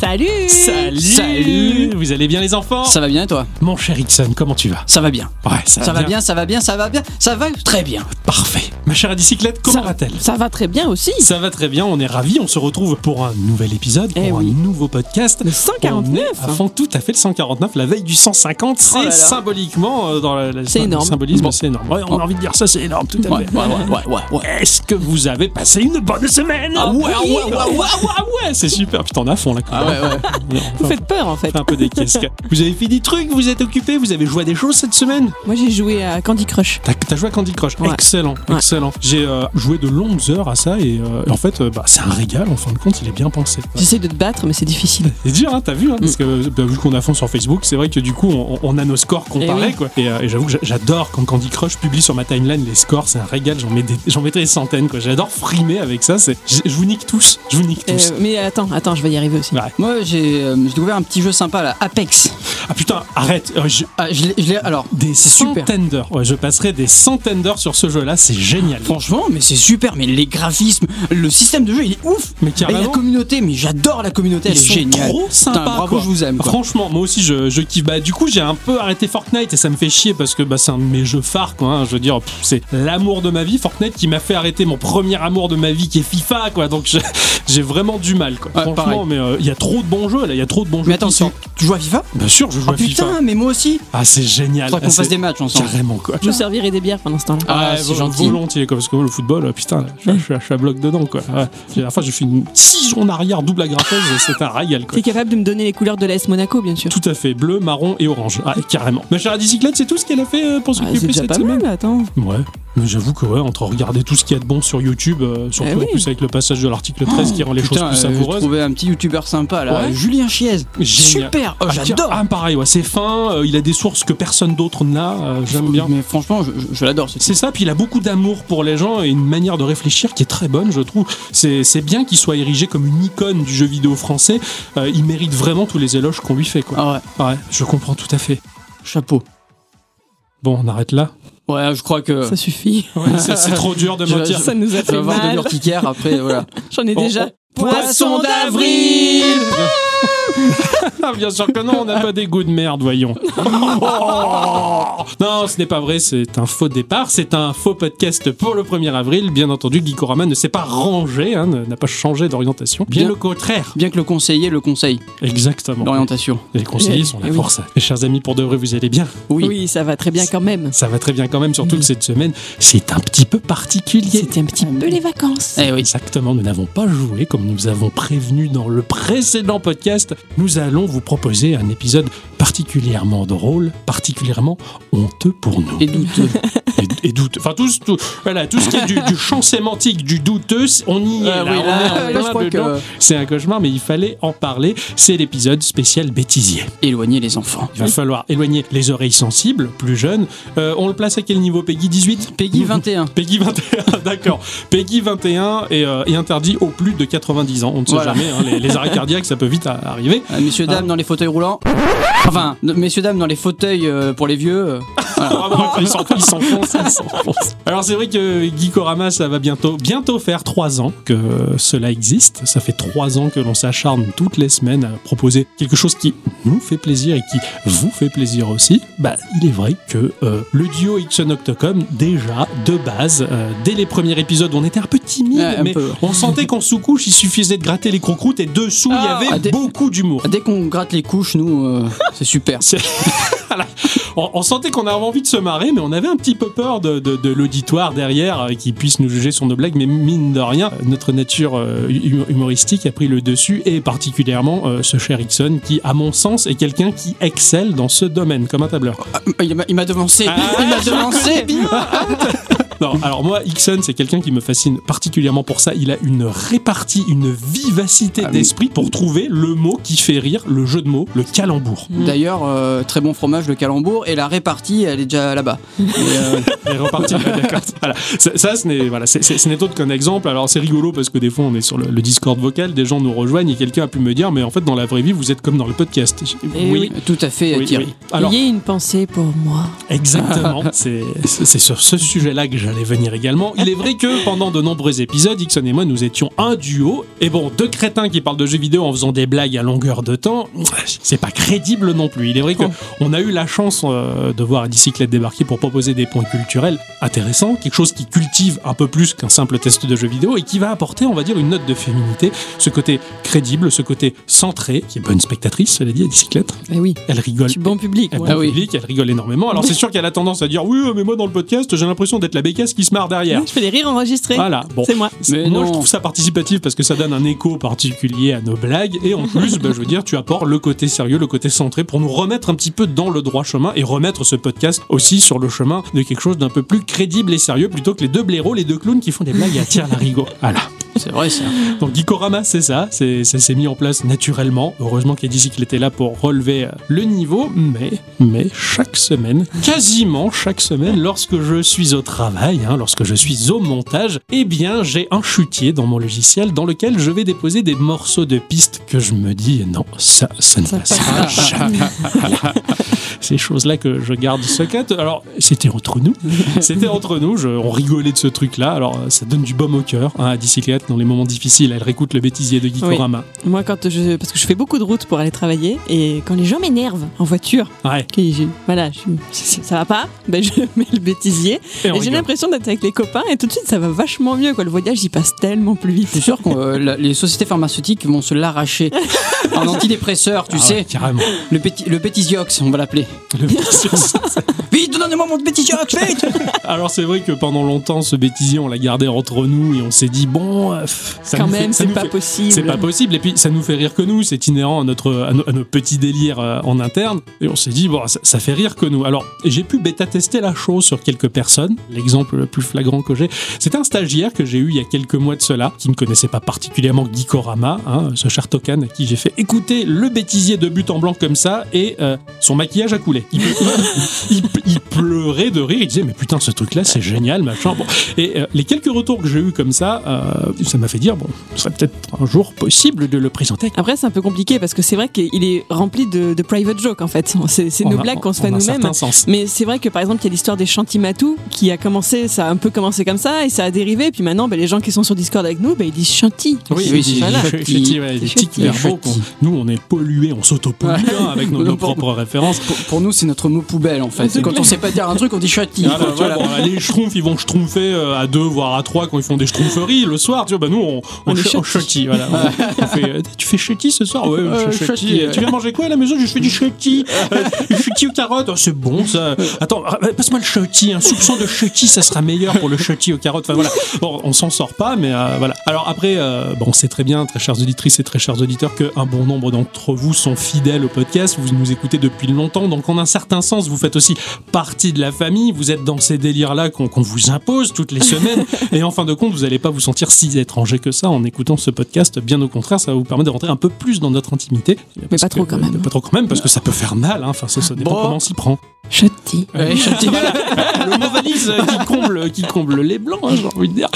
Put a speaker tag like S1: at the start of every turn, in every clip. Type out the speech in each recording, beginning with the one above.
S1: Salut
S2: Salut
S1: Salut
S2: Vous allez bien les enfants
S1: Ça va bien et toi
S2: Mon cher Ixon, comment tu vas
S1: Ça va bien.
S2: Ouais, ça,
S1: Ça va bien, ça va bien, ça va bien, ça va très bien.
S2: Parfait. Ma chère à bicyclette, comment
S1: Ça-
S2: va-t-elle
S3: Ça va très bien aussi.
S2: Ça va très bien, on est ravis, on se retrouve pour un nouvel épisode,
S1: Eh
S2: pour
S1: oui.
S2: un nouveau podcast.
S3: Le
S2: On
S3: 149.
S2: est
S1: hein.
S2: à fond, tout à fait le 149, la veille du 150, c'est
S3: là là.
S2: symboliquement euh, dans la, la-
S3: C'est
S2: le
S3: énorme.
S2: symbolisme,
S1: Bon.
S2: c'est énorme. Ouais, on
S1: Bon.
S2: a envie de dire ça, c'est énorme, tout à
S1: Ouais, ouais,
S2: fait.
S1: ouais, ouais, ouais. ouais.
S2: Est-ce que vous avez passé une bonne semaine
S1: Ah ouais,
S2: Oui.
S1: ah ouais, ouais, ouais,
S2: ouais, ouais, c'est super. Putain, on a fond là. quand
S1: Ah
S2: même.
S1: ouais, ouais.
S2: Non,
S3: Vous
S2: enfin,
S3: faites peur en fait.
S2: un peu des casques. Vous avez fait des trucs, vous êtes occupé, vous avez joué à des choses cette semaine
S3: Moi j'ai joué à Candy Crush.
S2: T'as t'as joué à Candy Crush
S3: Ouais.
S2: Excellent,
S3: Ouais.
S2: excellent. J'ai euh, joué de longues heures à ça et euh, en fait, euh, bah, c'est un régal en fin de compte, il est bien pensé.
S3: J'essaie de te battre mais c'est difficile.
S2: C'est dur, hein, t'as vu, hein,
S3: Mm.
S2: parce que bah, vu qu'on a fond sur Facebook, c'est vrai que du coup, on, on a nos scores comparés,
S3: Eh oui.
S2: quoi. Et, euh, et j'avoue que j'a- j'adore quand Candy Crush publie sur ma timeline les scores, c'est un régal, j'en mets des, j'en mettrai des centaines, quoi. J'adore frimer avec ça, c'est, j- je vous nique tous, je vous nique
S3: Euh,
S2: tous.
S3: mais attends, attends, je vais y arriver aussi.
S2: Ouais.
S1: Moi j'ai euh, j'ai découvert un petit jeu sympa là, Apex.
S2: Ah putain, arrête, euh, je-
S1: Ah, je l'ai- je l'ai- alors,
S2: des
S1: C'est super.
S2: centaines d'heures, ouais, je passerai des centaines d'heures sur ce jeu-là, c'est génial.
S1: franchement, mais c'est super, mais les graphismes, le système de jeu il est ouf.
S2: Mais
S1: Et la
S2: carrément.
S1: communauté, mais j'adore la communauté, elle
S2: Ils
S1: est
S2: sont
S1: géniale.
S2: trop
S1: Putain,
S2: sympas,
S1: bravo,
S2: quoi.
S1: je vous aime. quoi.
S2: Franchement, moi aussi je, je kiffe. Bah, du coup, j'ai un peu arrêté Fortnite et ça me fait chier parce que bah, c'est un de mes jeux phares. Quoi, hein. Je veux dire, pff, c'est l'amour de ma vie. Fortnite qui m'a fait arrêter mon premier amour de ma vie qui est FIFA. Quoi. Donc je- j'ai vraiment du mal. Quoi.
S1: Ouais,
S2: Franchement,
S1: pareil.
S2: mais euh, il y a trop de bons jeux là. Il y a trop de bons
S1: Mais
S2: jeux.
S1: attends,
S2: qui
S1: tu,
S2: sortent.
S1: tu joues à FIFA
S2: Bien sûr, hein. je joue
S1: Ah
S2: à FIFA.
S1: putain, mais moi aussi.
S2: Ah, c'est génial.
S1: Faudrait
S2: Ah,
S1: qu'on fasse
S2: c'est-
S1: des matchs ensemble.
S2: Carrément quoi.
S3: Je me servirai des bières pendant ce temps-là.
S1: Ah, c'est
S2: vo-
S1: gentil.
S2: Volontiers, quoi, parce que le football, euh, putain, là, je, suis à- je suis à- je suis à bloc dedans, quoi. Ouais. La dernière fois, j'ai fait une 6 en arrière double agrafeuse, c'est un régal, quoi.
S3: T'es capable de me donner les couleurs de l'AS Monaco, bien sûr.
S2: Tout à fait, bleu, marron et orange. Ah, carrément. Ma chère bicyclette, c'est tout ce qu'elle a fait euh, pour
S3: Ah,
S2: s'occuper
S3: c'est déjà
S2: cette
S3: pas
S2: semaine.
S3: mal, attends.
S2: Ouais, mais j'avoue que ouais, entre regarder tout ce qu'il y a de bon sur YouTube, euh, surtout
S3: Eh oui.
S2: en plus avec le passage de l'article 13 qui rend les
S1: Putain,
S2: choses plus
S1: euh, j'ai
S2: savoureuses.
S1: trouvé un petit youtubeur sympa là,
S2: Ouais.
S1: Julien Chiez.
S2: Génial.
S1: Super, oh,
S2: Ah, tiens,
S1: j'adore.
S2: Ah, pareil, ouais, c'est fin, euh, il a des sources que personne d'autre n'a, euh, j'aime bien.
S1: Mais franchement, je, je- je l'adore ce type.
S2: C'est ça, puis il a beaucoup d'amour pour les gens et une manière de réfléchir qui est très bonne, je trouve. C'est c'est bien qu'il soit érigé comme une icône du jeu vidéo français. Euh, il mérite vraiment tous les éloges qu'on lui fait, quoi.
S1: Ah ouais,
S2: Ouais, je comprends tout à fait.
S1: chapeau.
S2: Bon, on arrête là.
S1: Ouais, je crois que
S3: Ça suffit.
S2: Ouais, c'est c'est trop dur de
S1: Je-
S2: mentir.
S3: Ça nous a
S1: je vais
S3: fait
S1: avoir de
S3: mal.
S1: l'urticaire après, voilà.
S3: J'en ai
S2: Oh,
S3: déjà.
S1: Poisson d'avril
S2: Ah, Bien sûr que non, on n'a pas des goûts de merde, voyons. Oh non, ce n'est pas vrai, c'est un faux départ, c'est un faux podcast pour le 1er avril. Bien entendu, Gikorama ne s'est pas rangé, hein, ne- n'a pas changé d'orientation. Bien,
S1: Bien.
S2: le contraire.
S1: Bien que le conseiller le conseille,
S2: Exactement.
S1: l'orientation.
S2: Les conseillers
S3: Eh,
S2: sont là
S3: eh oui.
S2: pour ça. Mes chers amis, pour de vrai, vous allez bien.
S1: Oui.
S3: Oui, ça va très bien quand même.
S2: Ça va très bien quand même, surtout que cette semaine, c'est un petit peu particulier.
S3: C'était un petit peu les vacances.
S1: Ah, Eh oui.
S2: Exactement, nous n'avons pas joué comme nous avons prévenu dans le précédent podcast. Nous allons vous proposer un épisode particulièrement drôle, particulièrement honteux pour nous.
S1: Et douteux.
S2: Et, et douteux. Enfin, tout, ce- tout- voilà, tout ce qui est du, du champ sémantique, du douteux, c- on y est.
S1: Ah
S2: là,
S1: oui,
S2: on
S1: là,
S2: est en
S1: là,
S2: plein
S1: je crois
S2: dedans.
S1: que-
S2: C'est un cauchemar, mais il fallait en parler. C'est l'épisode spécial bêtisier.
S1: Éloigner les enfants.
S2: Il va falloir éloigner les oreilles sensibles, plus jeunes. Euh, on le place à quel niveau, Peggy 18
S1: Peggy 21.
S2: Peggy 21, d'accord. Peggy 21 est, euh, est interdit au plus de 90 ans. On ne sait
S1: Voilà.
S2: jamais, hein, les, les arrêts cardiaques, ça peut vite a- arriver.
S1: Euh, messieurs,
S2: Ah.
S1: dames, dans les fauteuils roulants. Enfin, n- messieurs, dames, dans les fauteuils euh, pour les vieux. euh.
S2: Vraiment, ils s'en- ils s'enfoncent, ils s'enfoncent. Alors c'est vrai que Geekorama, ça va bientôt, bientôt faire 3 ans que cela existe. Ça fait 3 ans que l'on s'acharne toutes les semaines à proposer quelque chose qui nous fait plaisir et qui vous fait plaisir aussi. Bah, il est vrai que euh, le duo Ixon Octocom, déjà, de base, euh, dès les premiers épisodes, on était un peu timide,
S1: Ouais, un
S2: mais
S1: peu.
S2: On sentait qu'en sous-couche, il suffisait de gratter les crocs-croûtes et dessous, il y
S1: Ah,
S2: avait
S1: ah, des-
S2: beaucoup d'humour.
S1: Dès qu'on gratte les couches, nous, euh, c'est super.
S2: On, on sentait qu'on avait envie de se marrer, mais on avait un petit peu peur de, de- de l'auditoire derrière euh, qui puisse nous juger sur nos blagues. Mais mine de rien, euh, notre nature euh, hum- humoristique a pris le dessus et particulièrement euh, ce cher Ixon qui, à mon sens, est quelqu'un qui excelle dans ce domaine comme un tableur.
S1: Ah, il m'a- il m'a devancé.
S2: Ah,
S1: il m'a
S2: je
S1: devancé.
S2: Non, alors moi, Ixon, c'est quelqu'un qui me fascine particulièrement pour ça. Il a une répartie, une vivacité
S1: Ah, mais-
S2: d'esprit pour trouver le mot qui fait rire, le jeu de mots, le calembour.
S1: D'ailleurs, euh, très bon fromage, le calembour. Et la répartie, elle est déjà là-bas. Et, euh,
S2: Et repartir. Ouais, d'accord. Voilà. Ça, ça, ce n'est voilà, c'est- c'est- ce n'est autre qu'un exemple. Alors, c'est rigolo parce que des fois, on est sur le, le Discord vocal, des gens nous rejoignent et quelqu'un a pu me dire, mais en fait, dans la vraie vie, vous êtes comme dans le podcast. J'ai-
S3: Eh oui.
S1: Tout à fait,
S2: oui,
S1: Thierry.
S2: oui. Alors,
S3: Ayez une pensée pour moi.
S2: exactement. C'est c'est- c'est sur ce sujet-là que j'ai j'allais venir également. Il est vrai que pendant de nombreux épisodes, Ixon et moi, nous étions un duo. Et bon, deux crétins qui parlent de jeux vidéo en faisant des blagues à longueur de temps, c'est pas crédible non plus. Il est vrai que on a eu la chance euh, de voir Dicyclette débarquer pour proposer des points culturels intéressants, quelque chose qui cultive un peu plus qu'un simple test de jeu vidéo et qui va apporter, on va dire, une note de féminité, ce côté crédible, ce côté centré, qui est bonne spectatrice, cela dit, à Dicyclette.
S3: Eh oui,
S2: Elle rigole
S3: tu bon public.
S2: elle
S3: moi.
S1: Ah oui.
S2: public, elle rigole énormément. Alors c'est sûr qu'elle a tendance à dire oui, mais moi dans le podcast, j'ai l'impression d'être la bécasse qui se marre derrière.
S3: Je fais des rires enregistrés.
S2: Eh ben, Voilà, bon.
S3: C'est moi.
S1: Mais
S2: moi
S1: non.
S2: je trouve ça participatif parce que ça donne un écho particulier à nos blagues et en plus, bah, je veux dire, tu apportes le côté sérieux, le côté centré pour nous remettre un petit peu dans le droit chemin et remettre ce podcast aussi sur le chemin de quelque chose d'un peu plus crédible et sérieux plutôt que les deux blaireaux, les deux clowns qui font des blagues et attirent la rigole. Voilà.
S1: C'est vrai ça.
S2: Donc Gikorama, c'est ça, c'est- ça s'est mis en place naturellement. Heureusement qu'Eddie qu'il était là pour relever euh, le niveau, mais, mais chaque semaine, quasiment chaque semaine, lorsque je suis au travail, hein, lorsque je suis au montage, eh bien j'ai un chutier dans mon logiciel dans lequel je vais déposer des morceaux de pistes que je me dis non, ça, ça ne
S3: Ça
S2: passera jamais. Voilà. Ces choses-là que je garde secrètes. Alors, c'était entre nous. C'était entre nous, je- on rigolait de ce truc-là. Alors, euh, ça donne du baume au cœur hein, à Dicyclette dans les moments difficiles. Elle réécoute le bêtisier de Gikorama.
S3: Moi, quand je. Parce que je fais beaucoup de routes pour aller travailler, et quand les gens m'énervent en voiture,
S2: Ouais,
S3: que j'ai- voilà, je- ça va pas, ben je mets le bêtisier.
S2: et on
S3: Et j'ai
S2: rigole.
S3: l'impression d'être avec les copains, et tout de suite, ça va vachement mieux, quoi. Le voyage, il passe tellement plus vite.
S1: Je suis sûr que euh, la- les sociétés pharmaceutiques vont se l'arracher. Un antidépresseur, tu
S2: Ah
S1: sais.
S2: ouais, carrément.
S1: Le, péti- le pétisiox, on va l'appeler.
S2: Le bêtisier.
S1: Vite, donnez-moi mon pétisiox, vite
S2: Alors, c'est vrai que pendant longtemps, ce bêtisier, on l'a gardé entre nous et on s'est dit, bon, euh, pff, ça
S3: Quand
S2: nous fait-
S3: même,
S2: ça
S3: c'est
S2: nous
S3: pas
S2: fait-
S3: possible.
S2: C'est pas possible, et puis ça nous fait rire que nous, c'est inhérent à, notre, à, nos, à nos petits délires euh, en interne. Et on s'est dit, bon, ça, ça fait rire que nous. Alors, j'ai pu bêta-tester la chose sur quelques personnes. L'exemple le plus flagrant que j'ai, c'était un stagiaire que j'ai eu il y a quelques mois de cela, qui ne connaissait pas particulièrement Gikorama, hein, ce cher token à qui j'ai fait écouter le bêtisier de but en blanc comme ça, et euh, son maquillage a coulé. Il, il- il pleurait de rire, il disait, mais putain, ce truc-là, c'est génial, machin. Bon, et euh, les quelques retours que j'ai eu comme ça, euh, ça m'a fait dire, bon, ce serait peut-être un jour possible de le présenter.
S3: Après, c'est un peu compliqué parce que c'est vrai qu'il est rempli de, de private jokes en fait. C'est c'est
S2: On
S3: nos
S2: a-
S3: blagues qu'on se fait
S2: on a un
S3: nous-mêmes.
S2: certain sens.
S3: Mais c'est vrai que par exemple, il y a l'histoire des Chantimatou qui a commencé, ça a un peu commencé comme ça et ça a dérivé. Puis maintenant, ben, les gens qui sont sur Discord avec nous, ben, ils disent Chanti.
S1: Oui, oui,
S2: c'est-
S1: voilà.
S2: c'est- c'est- c'est- ouais, des
S3: Chutis.
S2: tics verbaux qu'on- Nous, on est pollués, on s'autopollue hein, avec nos,
S1: On
S2: nos
S1: en porte-
S2: propres références.
S1: pour, pour nous, c'est notre mot poubelle en fait.
S3: C'est
S1: Quand
S3: clair.
S1: on sait pas dire un truc, on dit châtie.
S2: Ah bah, tu vois, bon, bah, les schtroumpfs, ils vont schtroumpfer euh, à deux, voire à trois quand ils font des schtroumpferie le soir. Tu vois, bah, nous, on, on,
S3: On est
S2: ch- on ch'ti, voilà. On- on fait, euh, tu fais ch'ti ce soir Ouais,
S1: Euh,
S2: je fais ch'ti.
S1: ch'ti, ouais.
S2: Tu viens manger quoi à la maison Je fais du ch'ti. Euh, du ch'ti aux carottes. Oh, c'est bon, ça. Attends, ah, passe-moi le ch'ti. Un soupçon de ch'ti, ça sera meilleur pour le ch'ti aux carottes. Enfin, voilà. Bon, on s'en sort pas, mais euh, voilà. Alors après, euh, bon, on sait très bien, très chères auditrices et très chers auditeurs, qu'un bon nombre d'entre vous sont fidèles au podcast. Vous nous écoutez depuis longtemps, donc en un certain sens, vous faites aussi partie de la famille. Vous êtes dans ces délires-là qu'on qu'on vous impose toutes les semaines. et en fin de compte, vous n'allez pas vous sentir si étranger que ça en écoutant ce podcast. Bien au contraire, ça va vous permettre de rentrer un peu plus dans notre intimité. Parce
S3: pas trop
S2: que- euh,
S3: quand même.
S2: Pas trop quand même, parce que ça peut faire mal. hein. Enfin, ça, ça dépend
S1: Bon.
S2: comment on s'y prend.
S3: Chanti.
S1: Ouais, châtie.
S2: Le mot valise euh, qui comble, qui comble les blancs, hein, j'ai envie de dire.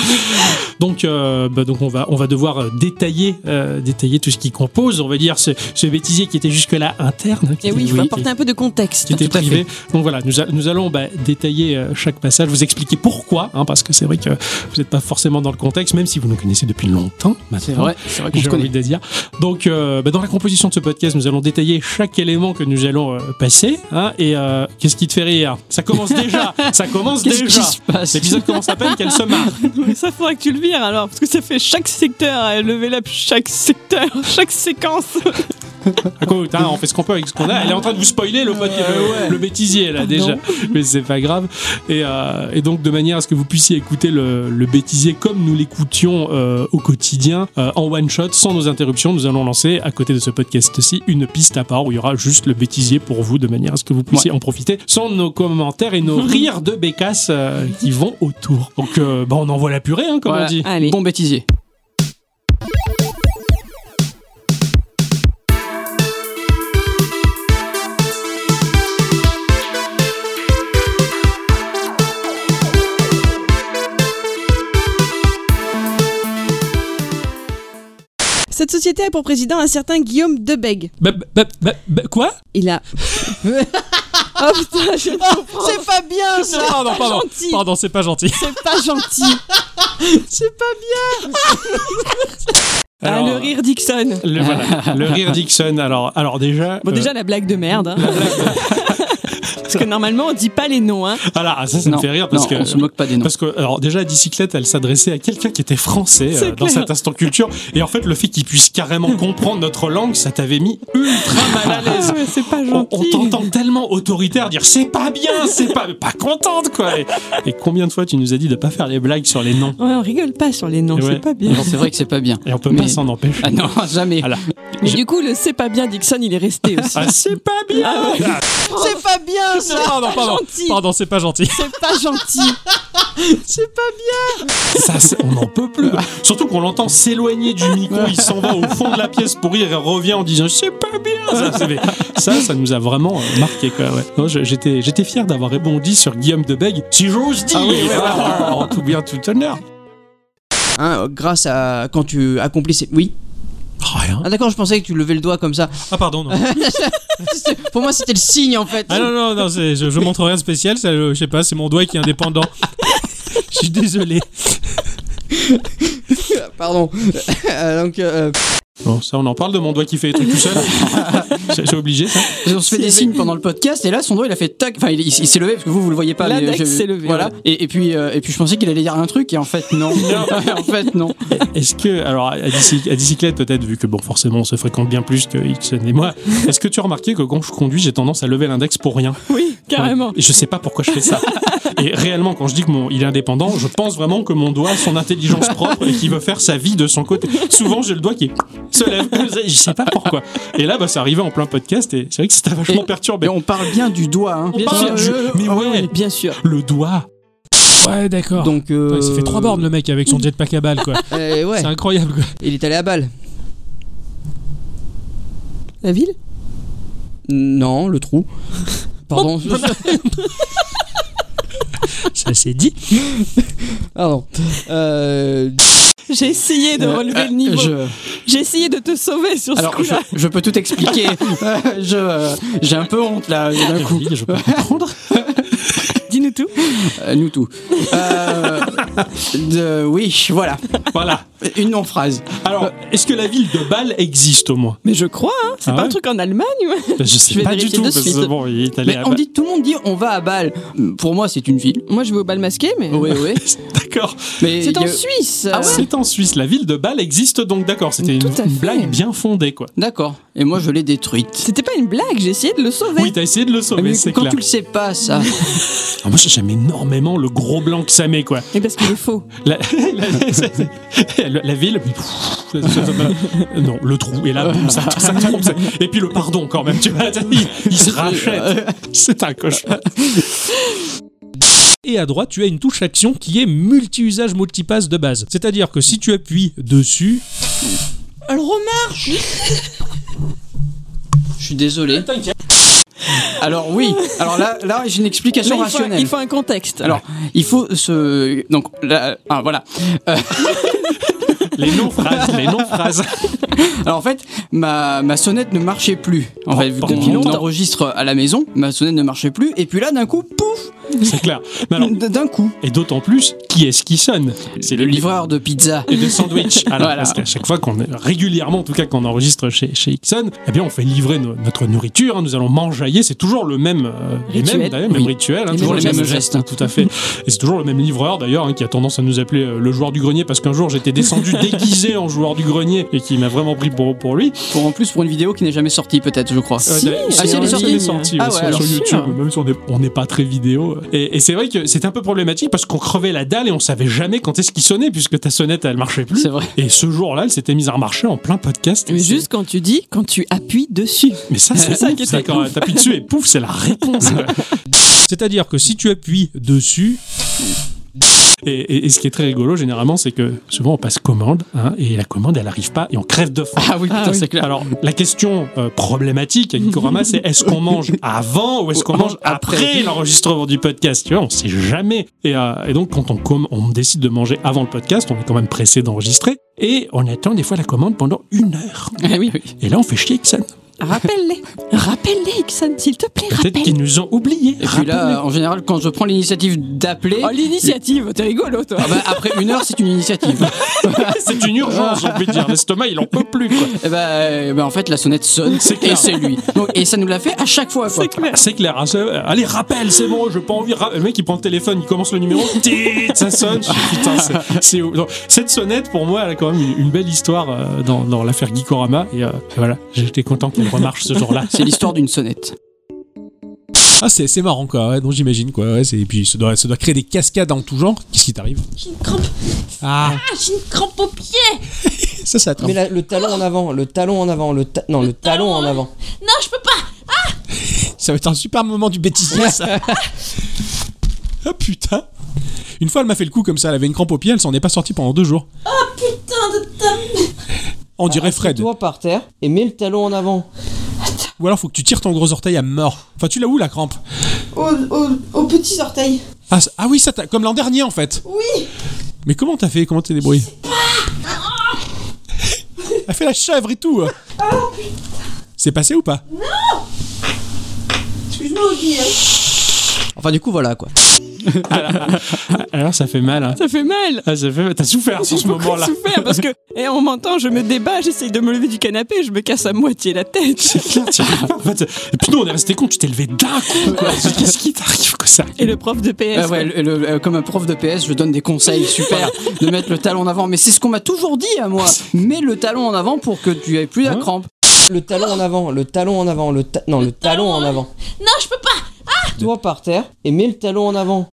S2: Donc, euh, bah, donc on, va, on va devoir euh, détailler, euh, détailler tout ce qui compose, on va dire, ce, ce bêtisier qui était jusque-là interne. qui
S3: Et Eh oui,
S2: était-
S3: il faut
S2: qui-
S3: apporter un peu de contexte.
S2: qui était
S1: Tout à
S2: privé. Donc voilà, nous, a- nous allons bah, détailler euh, chaque passage, vous expliquer pourquoi, hein, parce que c'est vrai que vous n'êtes pas forcément dans le contexte, même si vous nous connaissez depuis longtemps.
S1: C'est
S2: maintenant.
S1: vrai, c'est vrai qu'on se
S2: J'ai
S1: connaît.
S2: envie de dire. Donc, euh, bah, dans la composition de ce podcast, nous allons détailler chaque élément que nous allons euh, passer. hein, et euh, qu'est-ce qui te fait rire Ça commence déjà Ça commence
S1: Qu'est-ce qui
S2: déjà
S1: se passe
S2: L'épisode commence à peine qu'elle se marre.
S3: ça faudra que tu le vires alors, parce que ça fait chaque secteur à lever là, chaque secteur, chaque séquence.
S2: À Ah, quoi, putain, on fait ce qu'on peut avec ce qu'on a. Elle est en train de vous spoiler le, pod-
S1: Euh,
S2: le-
S1: ouais.
S2: le bêtisier là déjà. Mais c'est pas grave. Et, euh, et donc de manière à ce que vous puissiez écouter le, le bêtisier comme nous l'écoutions euh, au quotidien, euh, en one shot, sans nos interruptions, nous allons lancer à côté de ce podcast-ci une piste à part où il y aura juste le bêtisier pour vous de manière à ce que vous puissiez en profiter sans nos commentaires et nos rires de bécasse euh, qui vont autour. Donc euh, bah, on envoie la purée hein, comme
S1: Voilà.
S2: on dit.
S3: Allez.
S1: Bon bêtisier.
S4: Cette société a pour président un certain Guillaume Debeg.
S2: Bah, bah, bah, bah, quoi
S4: Il a. oh putain, je ne comprends
S5: C'est pas bien
S2: Non, pardon, pardon,
S4: gentil.
S2: pardon, c'est pas gentil.
S4: pas gentil.
S3: Ah, le rire Dixon.
S2: Le, voilà, le rire Dixon. Alors, alors déjà.
S3: Bon,
S2: euh,
S3: déjà, la blague de merde. hein. Parce que normalement, on dit pas les noms. Hein.
S2: euh, voilà, ça, ça me
S1: Non,
S2: fait rire parce
S1: non,
S2: que.
S1: on se moque pas des noms.
S2: Parce que, alors déjà, Dicyclette, elle s'adressait à quelqu'un qui était français euh,
S3: C'est
S2: dans
S3: clair.
S2: cet instant culture. Et en fait, le fait qu'il puisse carrément comprendre notre langue, ça t'avait mis ultra mal à l'aise.
S3: Ouais, Ah, c'est pas
S2: On, on
S3: gentil.
S2: t'entend tellement autoritaire dire c'est pas bien, c'est pas pas contente quoi. Et, et combien de fois tu nous as dit de pas faire les blagues sur les noms
S3: Ouais, on rigole pas sur les noms,
S2: Ouais.
S3: c'est pas bien.
S1: Non, c'est vrai que c'est pas bien.
S2: Et on peut pas
S1: Mais-
S2: s'en empêcher.
S1: Ah non, jamais.
S2: Alors,
S3: Mais
S2: Je-
S3: du coup, le c'est pas bien Dixon, il est resté aussi.
S2: Ah, c'est pas bien.
S5: C'est pas bien
S2: Ah, pardon, pardon,
S4: gentil.
S2: pardon, c'est pas gentil.
S4: C'est pas gentil.
S2: Ça, c'est- on n'en peut plus. quoi. Surtout qu'on l'entend s'éloigner du micro, il s'en va au fond de la pièce pour rire et revient en disant c'est pas bien. Ça, c'est- ça, ça nous a vraiment euh, marqué quoi. ouais. Non, je- j'étais, j'étais fier d'avoir rebondi sur Guillaume de Bègue. Si j'ose dire, en tout bien tout honneur.
S5: Hein, euh, grâce à quand tu accomplis ces- Oui
S2: Rien.
S5: Ah d'accord, je pensais que tu levais le doigt comme ça.
S2: Ah pardon. Non.
S5: C'est- Pour moi, c'était le signe en fait.
S2: Ah non non non, c'est- je, je montre rien de spécial. ça, je, je sais pas, c'est mon doigt qui est indépendant. Je suis désolé.
S5: Pardon. Euh, Donc euh,
S2: Bon, ça, on en parle de mon doigt qui fait les trucs tout seul. J'ai j'ai obligé ça.
S1: On se fait des signes pendant le podcast et là son doigt il a fait tac. Enfin il, il s'est levé parce que vous vous le voyez pas.
S3: Là,
S1: mais
S3: Dax
S1: je-
S3: s'est levé,
S1: Voilà.
S3: ouais.
S1: Et, et puis euh, et puis je pensais qu'il allait dire un truc et en fait non. en fait non.
S2: Est-ce que, alors, à, bicy- à bicyclette peut-être, vu que bon, forcément, on se fréquente bien plus que Ixon et moi, est-ce que tu as remarqué que quand je conduis, j'ai tendance à lever l'index pour rien
S3: Oui, carrément.
S2: Ouais. Et Je sais pas pourquoi je fais ça. et réellement, quand je dis que mon, il est indépendant, je pense vraiment que mon doigt a son intelligence propre et qu'il veut faire sa vie de son côté. Souvent, j'ai le doigt qui se lève. je sais pas pourquoi. Et là, bah, c'est arrivé en plein podcast et c'est vrai que c'était vachement
S1: Et-
S2: perturbé.
S1: Mais on parle bien du doigt. Hein.
S2: On parle
S1: sûr.
S2: du- mais ouais,
S3: Bien sûr.
S2: le doigt. Ouais, d'accord.
S5: donc euh,
S2: Ouais, ça fait trois bornes le mec avec son jetpack à balles quoi.
S5: euh, ouais,
S2: C'est incroyable quoi.
S5: il est allé à balle.
S3: La ville
S5: Non, le trou. Pardon.
S1: Oh,
S2: Ça s'est dit.
S5: Pardon. Euh,
S3: J'ai essayé de
S1: Euh,
S3: relever
S1: euh,
S3: le niveau.
S1: je-
S3: J'ai essayé de te sauver sur ce
S1: Alors je,
S3: coup-là.
S1: je peux tout expliquer. Euh, je euh, j'ai un peu honte là d'un coup.
S2: Oui, je peux comprendre.
S3: Dis-nous tout.
S1: Euh, nous tout. Euh, de- oui voilà
S2: Voilà.
S1: une non phrase.
S2: Alors, Euh, est-ce que la ville de Bâle existe au moins
S3: Mais je crois, hein, c'est
S2: Ah
S3: pas
S2: ouais
S3: un truc en Allemagne. ouais.
S2: Je sais
S3: vais
S2: pas du
S3: vérifier
S2: tout.
S3: de
S2: parce que
S3: suite.
S2: bon, il est allé
S1: Mais
S2: à
S1: on
S2: Bâle.
S1: dit tout le monde dit on va à Bâle. Pour moi c'est une ville.
S3: Moi, je vais au bal masqué, mais
S1: Oui oui.
S2: D'accord.
S1: Mais
S3: c'est
S1: il y
S3: en
S1: a-
S3: Suisse.
S1: Ah ouais
S2: C'est en Suisse. La ville de Bâle existe donc, d'accord. C'était une,
S3: Tout à
S2: une
S3: fait.
S2: blague bien fondée, quoi.
S1: D'accord. Et moi je l'ai détruite.
S3: C'était pas une blague, j'ai essayé de le sauver.
S2: Oui, t'as essayé de le sauver,
S1: Mais
S2: c'est
S1: quand
S2: clair.
S1: tu le sais pas ça.
S2: Ah, moi, j'aime énormément le gros blanc que ça met, quoi.
S3: Et parce qu'il est faux.
S2: La, la- la- la ville. mais pff, ça- ça- ça- ça- non, le trou. Et là, boum, ça, ça tombe. ça- Et puis le pardon, quand même. Tu vois, il, il se rachète. C'est un cauchemar.
S6: et à droite, tu as une touche action qui est multi-usage multipass de base. C'est-à-dire que si tu appuies dessus,
S5: Elle remarche
S1: Je suis désolé. Alors oui, alors là, là j'ai une explication
S3: Là, il, faut,
S1: rationnelle.
S3: il faut un contexte.
S1: Alors, il faut se... Donc, là, ah, voilà.
S2: Les non-phrases, les non-phrases.
S1: Alors en fait, ma, ma sonnette ne marchait plus. En fait, vu
S2: oh,
S1: qu'on
S2: depuis
S1: on
S2: longtemps.
S1: enregistre à la maison, ma sonnette ne marchait plus. Et puis là, d'un coup, pouf
S2: C'est clair. Mais alors,
S1: d- D'un coup,
S2: et d'autant plus, qui est-ce qui sonne C'est
S1: le livreur de pizza.
S2: et de sandwich. Alors,
S1: Voilà.
S2: Parce qu'à chaque fois qu'on est régulièrement, en tout cas qu'on enregistre chez, chez Ixon, eh bien on fait livrer no- notre nourriture, hein, nous allons manger, c'est toujours le même, euh, les
S3: Rituel.
S2: mêmes, d'ailleurs, même
S1: Oui.
S2: rituel, hein,
S1: Les
S2: toujours
S1: mêmes
S2: les mêmes
S1: gestes.
S2: gestes, hein, tout à fait. Et c'est toujours le même livreur d'ailleurs hein, qui a tendance à nous appeler euh, le joueur du grenier parce qu'un jour j'étais descendu déguisé en joueur du grenier et qui m'a vraiment pris pour, pour lui.
S1: Pour en plus, pour une vidéo qui n'est jamais sortie, peut-être, je crois.
S3: Si,
S2: d'ailleurs,
S1: ah, si, elle est
S2: ouais,
S1: sortie.
S2: elle est sortie,
S1: Ah
S2: ouais,
S1: ouais,
S2: sur-
S1: alors
S2: sur
S1: sûr.
S2: YouTube, même si on n'est on n'est pas très vidéo. Et, et c'est vrai que c'était un peu problématique parce qu'on crevait la dalle et on savait jamais quand est-ce qu'il sonnait puisque ta sonnette elle marchait plus.
S1: C'est vrai.
S2: Et ce jour-là, elle s'était mise à remarcher en plein podcast.
S3: Mais
S2: Et c'est-
S3: juste quand tu dis, quand tu appuies dessus.
S2: Mais ça, c'est ça qui est quand t'appuies dessus et pouf, c'est la réponse.
S6: c'est-à-dire que si tu appuies dessus,
S2: Et, et- et ce qui est très rigolo, généralement, c'est que souvent on passe commande, hein, et la commande, elle arrive pas, et on crève de faim.
S1: Ah oui, putain,
S3: Ah oui.
S1: c'est clair.
S2: Alors, la question euh, problématique à Gikorama, c'est est-ce qu'on mange avant ou est-ce qu'on mange après,
S1: Après.
S2: l'enregistrement du podcast Tu vois, on sait jamais. Et, euh, et donc, quand on, com- on décide de manger avant le podcast, on est quand même pressé d'enregistrer. Et on attend des fois la commande pendant une heure.
S1: Ah oui, oui.
S2: Et là, on fait chier Ixon.
S3: Rappelle-les. Rappelle-les, Ixon, s'il te plaît,
S2: Peut-être
S3: rappelle.
S2: qu'ils nous ont oubliés.
S1: Et puis là,
S2: Rappelez-nous.
S1: euh, en général, quand je prends l'initiative d'appeler,
S3: Oh, l'initiative, t'es rigolo, toi.
S1: ah bah, après une heure, c'est une initiative.
S2: c'est une urgence, j'ai envie de dire. L'estomac, il en peut plus. quoi.
S1: et bah, euh, bah, en fait, la sonnette sonne
S2: C'est clair.
S1: et c'est lui. Donc, et ça nous l'a fait à chaque fois. Quoi.
S2: C'est clair. hein, c'est- euh, Allez, rappel, c'est bon, je pas envie. ra- Le mec, il prend le téléphone, il commence le numéro, tit, ça sonne. je fais, Putain, c'est- c'est ouf. Donc, Cette sonnette, pour moi, elle a quand même une, une belle histoire euh, dans, dans l'affaire Gikorama. Et, euh, et voilà, j'étais content qu'elle remarche ce jour-là.
S1: C'est l'histoire d'une sonnette.
S6: Ah, c'est c'est marrant, quoi. Ouais, donc j'imagine, quoi. Ouais, c'est- et puis, ça doit, ça doit créer des cascades en tout genre. Qu'est-ce qui t'arrive
S7: J'ai une crampe,
S6: Ah,
S7: ah, j'ai une crampe au pied.
S6: ça, ça attrape.
S5: Mais la- le talon en avant, le talon en avant, le ta- non, le, talon en avant.
S7: Non, je peux pas.
S6: Ça va être un super moment du bêtisier, ça. ah, putain. Une fois, elle m'a fait le coup comme ça. Elle avait une crampe au pied, elle s'en est pas sortie pendant deux jours.
S7: Putain de ta.
S2: Ah,
S6: On dirait Fred.
S5: Toi par terre et mets le talon en avant.
S6: Ou alors, faut que tu tires ton gros orteil à mort. Enfin, tu l'as où, la crampe
S7: Au, au, aux petits orteils.
S6: ah, ça- ah oui, ça t'a- comme l'an dernier, en fait.
S7: Oui.
S6: Mais comment t'as fait Comment t'es débrouillé Elle fait la chèvre et
S2: Oh,
S6: tout. C'est passé ou pas
S7: Excuse-moi, Guy. hein.
S5: Enfin du coup voilà quoi.
S2: Alors, ça fait mal. hein.
S3: Ça fait mal.
S2: Ah, ça fait... T'as souffert sur ce
S3: J'ai beaucoup
S2: moment-là.
S3: souffert parce que, et en même temps, je me débat, j'essaye de me lever du canapé, je me casse à moitié la tête.
S2: C'est clair, t'y arrives pas, en fait. Et puis nous, on est resté con, tu t'es levé d'un coup. quoi. Qu'est-ce qui t'arrive que ça
S3: Et le prof de PS.
S2: Bah
S1: Ah ouais, le- le- euh, comme un prof de PS, je donne des conseils super de mettre le talon en avant. Mais c'est ce qu'on m'a toujours dit à moi. Mets le talon en avant pour que tu aies plus la
S2: Hein
S1: crampe.
S5: Le talon en avant, le talon en avant, le ta- non, le talon en avant.
S7: Non, je peux pas.
S5: Toi par terre et mets le talon en avant.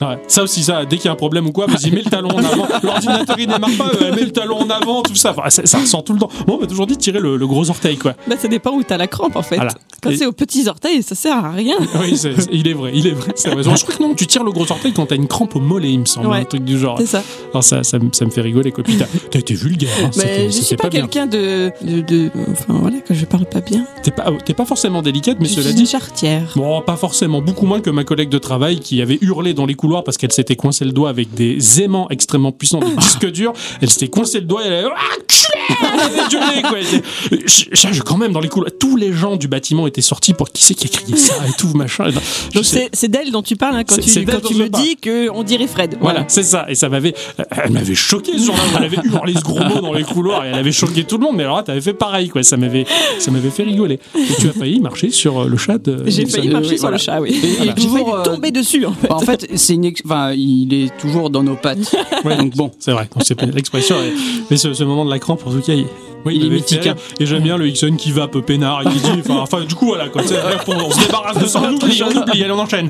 S2: Ouais, ça aussi, ça, dès qu'il y a un problème ou quoi, vas-y, mets le talon en avant. L'ordinateur, il démarre pas, euh, mets le talon en avant, tout ça. Enfin, ça, ça ressort tout le temps. Moi, on m'a toujours dit de tirer le, le gros orteil, quoi.
S3: Bah, ça dépend où t'as la crampe en fait.
S2: Voilà.
S3: Quand
S2: Et-
S3: c'est aux petits orteils, ça sert à rien.
S2: Oui, c'est- c'est- il est vrai, il est vrai. c'est vrai. Je crois que non, tu tires le gros orteil quand t'as une crampe au mollet, il me semble,
S3: Ouais.
S2: un truc du genre.
S3: C'est ça.
S2: Alors, ça, ça, me- ça me fait rigoler, quoi. Putain, t'as été vulgaire. hein, c'était-
S3: Mais je suis
S2: c'était
S3: pas,
S2: pas bien.
S3: quelqu'un de, de, de- Enfin voilà, que je parle pas bien.
S2: T'es pas, t'es pas forcément délicate, mais
S3: je
S2: cela
S3: suis
S2: dit.
S3: une charretière.
S2: Bon, pas forcément, beaucoup moins que ma collègue de travail qui avait hurlé dans les couloirs parce qu'elle s'était coincé le doigt avec des aimants extrêmement puissants de disque dur. Elle s'était coincé le doigt et elle avait. Ah, culé Elle avait gueulé, quoi. Elle était- Je- je- quand même, dans les couloirs, tous les gens du bâtiment étaient sortis pour qui c'est qui a crié ça et tout, machin. Et non, je
S3: Donc
S2: sais-
S3: c'est c'est d'elle dont tu parles hein, quand
S2: C'est-
S3: tu,
S2: c'est d'elle
S3: quand
S2: dont
S3: tu
S2: je
S3: me
S2: parle.
S3: dis qu'on dirait Fred.
S2: Voilà, c'est ça. Et ça m'avait. Elle m'avait choqué sur là Elle avait hurlé ce gros mot dans les couloirs et elle avait choqué tout le monde. Mais alors là, t'avais fait pareil, quoi. Ça m'avait, ça m'avait fait rigoler. Et tu as failli marcher sur euh, le chat de.
S3: J'ai
S2: de-
S3: failli
S1: euh,
S3: marcher
S1: oui,
S3: sur
S1: voilà.
S3: le chat, oui.
S1: Et- et
S3: J'ai failli
S1: toujours, euh,
S3: tomber dessus en fait.
S1: En fait, c'est une ex- enfin, il est toujours dans nos pattes.
S2: Ouais.
S1: Donc bon.
S2: C'est vrai, on sait pas l'expression. mais- Mais ce, ce moment de la crampe, en tout cas, il, oui,
S1: Il est
S2: m'avait
S1: mythique,
S2: fait rire.
S6: hein.
S2: Et j'aime bien le Hickson qui va un peu peinard et qui dit. Enfin, enfin, du coup, voilà, quoi. C'est- On se débarrasse de ça, on oublie, on oublie, allez, on enchaîne.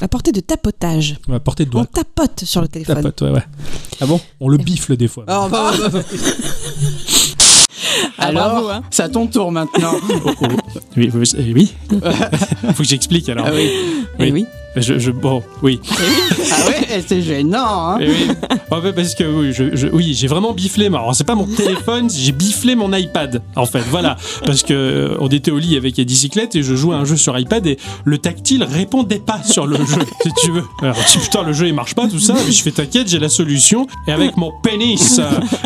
S8: La portée de tapotage.
S6: On va porter de
S8: On
S6: doigt.
S8: tapote sur le
S6: Ta
S8: téléphone.
S6: pote, ouais, ouais. Ah bon On le bifle des fois.
S5: Ah, bah, bah, bah, bah.
S3: Ah,
S1: Alors,
S3: bravo, hein.
S1: c'est à ton tour maintenant.
S2: Oui, oui, euh, oui. Faut que j'explique alors.
S1: ah oui.
S2: Oui.
S3: Eh oui.
S2: Je, je- bon, oui.
S1: Ah ouais, eh, c'est gênant. Hein.
S2: Eh oui. En fait, parce que oui, je- je- oui, j'ai vraiment biflé. ma- Alors, c'est pas mon téléphone, j'ai biflé mon iPad. En fait, voilà. Parce que euh, on était au lit avec les bicyclettes et je jouais à un jeu sur iPad et le tactile répondait pas sur le jeu, si tu veux. Alors, je dis, putain, le jeu il marche pas, tout ça. Mais je fais t'inquiète, j'ai la solution. Et avec mon pénis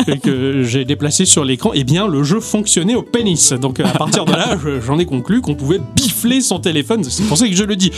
S2: euh, que j'ai déplacé sur l'écran, eh bien, le jeu fonctionnait au pénis. Donc, euh, à partir de là, je- j'en ai conclu qu'on pouvait bifler son téléphone. C'est pour ça que je le dis.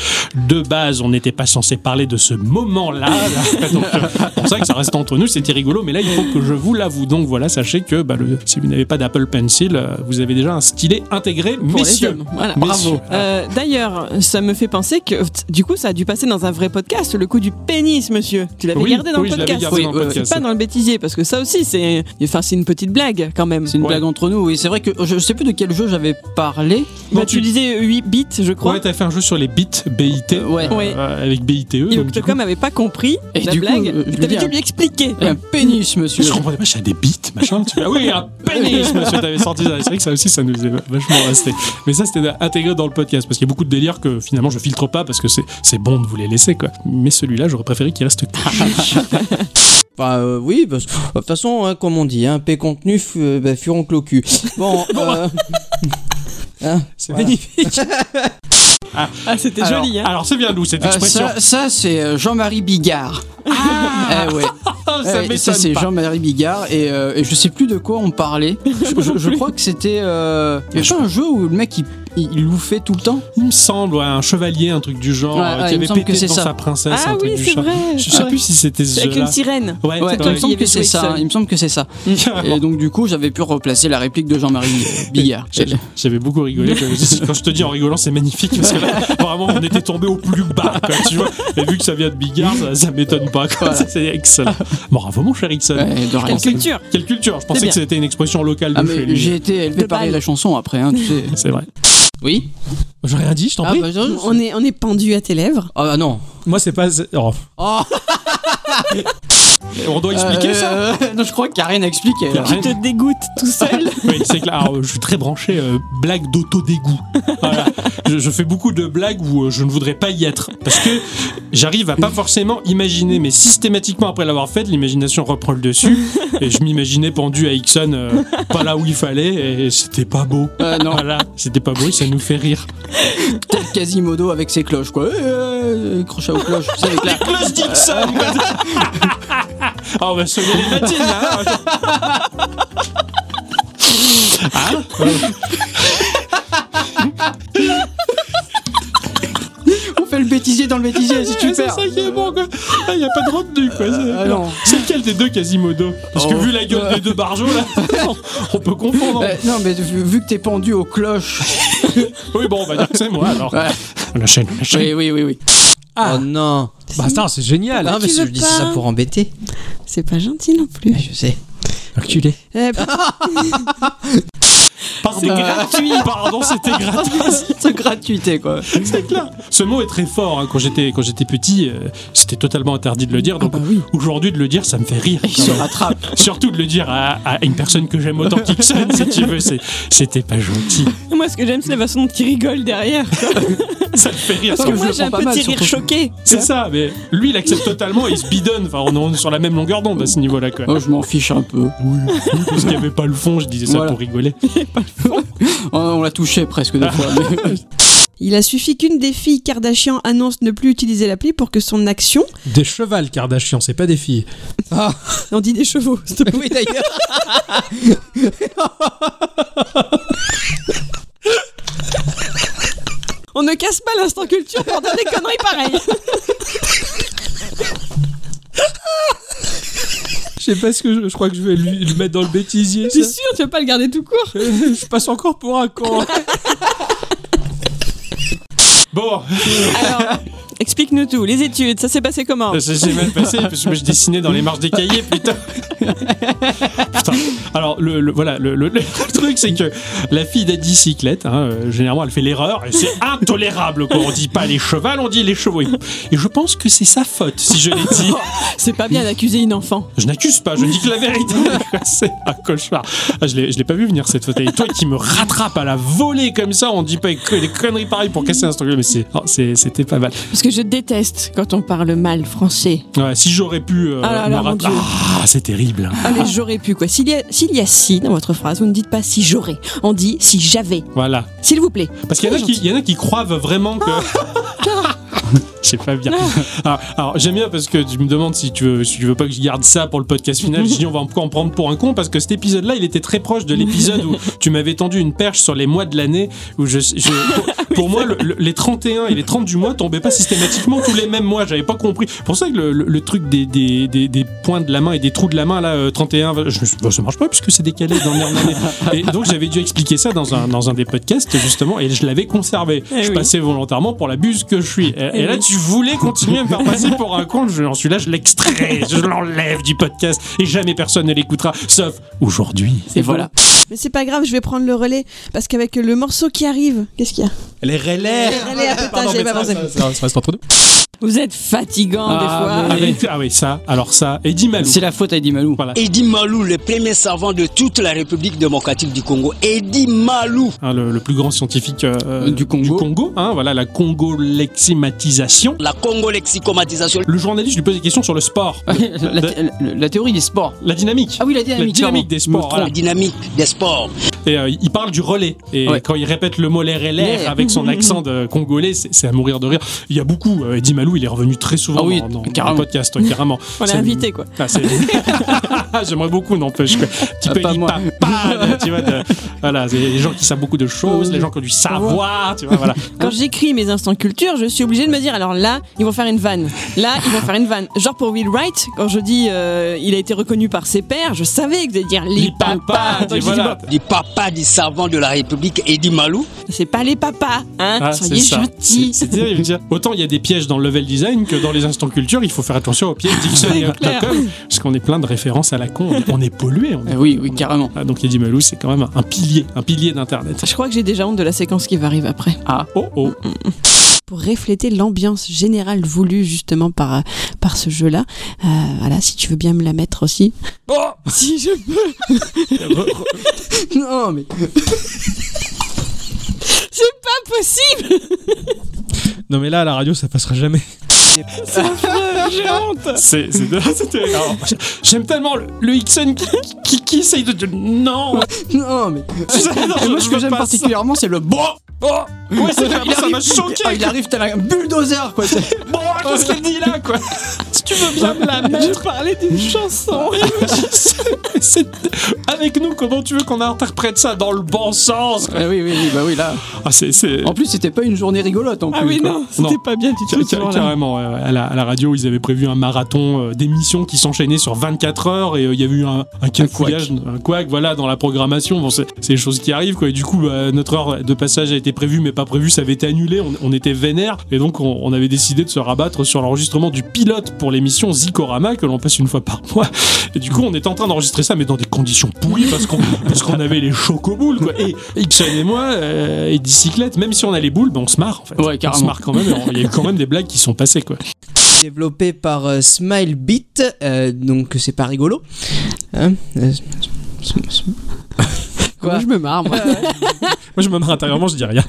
S2: De base, on n'était pas censé parler de ce moment-là. là. Donc, euh, c'est pour ça que ça reste entre nous, c'était rigolo, mais là il faut que je vous l'avoue. Donc voilà, sachez que bah, le- si vous n'avez pas d'Apple Pencil, euh, vous avez déjà un stylet intégré,
S3: Pour les
S2: messieurs.
S3: hommes, Voilà.
S2: Bravo.
S3: Euh, D'ailleurs, ça me fait penser que du coup, ça a dû passer dans un vrai podcast, le coup du pénis, monsieur. Tu l'avais
S2: Oui,
S3: gardé dans
S2: oui,
S3: le
S2: je l'avais
S3: podcast.
S2: gardé dans le
S1: Oui, oui,
S2: podcast.
S3: Pas dans le bêtisier, parce que ça aussi, c'est enfin, c'est une petite blague quand même.
S1: C'est une
S2: Ouais.
S1: blague entre nous. Et c'est vrai que je je sais plus de quel jeu j'avais parlé.
S3: Bah,
S2: Non,
S3: tu
S2: tu-
S3: disais 8 bits, je crois.
S2: Ouais, t'as fait un jeu sur les bits, BIT.
S1: Euh, ouais.
S3: Ouais. Mais-
S2: euh, avec BITE.
S3: Et
S2: donc, du coup,
S3: Octocom avait pas compris
S1: Et
S3: la
S1: du coup,
S3: blague.
S1: euh, je veux
S3: T'avais
S1: dire-
S3: dû lui expliquer.
S1: Un pénis, monsieur.
S2: je comprenais pas, j'avais des bites, machin. Tu fais, ah oui, un pénis, monsieur, t'avais sorti ça. C'est vrai que ça aussi, ça nous est vachement resté. Mais ça, c'était intégré dans le podcast parce qu'il y a beaucoup de délires que finalement, je filtre pas parce que c'est c'est bon de vous les laisser, quoi. Mais celui-là, j'aurais préféré qu'il reste
S5: Bah euh, oui, parce que, bah, de toute façon, hein, comme on dit, hein, P contenu, fu- euh, bah, furoncle au cul. Bon, euh,
S6: C'est
S5: Voilà.
S6: magnifique.
S3: Ah, c'était
S1: Alors,
S3: joli, hein.
S2: Alors, c'est bien d'où cette
S1: Euh,
S2: expression
S1: ça, ça, c'est euh, Jean-Marie Bigard. Eh ouais.
S2: Ah,
S1: Eh,
S2: Ça
S1: ça,
S2: m'étonne
S1: c'est
S2: pas.
S1: Jean-Marie Bigard et, euh, et je sais plus de quoi on parlait. Je, je- je crois que c'était. euh, Il y avait pas un jeu où le mec il, il, il louffait tout le temps
S2: Il me semble, ouais, un chevalier, un truc du genre,
S1: Ouais,
S2: euh,
S1: ouais,
S2: qui
S1: il me
S2: avait
S1: semble
S2: pété
S1: que c'est
S2: dans
S1: ça.
S2: sa princesse,
S3: Ah
S2: un truc
S3: oui,
S2: du
S3: c'est
S2: genre.
S3: vrai.
S2: Je sais
S3: Ouais.
S2: plus si c'était ce
S3: C'est avec
S2: jeu-là.
S3: une sirène.
S1: Ouais,
S2: Ouais, ouais,
S1: il me
S3: toi,
S1: semble
S3: il y
S1: que c'est
S3: avait
S1: ça.
S3: Wilson.
S1: Il me semble que c'est ça.
S2: carrément.
S1: Et donc du coup, j'avais pu replacer la réplique de Jean-Marie Bigard.
S2: J'ai- J'avais beaucoup rigolé. Quand quand je te dis en rigolant, c'est magnifique parce que là, vraiment, on était tombé au plus bas. quoi, tu vois Et vu que ça vient de Bigard, ça, ça m'étonne pas. quoi. Ça, C'est excellent. Bravo, mon cher Ixon.
S1: Ouais, de rien.
S3: Quelle culture.
S2: Quelle culture Je pensais
S3: C'est
S2: que c'était une expression locale de
S1: Ah,
S2: chez
S1: mais
S2: lui.
S1: j'ai été élevé
S3: De
S1: par
S3: balle.
S1: la chanson après, hein, tu sais.
S2: C'est vrai.
S5: oui.
S6: J'ai rien dit, je t'en
S5: Ah
S6: prie.
S5: bah, je-
S4: On est, on est pendu à tes lèvres.
S5: ah, bah, non.
S6: Moi, c'est pas. c'est- oh.
S1: Ah,
S5: Oh,
S2: Et on doit expliquer ça
S1: Euh, non, je crois que Karine a expliqué.
S2: Karine.
S3: Tu te dégoûtes tout seul.
S2: Oui, c'est clair. Alors, je suis très branché euh, blague d'auto-dégoût. Voilà. Je, je fais beaucoup de blagues où euh, je ne voudrais pas y être. Parce que j'arrive à pas forcément imaginer, mais systématiquement après l'avoir faite, l'imagination reprend le dessus. Et je m'imaginais pendu à Ixon, euh, pas là où il fallait, et c'était pas beau.
S1: Euh, non,
S2: Voilà, c'était pas beau, et ça nous fait rire.
S1: peut-être Quasimodo avec ses cloches, quoi. Euh, euh, crochet aux cloches, tu sais, avec la-
S2: Klaus Dixon Ah, on va sauver les matines, là hein.
S1: On fait le bêtisier dans le bêtisier, c'est
S2: Ouais,
S1: super.
S2: C'est ça qui est bon, quoi. Il n'y a pas de retenu, quoi.
S3: Euh,
S2: C'est-
S1: Ah, non.
S2: C'est lequel des deux Quasimodo Parce que
S1: Oh.
S2: vu la gueule des deux barjots, là, on peut confondre.
S1: Euh, non, mais vu, vu que t'es pendu aux cloches.
S2: Oui, bon, on va dire que c'est moi, alors.
S1: Ouais.
S2: La chaîne, la chaîne.
S1: Oui, oui, oui, oui.
S6: Ah.
S5: oh non.
S6: Bah, attends, c'est génial.
S5: Ah, mais
S4: tu
S5: je
S4: veux
S5: dis
S4: pas
S5: ça pour embêter.
S4: C'est pas gentil non plus.
S5: Je sais.
S6: Enculé.
S4: Eh, p-
S2: Pardon, gratuit. Pardon, c'était gratuit.
S1: C'est gratuité, quoi.
S2: C'est clair. Ce mot est très fort. hein. Quand j'étais quand j'étais petit, euh, c'était totalement interdit de le
S3: Ah
S2: dire.
S3: bah
S2: Donc aujourd'hui, de le dire, ça me fait rire.
S1: Il se rattrape.
S2: Surtout de le dire à, à une personne que j'aime autant qu'Ixon, si tu veux. c'est- C'était pas gentil.
S3: Moi, ce que j'aime, c'est la façon dont il rigole derrière.
S2: Ça me fait rire.
S3: Parce
S1: que
S3: que
S1: je
S3: moi,
S1: le
S3: j'ai un
S1: prends pas mal,
S3: petit rire
S1: surtout.
S3: choqué.
S2: C'est ça, mais lui, il accepte totalement et il se bidonne. Enfin, on est sur la même longueur d'onde à ce niveau-là, quoi.
S1: Oh, je m'en fiche un peu.
S2: Oui, oui, parce qu'il n'y avait pas le fond, je disais ça
S1: Voilà.
S2: pour rigoler.
S1: Oh, on l'a touché presque deux fois. mais-
S4: Il a suffi qu'une des filles Kardashian annonce ne plus utiliser l'appli pour que son action.
S6: Des chevals, Kardashian, c'est pas des filles.
S4: On dit des chevaux, s'il te plaît.
S5: Oui, d'ailleurs.
S3: On ne casse pas l'instant culture pour dire des conneries pareilles.
S6: Je sais pas ce que je, je crois que je vais lui, le mettre dans le bêtisier.
S4: T'es
S6: Ça.
S4: sûr, tu vas pas le garder tout court
S6: je passe encore pour un con.
S2: Bon,
S3: Alors, explique-nous tout. Les études, ça s'est passé comment
S2: ça s'est mal passé parce que moi, je dessinais dans les marges des cahiers, putain. Putain. Alors, le, le- voilà, le, le- le truc, c'est que la fille d'Adi Cyclette, hein, euh, généralement, elle fait l'erreur et c'est intolérable, quoi. On dit pas les chevals, on dit les chevaux. Et je pense que c'est sa faute, si je l'ai dit.
S3: C'est pas bien d'accuser une enfant.
S2: Je n'accuse pas, je dis que la vérité. c'est un cauchemar. Ah, je l'ai je l'ai pas vu venir cette faute. Et toi qui me rattrape à la volée comme ça, on dit pas que des conneries pareilles pour casser un truc. Mais c'est- oh, c'est- c'était pas mal.
S3: Parce que je déteste quand on parle mal français.
S2: Ouais, si j'aurais pu euh,
S3: Ah là là,
S2: me
S3: mon
S2: rattraper.
S3: Dieu.
S2: Ah, c'est terrible.
S3: Allez, j'aurais pu quoi. S'il y, a, s'il y a si dans votre phrase, vous ne dites pas si j'aurais. On dit si j'avais.
S2: Voilà.
S3: S'il vous plaît.
S2: Parce qu'il y, en a qui- il y en a qui croivent vraiment que. Je sais pas bien. Alors, alors, j'aime bien parce que tu me demandes si tu veux, si tu veux pas que je garde ça pour le podcast final. je dis on va encore en prendre pour un con parce que cet épisode-là, il était très proche de l'épisode où tu m'avais tendu une perche sur les mois de l'année où je, je- pour, pour moi le- le- les 31 et les 30 du mois tombaient pas systématiquement tous les mêmes mois. J'avais pas compris. Pour ça que le, le- le truc des, des, des- des points de la main et des trous de la main là euh, 31, je, me suis dit, bah, ça marche pas puisque c'est décalé dans l'année. Et donc j'avais dû expliquer ça dans un dans un des podcasts justement et je l'avais conservé.
S3: Eh
S2: je
S3: oui.
S2: passais volontairement pour la buse que je suis. Et, et là
S3: oui.
S2: tu voulais continuer à me faire passer pour un con. Je, en suis là, je l'extrais, je l'enlève du podcast et jamais personne ne l'écoutera sauf aujourd'hui.
S1: Et voilà.
S4: Mais c'est pas grave, je vais prendre le relais parce qu'avec le morceau qui arrive, qu'est-ce qu'il y a
S6: Les relais
S4: Allez, à putain,
S6: Pardon,
S4: j'ai
S6: mais
S4: pas
S6: ça,
S4: pensé.
S6: ça, ça, ça reste entre nous.
S3: Vous êtes fatigant
S1: Ah,
S3: des fois.
S2: Ah, oui, ah oui, ça, alors ça, Eddie Malou.
S1: C'est la faute à Eddie Malou.
S2: Voilà.
S9: Eddy Malou, le premier savant de toute la République démocratique du Congo. Eddy Malou.
S2: hein, le, le plus grand scientifique euh, euh,
S1: Du Congo.
S2: hein, voilà la Congo-leximatisation.
S9: La Congo-lexicomatisation.
S2: Le journaliste lui pose des questions sur le sport,
S1: Ah la, la- la théorie des sports.
S2: la dynamique.
S1: Ah oui, la
S2: La
S1: dynamique.
S2: dynamique des sports, voilà.
S9: La dynamique des sports.
S2: Et euh, il parle du relais. Et
S1: Ouais.
S2: quand il répète le mot les relais
S1: Les.
S2: avec son accent de congolais, c'est c'est à mourir de rire. Il y a beaucoup. euh, Eddie Malou, il est revenu très souvent
S1: Ah oui,
S2: dans, dans- dans
S1: carrément.
S2: le podcast, ouais, carrément.
S3: On l'a
S2: C'est-
S3: invité quoi.
S2: Ah, c'est- J'aimerais beaucoup, n'empêche. quoi. Petit
S1: Ah,
S2: peu
S1: pas
S2: Eddie
S1: moi.
S2: Papade, euh, tu vois. de- voilà, c'est les gens qui savent beaucoup de choses, les gens qui ont du savoir, tu vois. Voilà.
S3: Quand j'écris mes instants culture, je suis obligée de me dire alors là, ils vont faire une vanne. Là, ils vont faire une vanne. Genre pour Will Wright, quand je dis euh, il a été reconnu par ses pairs, je savais que j'allais dire les
S2: Il parle pas,
S3: papas. Donc
S2: et
S3: j'ai dit,
S2: voilà.
S9: Du papa du savant de la République, Eddy Malou.
S3: bon, c'est pas les papas, hein.
S2: Ah, c'est
S3: Soyez
S2: ça. C'est
S3: gentils.
S2: c'est terrible. tiens. Autant il y a des pièges dans le level design que dans les instants culture, il faut faire attention aux pièges Dixon et
S3: clair.
S2: Octocom, parce qu'on est plein de références à la con. On est- On est pollué. on est-
S1: Ah oui, oui, carrément.
S2: Ah, donc Eddie Malou, c'est quand même un pilier, un pilier d'Internet.
S3: Je crois que j'ai déjà honte de la séquence qui va arriver après.
S2: Oh oh.
S8: Pour refléter l'ambiance générale voulue justement par, euh, par ce jeu-là, euh, voilà, si tu veux bien me la mettre aussi.
S3: Si je peux.
S5: Non, mais.
S3: Pas possible.
S6: Non, mais là, à la radio, ça passera jamais.
S2: J'ai honte. C'est c'est de- c'était- alors, J'aime tellement le, le Ixon qui, qui, qui essaye de. de- Non.
S5: Non, mais.
S1: Et moi, ce que j'aime particulièrement, c'est le bon.
S2: Oh Ouais, c'est
S1: Il
S2: ça m'a
S1: arrive-
S2: choqué.
S1: Ah, il arrive tel un bulldozer, quoi. c'est-
S2: Bon, qu'est-ce qu'elle dit là, quoi Si tu veux bien me la mettre. parler d'une chanson. Avec nous, comment tu veux qu'on interprète ça dans le bon sens
S1: Ah oui, oui, oui, bah oui, là.
S2: Ah, c'est. c'est-
S1: En plus, c'était pas une journée rigolote, en plus.
S3: Ah oui
S1: quoi.
S3: non, c'était
S2: Non.
S3: pas bien du
S2: Ca-
S3: tout. ce
S2: ca-
S3: jour-là.
S2: Carrément, ouais, ouais. à, la, à la radio, ils avaient prévu un marathon euh, d'émissions qui s'enchaînaient sur 24 heures et euh, il y avait eu un, un cafouillage, un couac, voilà, dans la programmation. Bon, c'est c'est les choses qui arrivent, quoi. Et du coup, bah, notre heure de passage a été prévue, mais pas prévue, ça avait été annulé, on, on était vénère. Et donc, on, on avait décidé de se rabattre sur l'enregistrement du pilote pour l'émission Zikorama que l'on passe une fois par mois. Et du coup, on est en train d'enregistrer ça, mais dans des conditions pourries parce qu'on parce qu'on avait les chocoboules, quoi. Et Ixon et moi, euh, et bicyclette, même si on a les boules, ben, on se marre, en fait.
S1: Ouais,
S2: On
S1: carrément.
S2: se marre quand même. Il y a eu quand même des blagues qui sont passées, quoi.
S5: Développé par euh, Smilebeat, euh, donc c'est pas rigolo. Hein Euh, s- s-
S8: Comment je me marre, moi.
S6: Moi, je me marre intérieurement, je dis rien.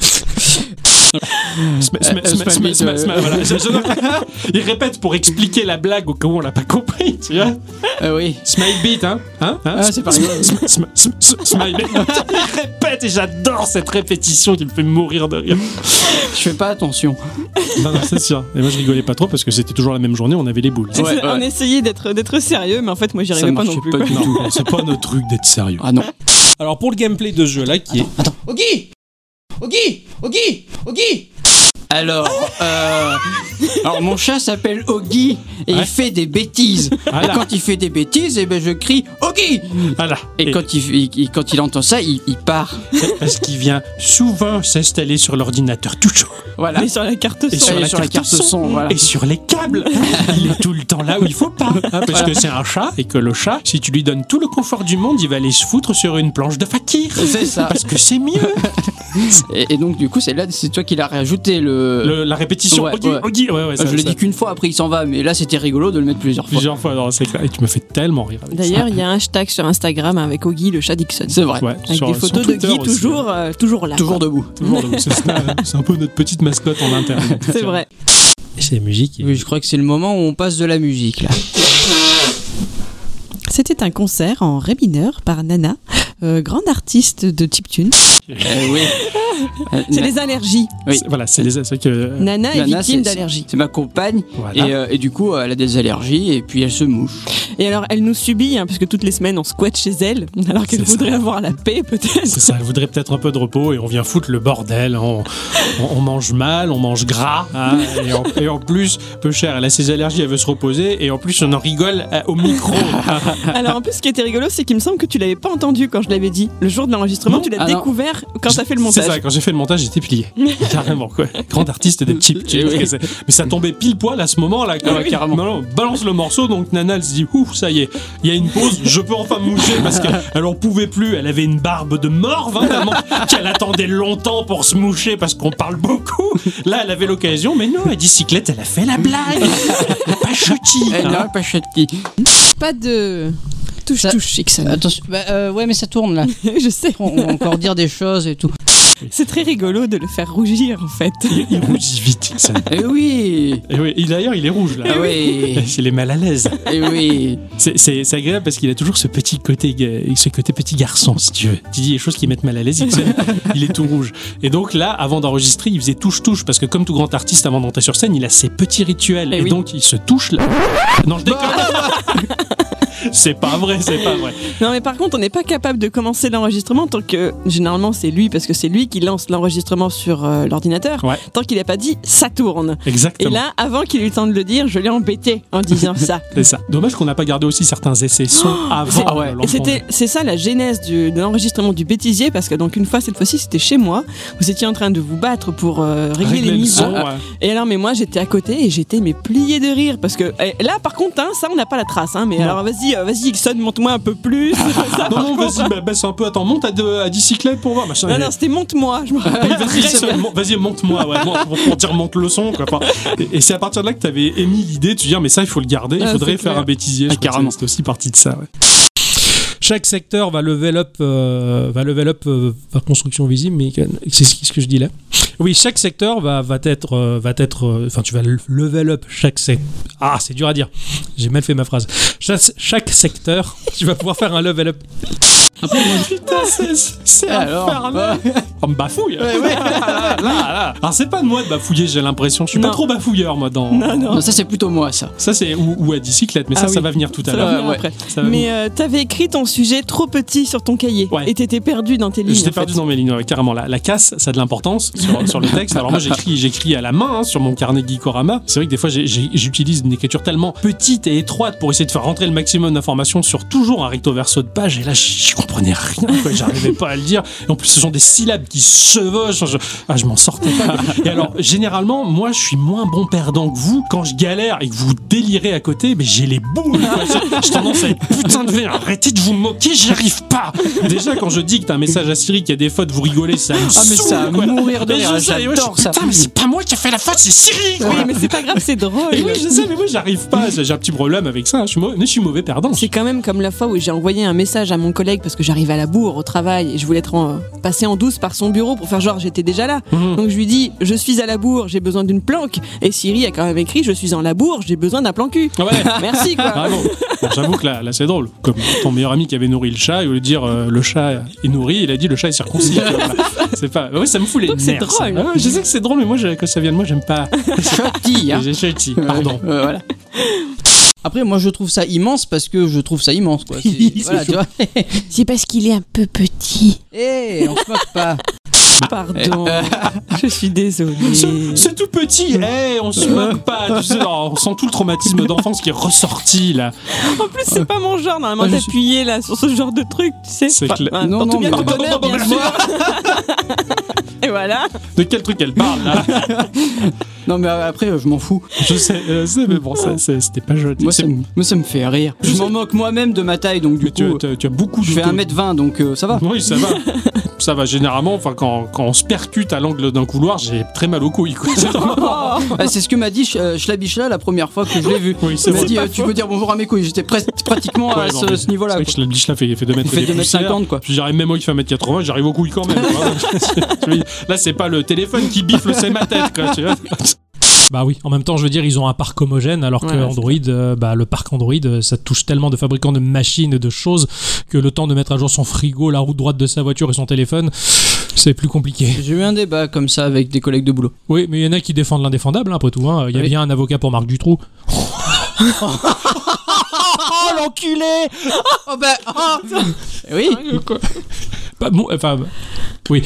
S2: Sma- sma-
S1: euh,
S2: sma- sma-
S1: Smiley,
S2: sma-
S1: euh,
S2: sma- voilà, je- je- Il répète pour expliquer la blague au cas où on l'a pas compris, tu vois.
S1: Ah oui.
S2: Smile beat, hein Hein, hein
S1: Ah, c'est pas rigolo.
S2: Sm- sm- sm- sm- Smile beat. Il répète et j'adore cette répétition qui me fait mourir de rire.
S1: Je fais pas attention.
S2: Non, non, c'est sûr. Et moi, je rigolais pas trop parce que c'était toujours la même journée, on avait les boules.
S1: Ouais, ouais.
S3: On essayait d'être d'être sérieux, mais en fait moi j'y
S1: Ça
S3: arrivais pas
S1: marchait
S3: non plus.
S1: pas
S3: quoi.
S1: du tout.
S2: C'est pas notre truc d'être sérieux.
S1: Ah non.
S6: Alors, pour le gameplay de ce jeu là, qui est.
S5: Ogi Ogi Ogi Ogi
S1: Alors, euh, alors mon chat s'appelle Oggy et
S2: Ouais.
S1: il fait des bêtises.
S2: Ah
S1: Et
S2: là.
S1: quand il fait des bêtises, eh ben je crie Oggy.
S2: Voilà.
S1: Et, quand il, il- il- quand il entend ça, il, il part.
S2: Parce qu'il vient souvent s'installer sur l'ordinateur tout chaud.
S1: Voilà.
S3: Mais sur la carte
S2: Et
S3: son.
S2: sur
S1: Et
S2: la carte son.
S1: voilà.
S2: Et sur les câbles, il est tout le temps là où il faut pas. hein, parce que c'est un chat et que le chat, si tu lui donnes tout le confort du monde, il va aller se foutre sur une planche de fakir.
S1: C'est ça.
S2: Parce que c'est mieux.
S1: Et, et donc du coup, c'est là, c'est toi qui l'as rajouté le.
S2: Le- la répétition.
S1: Ouais,
S2: Oggy,
S1: ouais. Ah,
S2: Oggy, ouais, ouais, ça,
S1: je l'ai
S2: ça.
S1: dit qu'une fois, après il s'en va, mais là c'était rigolo de le mettre plusieurs fois.
S2: plusieurs fois. non, c'est clair. Et tu me fais tellement rire. avec ça.
S3: D'ailleurs, il y a un hashtag sur Instagram avec Oggy le chat Dixon.
S1: C'est vrai.
S2: Ouais,
S3: Avec
S2: sur-
S3: des
S2: sur
S3: photos de
S2: Twitter
S3: Guy
S2: aussi. hein.
S3: toujours, euh, toujours là.
S1: Toujours debout.
S2: Toujours debout. C'est c'est un peu notre petite mascotte en interne.
S3: C'est vrai.
S6: C'est la musique.
S5: Oui, je crois que c'est le moment où on passe de la musique là.
S8: C'était un concert en ré mineur par Nana, euh, grande artiste de chiptune.
S1: Euh, oui. Euh,
S3: C'est
S1: Na-
S3: les allergies.
S1: Oui.
S2: C'est- Voilà, c'est les c'est vrai que. euh,
S3: Nana est
S1: Nana,
S3: victime
S1: c'est-
S3: d'allergies.
S1: C'est ma compagne
S2: Voilà.
S1: et, euh, et du coup elle a des allergies et puis elle se mouche.
S3: Et alors, elle nous subit, hein, parce que toutes les semaines, on squatte chez elle, alors qu'elle
S2: C'est ça.
S3: voudrait avoir la paix, peut-être.
S2: C'est ça, elle voudrait peut-être un peu de repos et on vient foutre le bordel. On, on- on mange mal, on mange gras. hein, et, en, et en plus, peu cher, elle a ses allergies, elle veut se reposer. Et en plus, on en rigole euh, au micro.
S3: Alors, en plus, ce qui était rigolo, c'est qu'il me semble que tu l'avais pas entendu quand je te l'avais dit. Le jour de l'enregistrement,
S2: Non.
S3: tu l'as
S1: Ah non.
S3: découvert quand t'as fait le montage.
S2: C'est ça, quand j'ai fait le montage, j'étais plié. Carrément, quoi. Grand artiste des chips. tu vois ce que c'est. Mais ça tombait pile poil à ce moment-là, quoi.
S1: Eh Ah oui, carrément.
S2: Non, non, balance le morceau, donc Nana, elle se dit, ouf, ça y est, il y a une pause, je peux enfin me moucher parce qu'elle en pouvait plus. Elle avait une barbe de mort, vraiment, qu'elle attendait longtemps pour se moucher parce qu'on parle beaucoup. Là, elle avait l'occasion, mais non, la bicyclette, elle a fait la blague. Elle a pas chuti.
S1: Elle
S2: hein.
S1: a Eh pas chuté.
S8: Pas de. Touche,
S5: Ça-
S8: touche, Ixon.
S5: Attention, bah, euh, ouais, mais ça tourne là.
S8: Je sais.
S5: On va encore dire des choses et tout.
S3: C'est très rigolo de le faire rougir en fait.
S2: Il, il rougit vite, Ixon.
S1: Eh oui
S2: Et oui, et d'ailleurs, il est rouge, là.
S1: Eh oui
S2: Il est mal à l'aise.
S1: Eh oui
S2: C'est- C'est c'est agréable parce qu'il a toujours ce petit côté, ga- ce côté petit garçon, si tu veux. Tu dis des choses qui mettent mal à l'aise, il, se- il est tout rouge. Et donc là, avant d'enregistrer, il faisait touche-touche parce que comme tout grand artiste, avant d'entrer sur scène, il a ses petits rituels.
S3: Eh
S2: et
S3: oui. Bah,
S2: donc, il se touche là. Non, je déconne C'est pas vrai, c'est pas vrai.
S3: Non mais par contre, on n'est pas capable de commencer l'enregistrement tant que généralement c'est lui parce que c'est lui qui lance l'enregistrement sur euh, l'ordinateur.
S2: Ouais.
S3: Tant qu'il n'a pas dit ça tourne. Et
S2: Exactement.
S3: là, avant qu'il ait eu le temps de le dire, je l'ai embêté en disant ça.
S2: C'est ça. Dommage qu'on n'a pas gardé aussi certains essais sons avant.
S1: Ah ouais.
S2: de
S3: Et
S2: l'entendre.
S3: Oh, c'était, c'est ça la genèse du- de l'enregistrement du bêtisier parce que donc une fois cette fois-ci c'était chez moi, vous étiez en train de vous battre pour euh, régler,
S2: Régler
S3: les
S2: le
S3: niveaux.
S2: son, ouais.
S3: Et alors mais moi j'étais à côté et j'étais mais plié de rire parce que eh, là par contre hein, ça on n'a pas la trace hein, mais
S2: Non. Ah,
S3: alors vas-y euh, vas-y Ixon monte-moi un peu plus. Ça, par
S2: Non, non,
S3: contre,
S2: vas-y, bah, baisse un peu. Attends, monte à, deux, à 10 cyclettes pour voir. Machin.
S3: Non, non, c'était monte-moi, je me rappelle.
S2: Oui, vas-y, seul, mon- vas-y, monte-moi, ouais, mon- pour, pour dire monte le son. Quoi. Enfin, et et c'est à partir de là que tu avais émis l'idée de te dire, mais ça, il faut le garder, il
S3: Ah,
S2: faudrait
S3: c'est
S2: faire
S3: clair.
S2: un bêtisier. je
S1: Ah,
S2: crois que ça-
S1: carrément.
S2: C'était aussi partie de ça. ouais.
S6: Chaque secteur va level up, euh, va level up euh, par construction visible, mais c'est ce ce que je dis là. Oui, chaque secteur va, va être, euh, va être, euh, enfin tu vas le- level up chaque secteur. Ah, c'est dur à dire. J'ai mal fait ma phrase. Chaque, chaque secteur, tu vas pouvoir faire un level up.
S2: Putain, c'est- c'est
S1: Alors,
S2: infernal. bah, On me bafouille. Ah, là, là, là. Alors, c'est pas de moi de bafouiller, j'ai l'impression. Je suis pas
S3: Non.
S2: trop bafouilleur, moi, dans.
S3: Non, non.
S1: Non, ça c'est plutôt moi ça.
S2: Ça, c'est ou, ou à bicyclette, mais ça,
S3: Ah
S2: ça
S3: oui.
S2: va venir tout à
S3: Ça va
S2: l'heure.
S3: venir
S1: ouais.
S3: après.
S2: Ça va venir.
S3: Mais euh, t'avais écrit ton sujet trop petit sur ton cahier
S2: Ouais.
S3: et t'étais perdu dans tes lignes.
S2: J'étais
S3: en
S2: perdu
S3: fait.
S2: dans mes lignes, ouais, carrément. La, la casse, ça a de l'importance sur, sur le texte. Alors moi, j'écris, j'écris à la main hein, sur mon carnet Geekorama. C'est vrai que des fois, j'ai- j'ai- j'utilise une écriture tellement petite et étroite pour essayer de faire rentrer le maximum d'informations sur toujours un recto verso de page. Et là, j'y comprenais rien. quoi. J'arrivais pas à le dire. Et en plus, ce sont des syllabes qui se chevauchent. Je, ah, je m'en sortais pas. Et alors, généralement, moi, je suis moins bon perdant que vous. Quand je galère et que vous délirez à côté, mais j'ai les boules. quoi. J'ai- J'ai tendance à être putain de verre. Arrêtez de vous moquer, j'y arrive pas. Déjà, quand je dis que t'as un message à Siri qui a des fautes, vous rigolez, ça me
S1: Ah, mais
S2: saoule,
S1: ça va
S2: quoi.
S1: mourir de
S2: Mais
S1: rire,
S2: je sais, ouais,
S1: j'adore
S2: je-
S1: ça.
S2: Putain, mais c'est pas moi qui a fait la faute, c'est Siri. quoi.
S3: Oui, mais c'est pas grave, c'est drôle.
S2: Et oui, je sais, mais moi j'arrive pas. J'ai un petit problème avec ça. hein. Je suis mauvais, mais je suis mauvais perdant.
S3: C'est quand même comme la fois où j'ai envoyé un message à mon collègue parce que j'arrivais à la bourre au travail et je voulais être en- passé en douce par son bureau pour faire genre j'étais déjà là.
S2: Mhm.
S3: Donc je lui dis je suis à la bourre, j'ai besoin d'une planque. Et Siri a quand même écrit je suis en la bourre, j'ai besoin d'un plan cul.
S2: Ouais.
S3: Merci quoi.
S2: Bravo. Bon, J'avoue que là, là, c'est drôle. Comme ton meilleur ami qui avait nourri le chat, il voulait dire euh, le chat est nourri, il a dit le chat est circoncis. tu vois, voilà. c'est pas. Oui, ça me fout les
S3: Donc, c'est
S2: nerfs. ça.
S3: drôle.
S2: Ah ouais, je sais que c'est drôle, mais moi, je- quand ça vient de moi, j'aime pas.
S1: Chuty, hein.
S2: J'ai chuti. Pardon.
S1: Euh, voilà.
S5: Après, moi, je trouve ça immense parce que je trouve ça immense, quoi. C'est- voilà, tu vois.
S8: C'est parce qu'il est un peu petit.
S5: Eh, on se moque pas.
S3: Pardon. je suis désolée.
S2: C'est c'est tout petit. Eh, on se moque pas. Tu sais, on sent tout le traumatisme d'enfance qui est ressorti là.
S3: En plus, c'est pas mon genre, normalement,
S2: Ah, je
S3: d'appuyer là sur ce genre de truc, tu sais.
S2: C'est
S3: Enfin,
S2: clair.
S3: hein,
S1: Non,
S3: pour
S1: non,
S3: tout bien
S1: mais-
S3: tout honneur, bien sûr. Et voilà.
S2: De quel truc elle parle là
S1: Non, mais après, euh, je m'en fous.
S2: Je sais, je sais, mais bon, ça, c'est- c'était pas joli.
S1: Moi
S2: C'est-
S1: ça, me, moi, ça me fait rire. Je m'en moque moi-même de ma taille, donc
S2: mais
S1: du
S2: tu,
S1: coup,
S2: tu- tu as beaucoup
S1: je
S2: de
S1: fais 1m20, donc euh, ça va.
S2: Oui, ça va. ça va, généralement, enfin, quand, quand on se percute à l'angle d'un couloir, j'ai très mal aux couilles. Quoi.
S1: Ah, c'est ce que m'a dit Ch- euh, Schlabichla la première fois que je l'ai vu.
S2: Oui, c'est
S1: Il m'a
S2: vrai.
S1: dit euh, Tu peux dire bonjour à mes couilles. J'étais pres- pratiquement à
S2: Ouais, non,
S1: ce,
S2: mais
S1: ce niveau-là.
S2: C'est vrai
S1: quoi.
S2: que je l'ai- je l'ai fait, il fait 2 mètres
S1: Il fait
S2: et des
S1: 2m50 quoi.
S2: Puis j'arrive même moi qui fait 1m80, j'arrive aux couilles quand même. quoi. Là, c'est pas le téléphone qui bifle, c'est ma tête. Quoi, tu vois.
S6: Bah oui, en même temps, je veux dire, ils ont un parc homogène, alors que
S3: Ouais, ouais,
S6: Android, euh, bah, le parc Android, euh, ça touche tellement de fabricants de machines et de choses que le temps de mettre à jour son frigo, la roue droite de sa voiture et son téléphone, c'est plus compliqué.
S5: J'ai eu un débat comme ça avec des collègues de boulot.
S6: Oui, mais il y en a qui défendent l'indéfendable, hein, après tout. hein. Il y a
S5: Oui.
S6: bien un avocat pour Marc Dutroux.
S5: Oh, l'enculé Oh, bah, Oui
S6: Pas bon, enfin, bah, oui.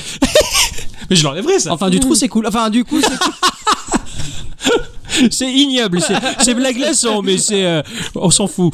S6: mais je l'enlèverai, ça.
S5: Enfin, du trou, c'est cool. Enfin, du coup, c'est cool.
S6: oh, C'est ignoble, c'est- ces blagues-là sont, mais c'est. euh, on s'en fout.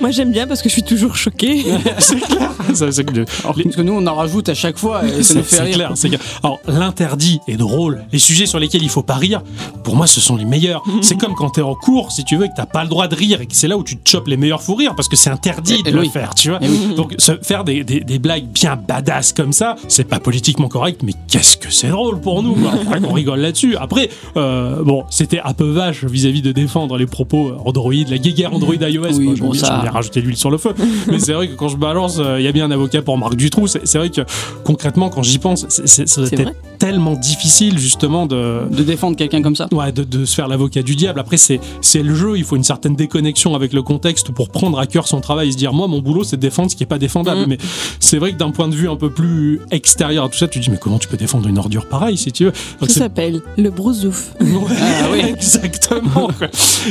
S3: Moi j'aime bien parce que je suis toujours choquée.
S2: c'est clair. Ça, c'est que-
S1: Alors, parce que nous, on en rajoute à chaque fois et ça
S2: C'est
S1: nous fait
S2: c'est
S1: rire.
S2: clair, c'est clair. Alors, l'interdit est drôle. Les sujets sur lesquels il faut pas rire, pour moi, ce sont les meilleurs.
S1: Mhm.
S2: c'est comme quand t'es en cours, si tu veux, et que t'as pas le droit de rire, et que c'est là où tu te chopes les meilleurs fous rires, parce que c'est interdit
S1: Eh,
S2: de le
S1: oui.
S2: faire, tu vois.
S1: Eh oui.
S2: Donc, se faire des, des- des blagues bien badass comme ça, c'est pas politiquement correct, mais qu'est-ce que c'est drôle pour nous, quoi. Faudrait qu'on rigole là-dessus. Après, euh, bon, c'était un peu vache vis-à-vis de défendre les propos euh, Android, la guéguerre Android iOS.
S1: Oui,
S2: Moi,
S1: bon,
S2: j'ai-
S1: ça-
S2: j'ai bien rajouté l'huile sur le feu. mais c'est vrai que quand je balance, euh, il y a bien un avocat pour Marc Dutroux. C'est c'est vrai que concrètement, quand j'y pense, c'est- c'est- ça doit
S3: C'est
S2: être
S3: vrai.
S2: tellement difficile justement de.
S1: De défendre quelqu'un comme ça.
S2: Ouais, de, de se faire l'avocat du diable. Après, c'est c'est le jeu. Il faut une certaine déconnexion avec le contexte pour prendre à cœur son travail et se dire Moi, mon boulot, c'est de défendre ce qui est pas défendable.
S3: Mm.
S2: Mais c'est vrai que d'un point de vue un peu plus extérieur à tout ça, tu te dis Mais comment tu peux défendre une ordure pareille si tu veux Donc,
S3: Ça
S2: c'est-
S3: s'appelle le brousouf.
S2: Ouais,
S1: Ah oui.
S2: exactement. quoi.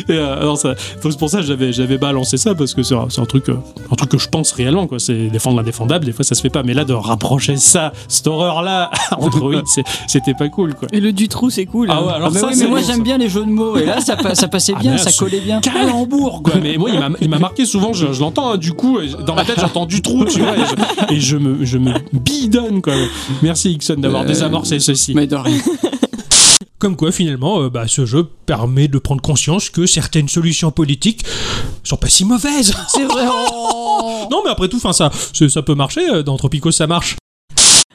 S2: Et, euh, alors ça, donc c'est pour ça que j'avais j'avais balancé ça parce que c'est un, c'est un truc euh, un truc que je pense réellement quoi. C'est défendre l'indéfendable. Des fois ça se fait pas, mais là de rapprocher ça, cette horreur là, Android, c'est- c'était pas cool quoi.
S3: Et le Dutroux c'est cool.
S2: Ah ouais, alors
S1: mais
S2: ça,
S1: oui,
S2: c'est
S1: mais moi
S2: bon,
S1: j'aime
S2: ça.
S1: bien les jeux de mots et là ça, pa- ça passait
S2: Ah,
S1: bien,
S2: mais là,
S1: ça
S2: c'est-
S1: collait bien.
S2: Calembour quoi. Mais moi il m'a- il m'a marqué souvent. Je, je l'entends hein, du coup et dans ma tête j'entends du trou tu vois et je, et je me je me bidonne quoi. Merci Ixon d'avoir
S1: Euh,
S2: désamorcé ceci.
S1: Mais de rien.
S6: Comme quoi, finalement, euh, bah, ce jeu permet de prendre conscience que certaines solutions politiques sont pas si mauvaises.
S1: C'est vrai. oh.
S6: Non, mais après tout, enfin, ça, ça ça peut marcher. euh, Dans Tropico, ça marche.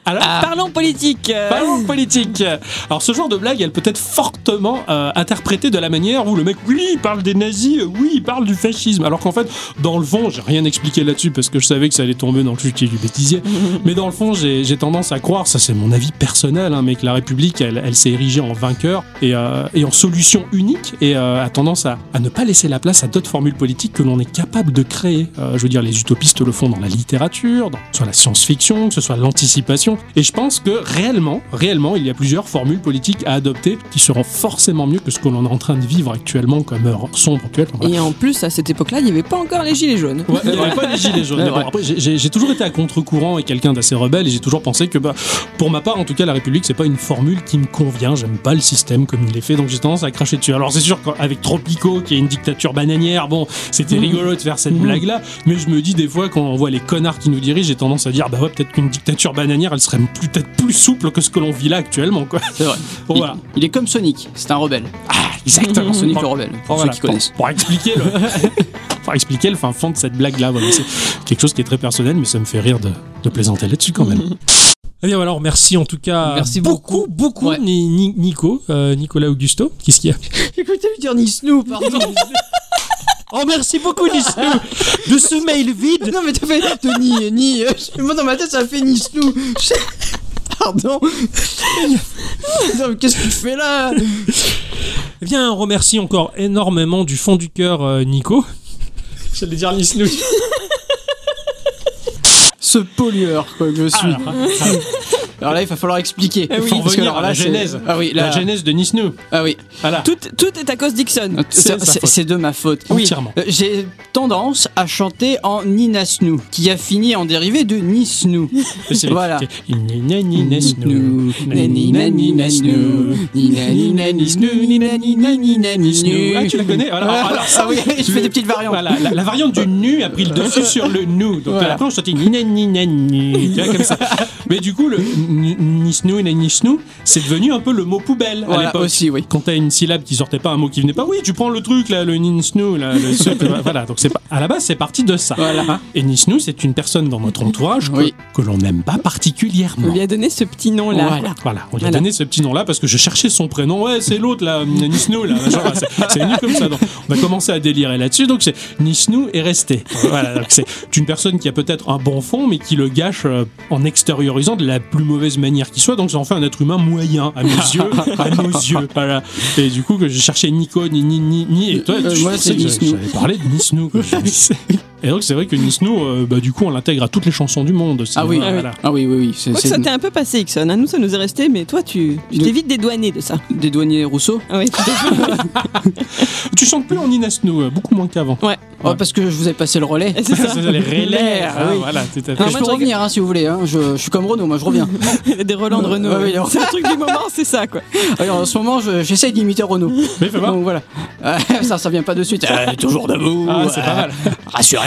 S2: Alors
S3: Parlons politique. euh,
S2: Ah. Parlons politique. Alors ce genre de blague, elle peut être fortement euh, interprétée de la manière où le mec, oui, il parle des nazis, euh, oui, il parle du fascisme. Alors qu'en fait, dans le fond, j'ai rien expliqué là-dessus parce que je savais que ça allait tomber dans le futil du bêtisier. Mais dans le fond, j'ai j'ai tendance à croire, ça c'est mon avis personnel, hein, mais que la République, elle, elle s'est érigée en vainqueur et, euh, et en solution unique et euh, a tendance à, à ne pas laisser la place à d'autres formules politiques que l'on est capable de créer. Euh, je veux dire, les utopistes le font dans la littérature, dans, que ce soit la science-fiction, que ce soit l'anticipation. Et je pense que réellement, réellement, il y a plusieurs formules politiques à adopter qui seront forcément mieux que ce que l'on est en train de vivre actuellement comme heure sombre actuelle. Enfin,
S3: Et en plus, à cette époque-là, il n'y avait pas encore les gilets jaunes.
S2: Ouais, il y avait pas les gilets jaunes.
S1: Ouais,
S2: Mais bon,
S1: ouais.
S2: après, j'ai- j'ai j'ai toujours été à contre-courant et quelqu'un d'assez rebelle, et j'ai toujours pensé que, bah, pour ma part, en tout cas, la République, c'est pas une formule qui me convient. J'aime pas le système comme il est fait, donc j'ai tendance à cracher dessus. Alors, c'est sûr qu'avec Tropico, qui est une dictature bananière, bon, c'était rigolo de faire cette blague-là, mais je me dis des fois, quand on voit les connards qui nous dirigent, j'ai tendance à dire, bah ouais, peut-être qu'une dictature bananière, elle serait plus- peut-être plus souple que ce que l'on vit là actuellement, quoi.
S1: C'est vrai.
S2: Bon, voilà.
S1: Il, il est comme Sonic, c'est un rebelle.
S2: Ah, exactement.
S1: Sonic le rebelle, pour
S2: Voilà,
S1: ceux qui connaissent.
S2: pour expliquer le, pour expliquer le fin fond de cette blague-là. voilà. C'est quelque chose qui est très personnel, mais ça me fait rire de, de plaisanter là-dessus quand même.
S6: Eh bien, alors, merci en tout cas.
S1: Merci
S6: beaucoup, beaucoup,
S1: Ouais.
S6: Ni- Ni- Nico, euh, Nicolas Augusto. Qu'est-ce qu'il y a
S5: Écoutez, lui dire Nisnou, pardon.
S6: Oh, merci beaucoup, Nico, de ce mail vide.
S5: non, mais t'as fait de ni, ni. euh, Moi, dans ma tête, ça fait Nisnou. Pardon. Non, mais qu'est-ce que tu fais là
S6: Eh bien, on remercie encore énormément du fond du cœur euh, Nico. J'allais dire Nisnou.
S1: Ce pollueur quoi, que je suis. Alors, là, il va falloir expliquer.
S2: Eh oui,
S1: Parce
S2: faut revenir
S1: alors
S2: à la
S1: là, c'est-
S2: genèse.
S1: Ah oui,
S2: La
S1: là-
S2: genèse de Nisnou.
S1: Ah oui. Euh,
S2: Voilà.
S3: Tout, tout est à cause d'Ixon.
S2: C'est
S1: C'est
S2: sa faute.
S1: c'est- c'est de ma faute.
S2: Entièrement.
S1: Euh, J'ai tendance à chanter en Ninasnou, qui a fini en dérivé de Nisnou.
S2: C'est-
S1: Voilà.
S2: c'est- Ni- ni- ni- Nisnou.
S1: Nani, nani, nasnou. Ni nani, nani, snou, ni nani, nani, nani, snou.
S2: Ah, tu la connais voilà. Alors, alors,
S1: Ah oui, je fais des petites variantes.
S2: Voilà, la, la variante du nu a pris le dessus sur le nous. Donc à la fin, on chantait ni na, ni na, ni, tu vois, comme ça. Mais du coup, le ni- nisnou ni nisnou, c'est devenu un peu le mot poubelle à
S1: Voilà,
S2: l'époque.
S1: aussi, oui.
S2: Quand t'as une syllabe qui sortait pas, un mot qui venait pas, oui, tu prends le truc là, le nisnou là, le ce- voilà. Donc c'est pas à la base, c'est parti de ça. Hein. Et nisnou, c'est une personne dans notre entourage que,
S1: Oui.
S2: que l'on n'aime pas
S3: On
S2: particulièrement.
S3: lui a donné ce petit nom-là.
S2: Voilà, voilà. On lui a
S3: Voilà.
S2: donné ce petit nom-là parce que je cherchais son prénom. Ouais, c'est l'autre, là, euh, Nisnou, là. machin, là, c'est- C'est venu comme ça. Donc, on a commencé à délirer là-dessus. Donc, c'est Nisnou est resté. Voilà. donc c'est une personne qui a peut-être un bon fond, mais qui le gâche euh, en extériorisant de la plus mauvaise manière qui soit. Donc, ça en fait un être humain moyen, à mes yeux. À nos yeux. Voilà. Et du coup, que j'ai cherché Nico, ni, ni, ni, ni. Et toi,
S1: Euh,
S2: tu
S1: moi,
S2: pensais
S1: c'est
S2: que
S1: Nisnou.
S2: J'avais parlé de Nisnou. quoi. Et donc, c'est vrai que Nisnou, euh, bah, du coup, on l'intègre à toutes les chansons du monde.
S1: Ah oui,
S2: Voilà.
S1: ah oui, oui, oui. C'est
S3: Quoique
S1: c'est
S3: ça t'est un peu passé, Ixon. hein. Nous, ça nous est resté, mais toi, tu tu
S1: De-
S3: t'évites dédouaner de ça.
S1: des douaniers Rousseau.
S3: Ah oui, tout à fait.
S2: Tu chantes plus en Inasno, beaucoup moins qu'avant.
S3: Ouais.
S1: Oh, parce que je vous ai passé le relais.
S3: C'est ça.
S2: les relais.
S1: L'air,
S2: Ah,
S1: oui.
S2: Voilà, tout à fait.
S1: Je
S3: moi,
S1: peux
S3: je
S1: revenir hein, si vous voulez. hein. Je, je suis comme Renaud, moi je reviens.
S3: Des Roland de Renault.
S1: Ouais,
S3: ouais.
S1: ouais,
S3: c'est le truc du moment, c'est ça, quoi.
S1: Alors, Euh, en ce moment, je- j'essaie d'imiter Renaud.
S2: Mais fais voir.
S1: Ah, Donc voilà. Euh, ça, ça vient pas de suite. Euh, toujours debout.
S2: Ah, c'est
S1: euh,
S2: pas mal.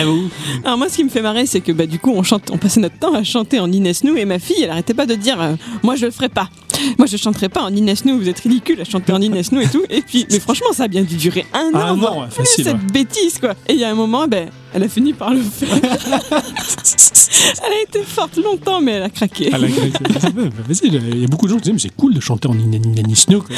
S2: vous
S3: Alors moi, ce qui me fait marrer, c'est que bah, du coup, on chante, on passait notre temps à chanter en Inès Nous et ma fille, elle arrêtait pas de dire, euh, moi je le ferai pas, moi je chanterai pas en Inès Nous, vous êtes ridicule à chanter en Inès Nous et tout. Et puis, mais franchement, ça a bien dû durer un
S2: Ah,
S3: an.
S2: non,
S3: voire
S2: ouais,
S3: plus,
S2: facile,
S3: cette
S2: ouais.
S3: bêtise quoi. Et il y a un moment, ben, elle a fini par le faire. elle a été forte longtemps, mais elle a craqué.
S2: À la grecque. Ouais, bah, vas-y, Il y a beaucoup de gens qui disaient, mais c'est cool de chanter en Inanisno.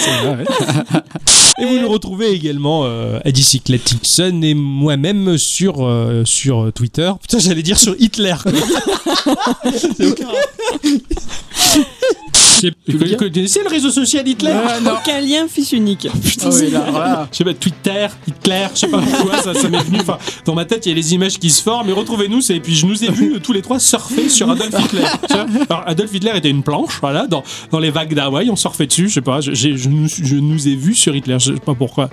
S6: Et vous nous retrouvez également euh, à Dicyclaticson et moi-même sur, euh, sur Twitter. Putain, j'allais dire sur Hitler. quoi.
S2: Vous
S1: le dire
S2: connaissez le réseau social Hitler
S1: Ah, non.
S3: Aucun lien fils unique.
S1: Ah oui, là, voilà.
S2: Je sais pas, Twitter, Hitler, je sais pas pourquoi, ça, ça m'est venu. Enfin, dans ma tête, il y a les images qui se forment. Mais retrouvez-nous, c'est- et puis je nous ai vus euh, tous les trois surfer sur Adolf Hitler. tu vois. Alors, Adolf Hitler était une planche, voilà, dans, dans les vagues d'Hawaï, on surfait dessus, je sais pas, je, j'ai- je nous, je nous ai vus sur Hitler, je sais pas pourquoi.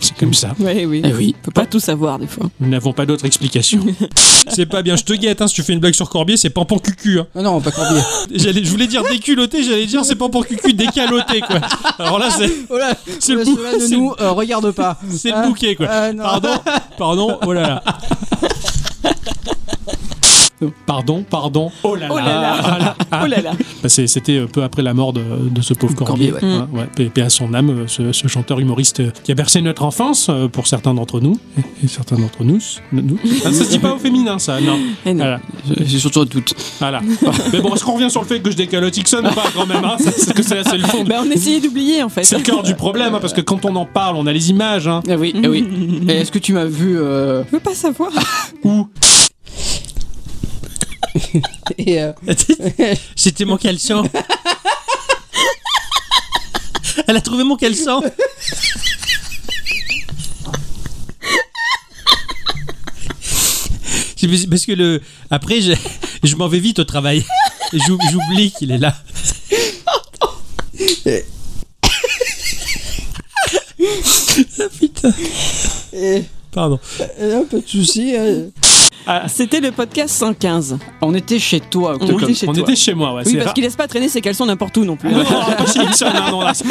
S2: C'est comme ça.
S3: Ouais, oui.
S1: Eh oui.
S3: On peut pas tout savoir des fois.
S2: Nous n'avons pas d'autre explication.
S6: C'est pas bien, je te guette. Hein, si tu fais une blague sur Corbier, c'est pampan cucu. Hein.
S1: Ah non, pas Corbier.
S6: J'allais, je voulais dire déculotté, j'allais dire c'est pampan cucu décaloté. Quoi. Alors là, c'est,
S5: Oh là,
S6: c'est le,
S5: oh là,
S6: bou-
S5: cela ne
S6: c'est le-
S5: nous euh, regarde pas.
S6: c'est le bouquet. Quoi.
S5: Ah, non.
S6: Pardon, pardon, oh là là.
S2: Pardon, pardon. Oh là là.
S3: Oh là là.
S2: Voilà.
S3: Oh là là.
S2: Bah, c'est- C'était euh, peu après la mort de, de ce pauvre Corbier.
S1: Corbier, ouais.
S2: Ouais, ouais. Paix- paix à son âme, euh, ce, ce chanteur humoriste euh, qui a bercé notre enfance, euh, pour certains d'entre nous. Et- Et certains d'entre nous. nous. Ah, ça se dit pas au féminin, ça, non.
S3: Eh non.
S2: Voilà.
S1: J'ai surtout un doute.
S2: voilà. Mais bon, est-ce qu'on revient sur le fait que je décalote Ixon ou pas, quand même hein Ça, C'est que c'est c'est le fond.
S3: Ben, on essayait d'oublier en fait.
S2: C'est le cœur du problème, hein, parce que quand on en parle, on a les images. Hein.
S1: Eh oui, eh oui. Et est-ce que tu m'as vu euh,
S3: Je veux pas savoir.
S1: et, euh,
S6: C'était mon caleçon. Elle a trouvé mon caleçon. C'est Parce que le après je, je m'en vais vite au travail. Et j'ou- J'oublie qu'il est là. Ah, Putain. Pardon.
S5: Euh, pas de soucis. euh.
S2: Ah.
S3: C'était le podcast 115.
S1: On était chez toi,
S3: On
S1: Octocom.
S3: était chez
S2: on
S3: toi.
S2: était chez moi, ouais.
S3: Oui,
S2: c'est
S3: parce
S2: ra-
S3: qu'il laisse pas traîner ses caleçons n'importe où non plus.
S2: Non, non, pas chez Ixon, hein, non, là, c'est-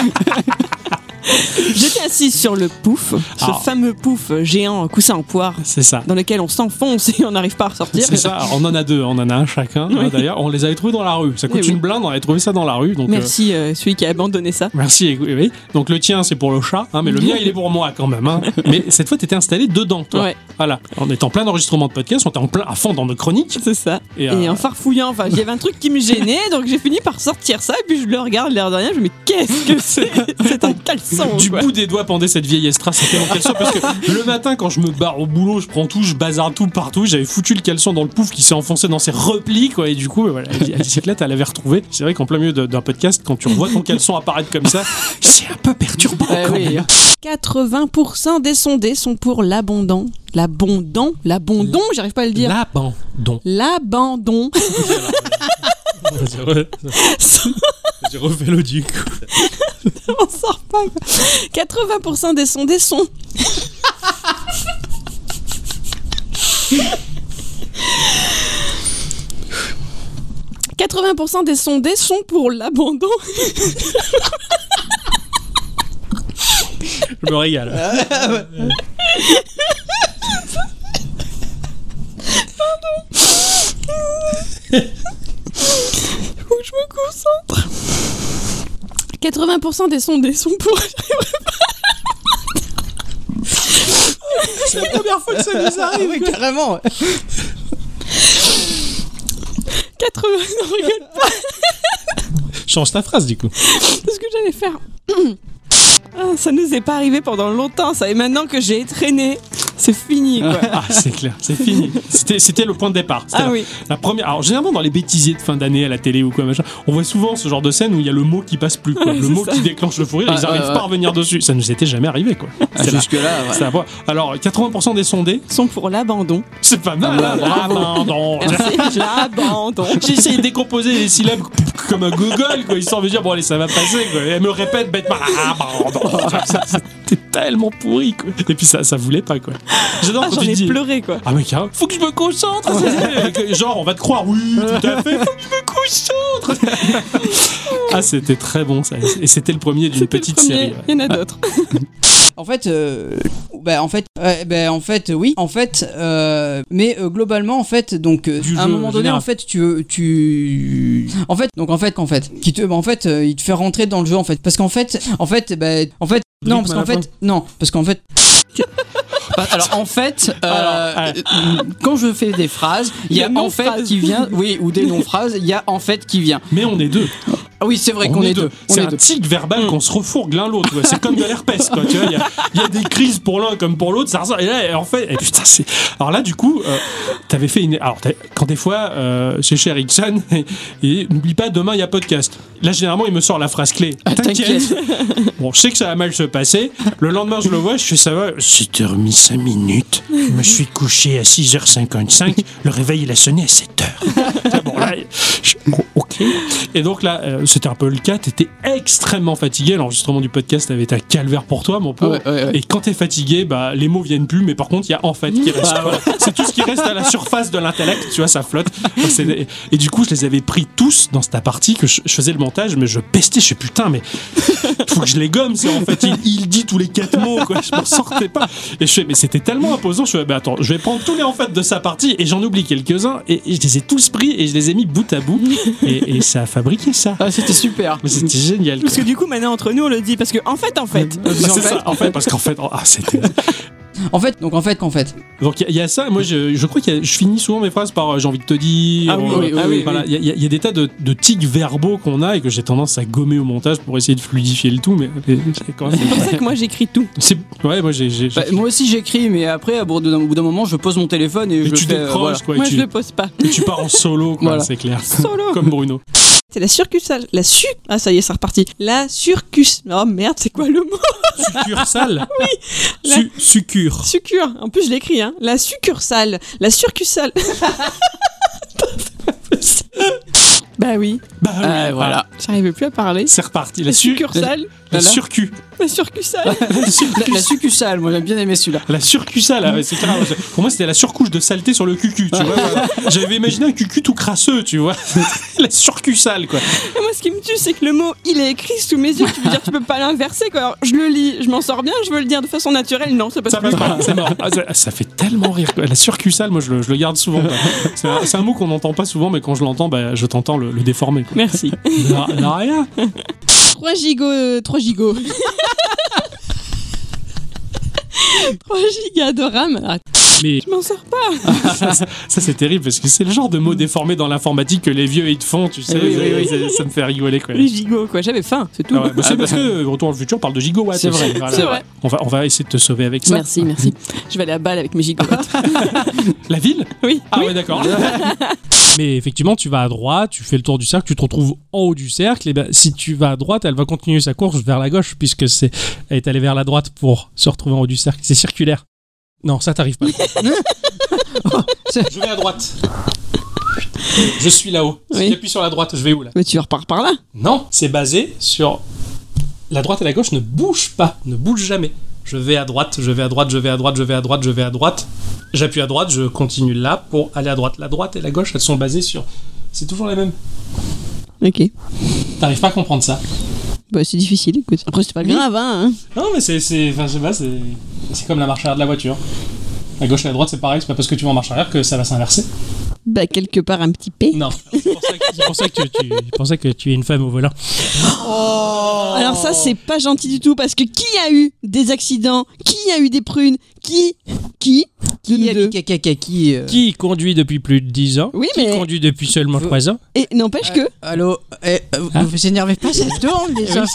S3: J'étais assise sur le pouf, ce
S2: Ah.
S3: fameux pouf géant en coussin en poire,
S2: c'est ça.
S3: dans lequel on s'enfonce et on n'arrive pas à ressortir.
S2: C'est ça, Alors, on en a deux, on en a un chacun. hein, D'ailleurs, on les avait trouvés dans la rue. Ça coûte
S3: Eh oui.
S2: une blinde, on avait trouvé ça dans la rue. Donc, euh,
S3: Merci euh, celui qui a abandonné ça.
S2: merci. et- oui, oui. Donc le tien, c'est pour le chat, hein, mais le mien, il est pour moi quand même. hein. Mais cette fois, t'étais installé dedans, toi.
S3: Ouais,
S2: Voilà. On est en plein enregistrement de podcast, on était en plein à fond dans nos chroniques.
S3: c'est ça.
S2: Et,
S3: Et,
S2: euh,
S3: en farfouillant, enfin, il y avait un truc qui me gênait, donc j'ai fini par sortir ça, et puis je le regarde l'air de rien, je me dis, mais qu'est-ce que c'est C'est un caleçon
S2: Du
S3: quoi.
S2: bout des doigts pendait cette vieille estrasse, c'était mon caleçon parce que le matin quand je me barre au boulot, je prends tout, je bazarde tout partout, j'avais foutu le caleçon dans le pouf qui s'est enfoncé dans ses replis quoi et du coup voilà, la bicyclette elle l'avait retrouvé. C'est vrai qu'en plein milieu de- d'un podcast quand tu revois ton caleçon apparaître comme ça, c'est un peu perturbant.
S1: Eh
S2: quand
S1: oui,
S2: même.
S1: hein.
S8: 80% des sondés sont pour l'abondant. L'abondant L'abondant, j'arrive pas à le dire.
S6: L'abandon.
S8: L'abandon.
S6: J'ai re- j'ai refait le du coup.
S8: On sort pas. quoi. 80% des sondés sont. « 80% des sondés sont pour l'abandon.
S6: Je me régale.
S8: Faut que je me concentre. 80% des sondés sont pour...
S6: première fois que ça nous
S5: Ah oui, carrément.
S8: 80... Non, rigole,
S6: Change ta phrase du coup.
S8: c'est ce que j'allais faire.
S3: Ah, ça nous est pas arrivé pendant longtemps, ça, et maintenant que j'ai traîné, c'est fini quoi.
S2: Ah, c'est clair, c'est fini. C'était, c'était le point de départ. C'était
S3: Ah
S2: la,
S3: oui.
S2: la première. Alors, généralement, dans les bêtisiers de fin d'année à la télé ou quoi, machin, on voit souvent ce genre de scène où il y a le mot qui passe plus, quoi. le
S3: c'est
S2: mot
S3: ça.
S2: qui déclenche le fou rire, ils
S1: Ah,
S2: arrivent
S1: ouais,
S2: pas à
S1: ouais.
S2: revenir dessus. Ça nous était jamais arrivé, quoi.
S1: Ah,
S2: C'est la-
S1: Jusque-là, ouais.
S2: c'est la voix. Alors, 80% des sondés,
S3: sont pour l'abandon.
S2: c'est pas mal. hein. Abandon.
S3: Merci, l'abandon.
S2: J'ai essayé de décomposer les syllabes comme un gogol, quoi. Histoire de dire, bon, allez, ça va passer, quoi. Et elle me répète bêtement, ah, abandon. Ça, C'était tellement pourri, quoi. Et puis, ça, ça voulait pas, quoi. J'adore
S3: Ah,
S2: quand
S3: J'en
S2: tu
S3: ai
S2: dis-
S3: pleuré quoi. Oh,
S2: Ah mais carrément, faut que je me concentre c'est- Genre on va te croire, oui tout à fait, faut que je me concentre Ah c'était très bon ça, et c'était le premier d'une
S3: C'était le
S2: petite
S3: premier,
S2: série. ouais.
S3: Il y en a d'autres.
S5: en fait, euh, bah, en fait, ouais, bah, en fait, oui, en fait, euh, mais euh, globalement, en fait, donc, euh,
S6: Du
S5: à un
S6: jeu
S5: moment donné,
S6: général.
S5: en fait, tu, tu, en fait, donc, en fait, en fait, qui te, bah, en fait, euh, il te fait rentrer dans le jeu, en fait, parce qu'en fait, en fait, bah, en fait, non, parce
S6: Rythme à
S5: qu'en
S6: la
S5: fait, non, parce qu'en fait,
S1: Bah, Alors en fait, euh,
S2: Alors,
S1: euh, quand je fais des phrases, il y a
S3: Des
S1: en fait
S3: non-phrases.
S1: qui vient, oui, ou des non-phrases, il y a en fait qui vient.
S2: Mais on est deux.
S1: Ah oui, c'est vrai qu'on est deux. On
S2: C'est
S1: est
S2: un
S1: deux.
S2: tic verbal qu'on se refourgue l'un l'autre. ouais. C'est comme de l'herpès. quoi, tu vois, Il y, a- il y a des crises pour l'un comme pour l'autre. Ça ressort. Et là, en fait, et putain, c'est. Alors là, du coup, euh, t'avais fait une. Alors, t'as- quand des fois, euh, c'est chez Ericsson, et, et n'oublie pas, demain, il y a podcast. Là, généralement, il me sort la phrase clé. T'inquiète. Bon, je sais que ça va mal se passer. Le lendemain, je le vois, je fais ça va. J'ai dormi 5 minutes. Je me suis couché à 6h55. Le réveil, il a sonné à 7h. bon, là, je- bon, ok. Et donc là, euh, c'était un peu le cas. T'étais extrêmement fatigué. L'enregistrement du podcast avait été un calvaire pour toi, mon pauvre.
S1: Ouais, ouais, ouais.
S2: Et quand t'es fatigué, bah, les mots viennent plus, mais par contre, il y a en fait qui reste. Voilà. C'est tout ce qui reste à la surface de l'intellect, tu vois, ça flotte. Donc, c'est des- Et du coup, je les avais pris tous dans cette partie que je, je faisais le montage, mais je pestais, je sais putain, mais faut que je les gomme, c'est en fait, il, il dit tous les quatre mots, quoi, je m'en sortais pas. Et je fais, mais c'était tellement imposant, je fais, mais attends, je vais prendre tous les en fait de sa partie, et j'en oublie quelques-uns, et, et je les ai tous pris, et je les ai mis bout à bout, et, et ça a fabriqué ça.
S1: Ah, c'était super.
S2: Mais c'était génial. quoi.
S3: Parce que du coup, maintenant, entre nous, on le dit. Parce que, en fait, en fait.
S2: Ah, c'est ça, en fait, parce qu'en fait, ah, c'était
S5: en fait, donc, en fait, qu'en fait,
S2: Donc il y a- il y, a ça, moi je, je crois que je finis souvent mes phrases par euh, j'ai envie de te dire.
S1: Ah oui,
S2: euh,
S1: oui, oui, oui,
S2: voilà, Il y a- il y, a- il y a des tas de, de tics verbaux qu'on a et que j'ai tendance à gommer au montage pour essayer de fluidifier le tout, mais mais c'est quand même.
S3: C'est pour ça que moi, j'écris tout.
S2: c'est- Ouais, moi j'ai. j'ai- j'ai-
S1: Bah, moi aussi j'écris, mais après, à bout d'un- au bout d'un moment, je pose mon téléphone et,
S2: et
S1: je
S2: tu
S1: fais, euh,
S2: décroches
S1: voilà.
S2: quoi, et
S3: Moi,
S2: tu,
S3: je le pose pas.
S2: et tu pars en solo, quoi,
S1: Voilà.
S2: c'est clair.
S3: Solo.
S2: Comme Bruno.
S4: C'est la circus. La su. Ah, ça y est, c'est reparti. La circus. Oh merde, c'est quoi le mot
S2: Succursale
S4: La-
S2: Su- Succure.
S4: Sucure. En plus, je l'écris, hein. La succursale. La circussale.
S3: Bah oui,
S2: Bah oui,
S1: Ah, voilà.
S3: j'arrive plus à parler.
S2: C'est reparti. La,
S3: La
S2: su-
S3: succursale.
S2: la
S1: Voilà.
S2: surcu.
S3: La succursale.
S2: La
S1: La,
S2: surcu-
S1: la succursale, moi j'aime bien aimer celui-là.
S2: La surcussale, ah ouais, c'est clair. Pour moi, c'était la surcouche de saleté sur le cucu, tu vois. J'avais imaginé un cucu tout crasseux, tu vois. la surcussale, quoi.
S3: Et moi, ce qui me tue, c'est que le mot, il est écrit sous mes yeux. Tu veux dire, tu peux pas l'inverser, quoi. Alors, je le lis, je m'en sors bien, je veux le dire de façon naturelle. Non, ça passe
S2: Ça
S3: pas.
S2: passe pas, c'est mort. Ah, ça, ça fait tellement rire. quoi. La surcussale, moi, je le, je le garde souvent. quoi. C'est un, c'est un mot qu'on n'entend pas souvent, mais quand je l'entends, bah, je t'entends le, le déformer. quoi.
S3: Merci.
S2: Non, non, rien.
S4: 3 gigots. 3 gigots. 3 gigas de RAM. Ah,
S2: Mais
S3: Je m'en sors pas.
S2: ça, ça, c'est terrible parce que c'est le genre de mot déformé dans l'informatique que les vieux ils te font, tu sais.
S1: Oui, oui, oui.
S2: c'est- Ça me fait rigoler, quoi.
S3: Les gigots, quoi. J'avais faim, c'est tout.
S2: Ah ouais, bah, c'est parce que Retour dans le futur parle de gigawatts.
S1: C'est vrai,
S2: aussi, voilà.
S3: c'est vrai.
S2: On va, on va essayer de te sauver avec ça.
S3: Merci, merci. Je vais aller à balle avec mes gigots.
S2: La ville
S3: Oui.
S2: Ah ouais, d'accord.
S6: Mais effectivement, tu vas à droite, tu fais le tour du cercle, tu te retrouves en haut du cercle. Et ben, si tu vas à droite, elle va continuer sa course vers la gauche puisque c'est elle est allée vers la droite pour se retrouver en haut du cercle. C'est circulaire. Non, ça t'arrive pas.
S2: Je vais à droite. Je suis là-haut.
S3: Oui.
S2: j'appuie sur la droite, je vais où là
S3: Mais tu repars par là.
S6: Non, c'est basé sur la droite et la gauche ne bougent pas, ne bougent jamais. Je vais à droite, je vais à droite, je vais à droite, je vais à droite, je vais à droite. J'appuie à droite, je continue là pour aller à droite. La droite et la gauche, elles sont basées sur. C'est toujours les mêmes.
S4: Ok.
S6: T'arrives pas à comprendre ça.
S4: Bah, c'est difficile, écoute. Après, c'est pas grave, hein.
S6: Non, mais c'est. c'est- Enfin, je sais pas, c'est. C'est comme la marche arrière de la voiture. La gauche et la droite, c'est pareil, c'est pas parce que tu vas en marche arrière que ça va s'inverser.
S4: Bah, quelque part, un petit P.
S6: Non, c'est pour ça que- c'est pour ça que tu- c'est pour ça que tu es une femme au volant.
S4: Alors ça, c'est pas gentil du tout parce que qui a eu des accidents Qui a eu des prunes Qui Qui Qui
S5: qui
S4: a
S5: a
S4: deux
S5: dit caca qui euh,
S6: Qui conduit depuis plus de 10 ans
S4: Oui,
S6: Qui
S4: mais-
S6: conduit depuis seulement 3 ans
S4: Et n'empêche que
S5: Allô, eh, euh, vous vous énervez pas, ça tourne déjà.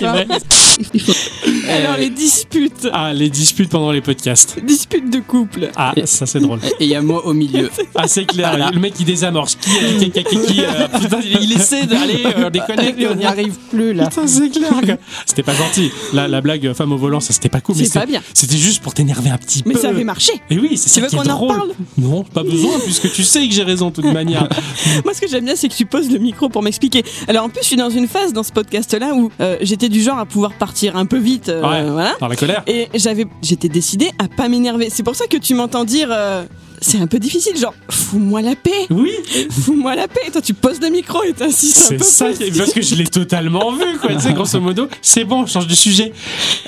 S3: Alors, les disputes.
S2: Ah, les disputes pendant les podcasts.
S3: Disputes de couple.
S2: Ah, ça c'est drôle.
S1: Et il y a moi au milieu.
S2: Ah, c'est clair. Le mec il désamorce. Qui a dit caca, qui, qui, euh, putain, il, il essaie d'aller euh, déconnecter.
S1: on n'y arrive plus là.
S2: Putain, c'est clair. quoi. C'était pas gentil. La, la blague euh, femme au volant, ça c'était pas cool. mais
S3: C'est pas
S2: c'était-
S3: bien.
S2: C'était juste pour t'énerver un petit
S3: Mais
S2: peu.
S3: ça avait marché.
S2: Et oui, c'est
S3: Tu
S2: ça
S3: veux
S2: qui
S3: qu'on
S2: est
S3: en
S2: drôle.
S3: reparle
S2: Non, pas besoin, puisque tu sais que j'ai raison de toute manière.
S3: Moi, ce que j'aime bien, c'est que tu poses le micro pour m'expliquer. Alors, en plus, je suis dans une phase dans ce podcast-là où euh, j'étais du genre à pouvoir partir un peu vite. euh,
S2: Ouais.
S3: Voilà.
S2: Dans la colère.
S3: Et j'avais, j'étais décidée à pas m'énerver. C'est pour ça que tu m'entends dire. euh, c'est un peu difficile. Genre, fous-moi la paix,
S2: Oui,
S3: fous-moi la paix. Et toi, tu poses le micro et t'insistes un
S2: c'est
S3: peu.
S2: ça,
S3: plus.
S2: qui- parce que je l'ai totalement vu, quoi. Tu sais, grosso modo, c'est bon, change de sujet.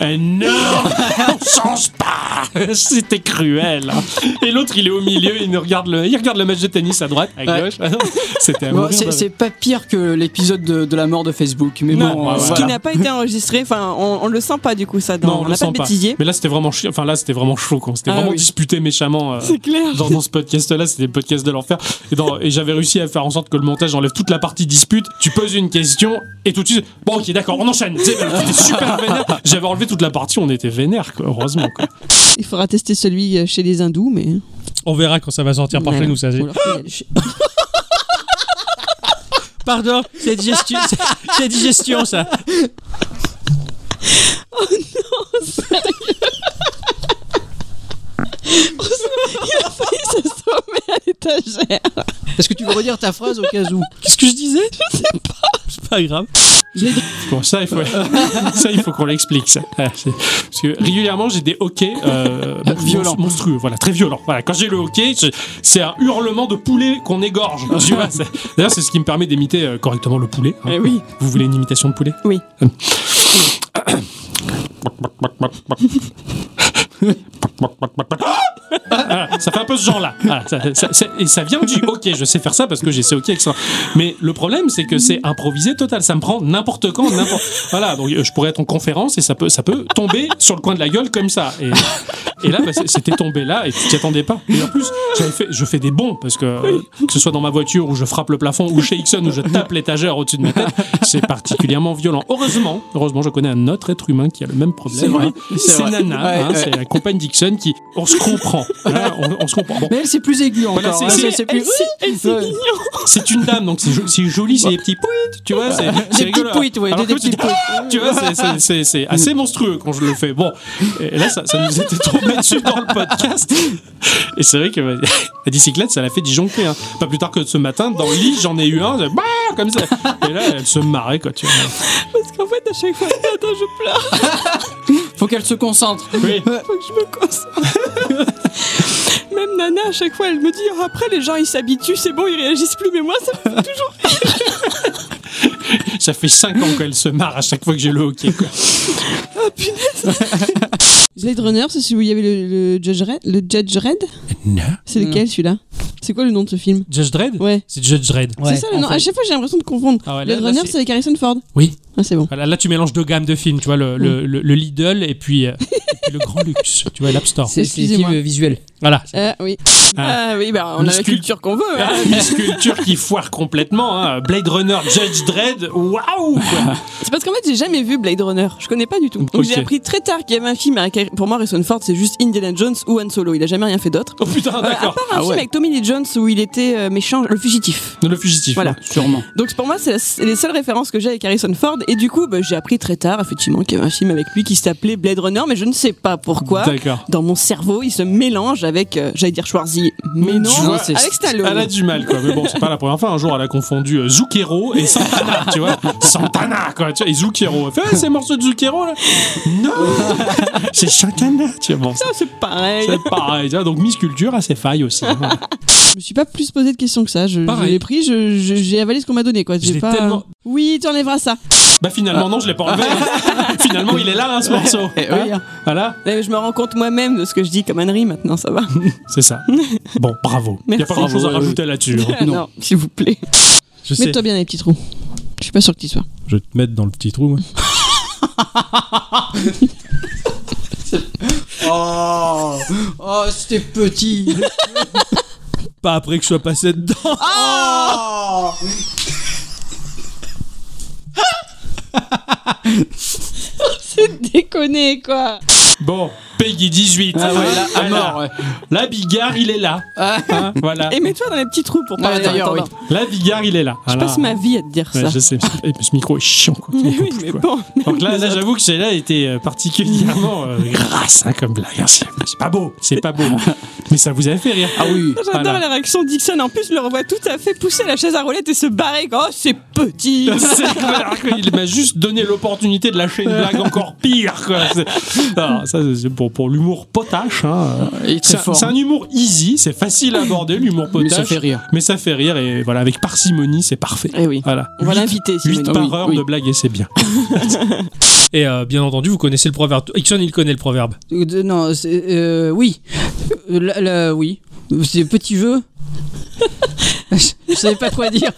S2: Euh, non, on change pas. C'était cruel. hein. Et l'autre, il est au milieu, il nous regarde le, il regarde le match de tennis à droite, à
S1: Ouais.
S2: gauche. Ah non, C'était hein. à
S1: Bon,
S2: mourir de
S1: c'est
S2: rire.
S1: c'est pas pire que l'épisode de, de la mort de Facebook, mais
S2: Non,
S1: bon,
S2: ouais,
S1: euh,
S2: ouais.
S3: Ce qui
S1: voilà.
S3: n'a pas été enregistré, enfin, on, on le sent pas du coup, ça. Dans,
S2: Non, on
S3: n'a
S2: le
S3: pas
S2: sent
S3: de
S2: pas.
S3: bêtisier.
S2: Mais là, c'était vraiment chiant. Enfin, là, c'était vraiment chaud, quoi. On s'était
S1: Ah
S2: vraiment
S1: oui.
S2: disputé méchamment. euh,
S3: C'est clair.
S2: Genre dans ce podcast-là, c'était le podcast de l'enfer. Et, dans- et j'avais réussi à faire en sorte que le montage enlève toute la partie dispute. Tu poses une question et tout de suite, bon ok d'accord, on enchaîne. C'est- C'était super vénère. J'avais enlevé toute la partie, on était vénère, quoi, heureusement. Quoi.
S4: Il faudra tester celui euh, chez les hindous, mais.
S6: On verra quand ça va sortir par chez nous, ça. c'est-
S4: Faut leur filer le-
S6: Pardon, c'est digestion, c'est- c'est digestion, ça.
S4: Il se sommet à l'étagère.
S5: Est-ce que tu veux redire ta phrase au cas où
S6: Qu'est-ce que je disais Je sais pas. C'est pas grave.
S2: Bon, ça il faut, ça il faut qu'on l'explique. Ça, Ah, c'est- parce que régulièrement j'ai des hoquets violents, monstrueux, voilà, très violents. Voilà, quand j'ai le hoquet, je- c'est un hurlement de poulet qu'on égorge. tu vois, c'est- D'ailleurs, c'est ce qui me permet d'imiter euh, correctement le poulet. hein.
S3: Eh oui.
S2: Vous voulez une imitation de poulet
S3: Oui.
S2: Voilà, ça fait un peu ce genre-là. Voilà, ça- ça- ça- et ça vient du OK, je sais faire ça parce que j'ai ces OK avec ça. Mais le problème, c'est que c'est improvisé total. Ça me prend n'importe quand, n'importe. Voilà, donc euh, je pourrais être en conférence et ça peut, ça peut tomber sur le coin de la gueule comme ça. Et, et là, bah, c'est- c'était tombé là et tu t'y attendais pas. Et en plus, j'avais fait, je fais des bons parce que euh, que ce soit dans ma voiture où je frappe le plafond ou chez Ixon où je tape l'étagère au-dessus de ma tête, c'est particulièrement violent. Heureusement, heureusement, je connais un autre être humain qui a le même problème.
S1: C'est vrai,
S2: hein.
S1: c'est
S2: C'est
S1: vrai.
S2: Nana,
S1: Ouais,
S2: hein,
S1: ouais.
S2: c'est la compagne Dixon qui, on se comprend. Hein, on, on se comprend. Bon,
S1: Mais elle, c'est plus aigu encore.
S2: Voilà, c'est-
S1: hein,
S2: c'est-
S1: plus. Ouais.
S2: c'est une dame, donc c'est jo- c'est joli, c'est des petits pouites, tu vois, c'est
S1: Des
S2: c'est
S1: petites
S2: rigolo.
S1: pouites, ouais,
S2: Alors
S1: des, des
S2: que tu
S1: petites
S2: dis,
S1: pouites.
S2: Ah tu vois, c'est- c'est- c'est- c'est assez monstrueux quand je le fais. Bon, et là, ça, ça nous était tombé dessus dans le podcast. Et c'est vrai que bah, la bicyclette, ça l'a fait disjoncter. Hein. Pas plus tard que ce matin, dans le lit, j'en ai eu un, ça- bah, comme ça. Et là, elle se marrait, quoi, tu vois.
S3: Parce qu'en fait, à chaque fois, attends, je pleure,
S1: Faut qu'elle se concentre.
S2: Oui.
S3: faut que je me concentre. Même Nana, à chaque fois, elle me dit Ah, après, les gens ils s'habituent, c'est bon, ils réagissent plus, mais moi, ça me fait toujours.
S2: Ça fait 5 ans qu'elle se marre à chaque fois que j'ai le hockey, quoi.
S3: Ah, punaise
S4: Blade Runner, c'est celui où il y avait le, le Judge Red Le Judge Red
S6: Non.
S4: C'est
S1: Non.
S4: lequel celui-là C'est quoi le nom de ce film
S6: Judge Dredd
S4: Ouais.
S6: C'est Judge Dredd.
S4: c'est ça le nom. À chaque fois, j'ai l'impression de confondre.
S6: Ah ouais, là-
S4: Blade
S6: là,
S4: Runner,
S6: c'est-
S4: c'est avec Harrison Ford.
S6: Oui.
S4: Ah, c'est bon.
S6: Voilà, là, tu mélanges deux gammes de films, tu vois,
S2: Mm.
S6: le, le, le- le Lidl et puis, euh, et puis le Grand Luxe, tu vois, l'App Store.
S5: C'est c'est les
S4: Excusez-moi.
S5: films visuels.
S6: Voilà.
S4: Ah oui.
S3: Ah, oui, bah, on a la
S2: Minuscule.
S3: culture qu'on veut. hein.
S2: Ah, une sculpture qui foire complètement. hein. Blade Runner, Judge Dredd, waouh quoi.
S3: C'est parce qu'en fait, j'ai jamais vu Blade Runner. Je connais pas du tout. Donc, j'ai
S2: Ok.
S3: appris très tard qu'il y avait un film avec. Pour moi, Harrison Ford, c'est juste Indiana Jones ou Han Solo. Il a jamais rien fait d'autre.
S2: Oh putain,
S3: Euh, à
S2: d'accord.
S3: part un film avec Tommy Lee Jones où il était euh, méchant, le fugitif.
S2: Le fugitif.
S3: Voilà.
S1: Sûrement.
S3: Donc pour moi, c'est la- les seules références que j'ai avec Harrison Ford. Et du coup, bah, j'ai appris très tard, effectivement, qu'il y avait un film avec lui qui s'appelait Blade Runner, mais je ne sais pas pourquoi.
S2: D'accord.
S3: Dans mon cerveau, il se mélange avec, euh, j'allais dire Schwarzy, mais non,
S1: Non, c'est-
S3: avec Stallone.
S2: Elle a du mal, quoi. Mais bon, c'est pas la première fois. Un jour, elle a confondu euh, Zucchero et Santana, tu vois. Santana, quoi. Tu vois, et Zucchero. Elle fait, ah, c'est un morceau de Zucchero, là Non C'est Santana, tu vois. Bon,
S3: Ça, c'est pareil.
S2: c'est pareil. tu vois. Donc, Miss Culture a ses failles aussi. hein.
S4: Je me suis pas plus posé de questions que ça. Je, je
S6: Pareil.
S4: l'ai pris, je- je- j'ai avalé ce qu'on m'a donné. Quoi.
S6: Je
S4: J'ai
S6: l'ai
S4: pas...
S6: tellement-
S4: Oui, tu enlèveras ça.
S2: Bah, finalement, non, je l'ai pas enlevé. finalement, il est là, hein, ce morceau.
S1: Eh oui, hein.
S2: Voilà,
S3: Mais je me rends compte moi-même de ce que je dis comme Henry maintenant, ça va.
S2: c'est ça. Bon, bravo. Il n'y a
S3: Merci.
S2: pas grand chose à
S1: Bravo, ouais,
S2: rajouter là-dessus. hein.
S1: Non.
S3: non s'il vous plaît.
S6: Je sais.
S4: Mets-toi bien dans les petits trous. Je suis pas sûr que tu y sois.
S6: Je vais te mettre dans le petit trou, moi.
S5: Oh, oh c'était petit.
S6: Pas après que je sois passé dedans.
S5: Oh
S4: C'est déconné, quoi.
S2: Bon, Peggy 18.
S1: Ah ouais, là, à
S2: Voilà.
S1: mort, ouais.
S2: La Bigard, il est là.
S1: Ah.
S2: Hein, voilà.
S3: Et mets-toi dans les petits trous pour
S1: Ouais,
S3: parler
S1: d'ailleurs,
S3: d'ailleurs.
S1: oui.
S2: La Bigard, il est là.
S3: Je passe ma vie à te dire
S2: Ouais,
S3: ça.
S2: je sais, mais ce micro est chiant. Quoi.
S3: Mais
S2: On peut
S3: oui,
S2: plus,
S3: mais
S2: quoi.
S3: bon.
S2: Donc là, là, j'avoue que celle-là était euh, particulièrement euh, grasse hein, comme blague. hein. C'est c'est pas beau, c'est pas beau. Mais ça vous a fait rire.
S1: Ah oui.
S3: J'adore
S2: Voilà.
S3: la réaction de Dixon. En plus, je le revois tout à fait pousser la chaise à roulette et se barrer. Oh, c'est petit.
S2: C'est clair qu'il m'a juste donné l'opportunité de lâcher une blague encore pire. quoi. C'est- Alors, ça, c'est pour, pour l'humour potache. hein.
S1: Il est très
S2: C'est
S1: fort.
S2: c'est un humour easy, c'est facile à aborder, l'humour potache.
S1: Mais ça fait rire.
S2: Mais ça fait rire, et voilà, avec parcimonie, c'est parfait.
S3: Eh oui.
S2: Voilà.
S3: On va
S2: Huit-
S3: l'inviter,
S2: huit
S3: Simone.
S2: par
S1: Oui,
S2: heure
S1: oui.
S2: de blague, et c'est bien.
S6: Et euh, bien entendu, vous connaissez le proverbe. Ixon, il connaît le proverbe.
S5: Euh, de- non, c'est- euh, oui. Euh, là- là, oui. C'est petit jeu. je, je savais pas quoi dire.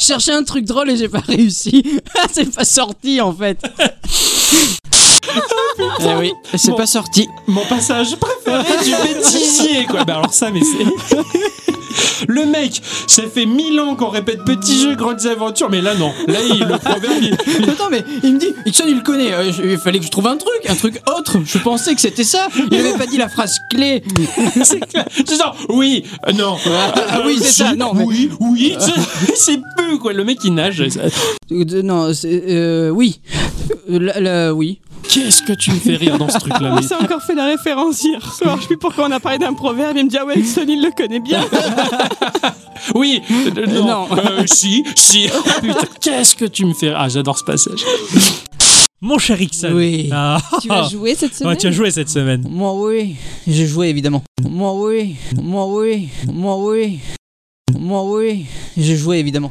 S5: Je cherchais un truc drôle et j'ai pas réussi. c'est pas sorti en fait.
S1: Eh oui, c'est
S2: Bon.
S1: pas sorti.
S2: Mon passage préféré du bêtisier, quoi. Bah alors ça, mais c'est... Le mec, ça fait mille ans qu'on répète petits jeux, grandes aventures, mais là non. Là, il, le proverbe, il- il-
S1: Attends, mais il me dit, Ixon, il le connaît. Euh, je- il fallait que je trouve un truc, un truc autre. Je pensais que c'était ça. Il avait pas dit la phrase clé.
S2: C'est clair. C'est genre, oui, euh, non.
S1: Ah, oui, c'est
S2: si,
S1: ça, non, mais-
S2: Oui, oui, c'est- c'est peu, quoi. Le mec, il nage. Ça-
S5: Euh, de- non, c'est euh, oui. Euh, là- là, oui.
S2: Qu'est-ce que tu me fais rire dans ce truc-là,
S3: On
S2: mais-
S3: s'est encore fait la référence hier soir. Je sais plus pourquoi on a parlé d'un proverbe. Il me dit Ah ouais, Dixon, il le connaît bien.
S2: Oui, euh, non.
S1: non.
S2: Euh, si, si. Ah, putain, qu'est-ce que tu me fais rire. Ah, j'adore ce passage.
S6: Mon cher Ixon.
S5: Oui.
S6: Ah,
S4: Tu as joué cette
S6: ouais,
S4: semaine
S6: tu as joué cette semaine.
S5: Moi oui. J'ai joué évidemment. Moi oui. Moi oui. Moi oui. Moi oui. J'ai joué évidemment.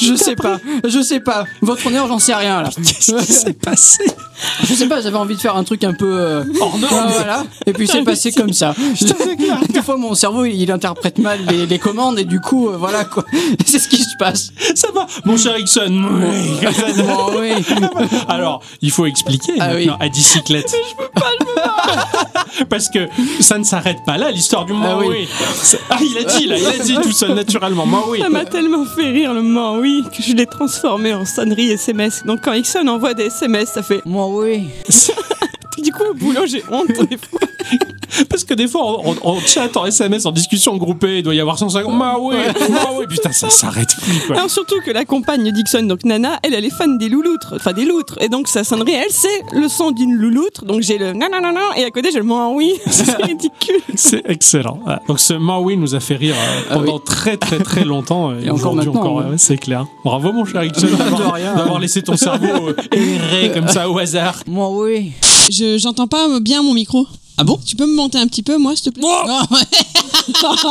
S1: Je sais pas, je sais pas. Votre honneur, j'en sais rien là.
S2: Qu'est-ce qui s'est passé
S1: Je sais pas, j'avais envie de faire un truc un peu. euh,
S2: Hors norme.
S1: ah, voilà. Et puis c'est passé comme ça. Des fois, mon cerveau, il interprète mal les, les commandes et du coup, euh, voilà quoi. C'est ce qui se passe.
S2: Ça va, mon cher Ixon. Oui. Comme ça, ça-
S1: Oh, oui.
S2: Alors, il faut expliquer
S1: Ah oui.
S2: maintenant à bicyclette. Je peux pas, je peux pas. Parce que ça ne s'arrête pas là, l'histoire du moi
S1: Ah oui.
S2: oui. Ça- Ah, il a dit là, il a dit tout ça naturellement. Moi oui.
S3: Ça Ah, m'a tellement fait rire le moment, oui, que je l'ai transformé en sonnerie SMS. Donc quand Ixon envoie des SMS, ça fait.
S5: Moi oui.
S3: Du coup, au boulot, j'ai honte. des fois.
S2: Parce que des fois, en, en- en chat, en SMS, en discussion groupée, il doit y avoir 150. Bah oui, bah oui, putain, ça s'arrête plus, quoi.
S3: Alors, surtout que la compagne Dixon, donc Nana, elle, elle est fan des louloutres. Enfin, des loutres. Et donc, sa sonnerie, elle, c'est le son d'une louloutre. Donc, j'ai le nananana. Et à côté, j'ai le moi, oui. C'est ridicule.
S2: C'est excellent. Voilà. Donc ce Maui nous a fait rire euh, pendant très très très longtemps.
S1: Ah
S2: euh,
S1: Et encore
S2: aujourd'hui
S1: maintenant, hein.
S2: ouais,
S1: ouais.
S2: ouais, c'est clair. Bravo mon cher Ixon d'avoir- d'avoir laissé ton cerveau euh, errer comme ça au hasard.
S5: Moi oui.
S4: Je j'entends pas euh, bien mon micro. Ah bon Tu peux me monter un petit peu, moi, s'il te plaît Non,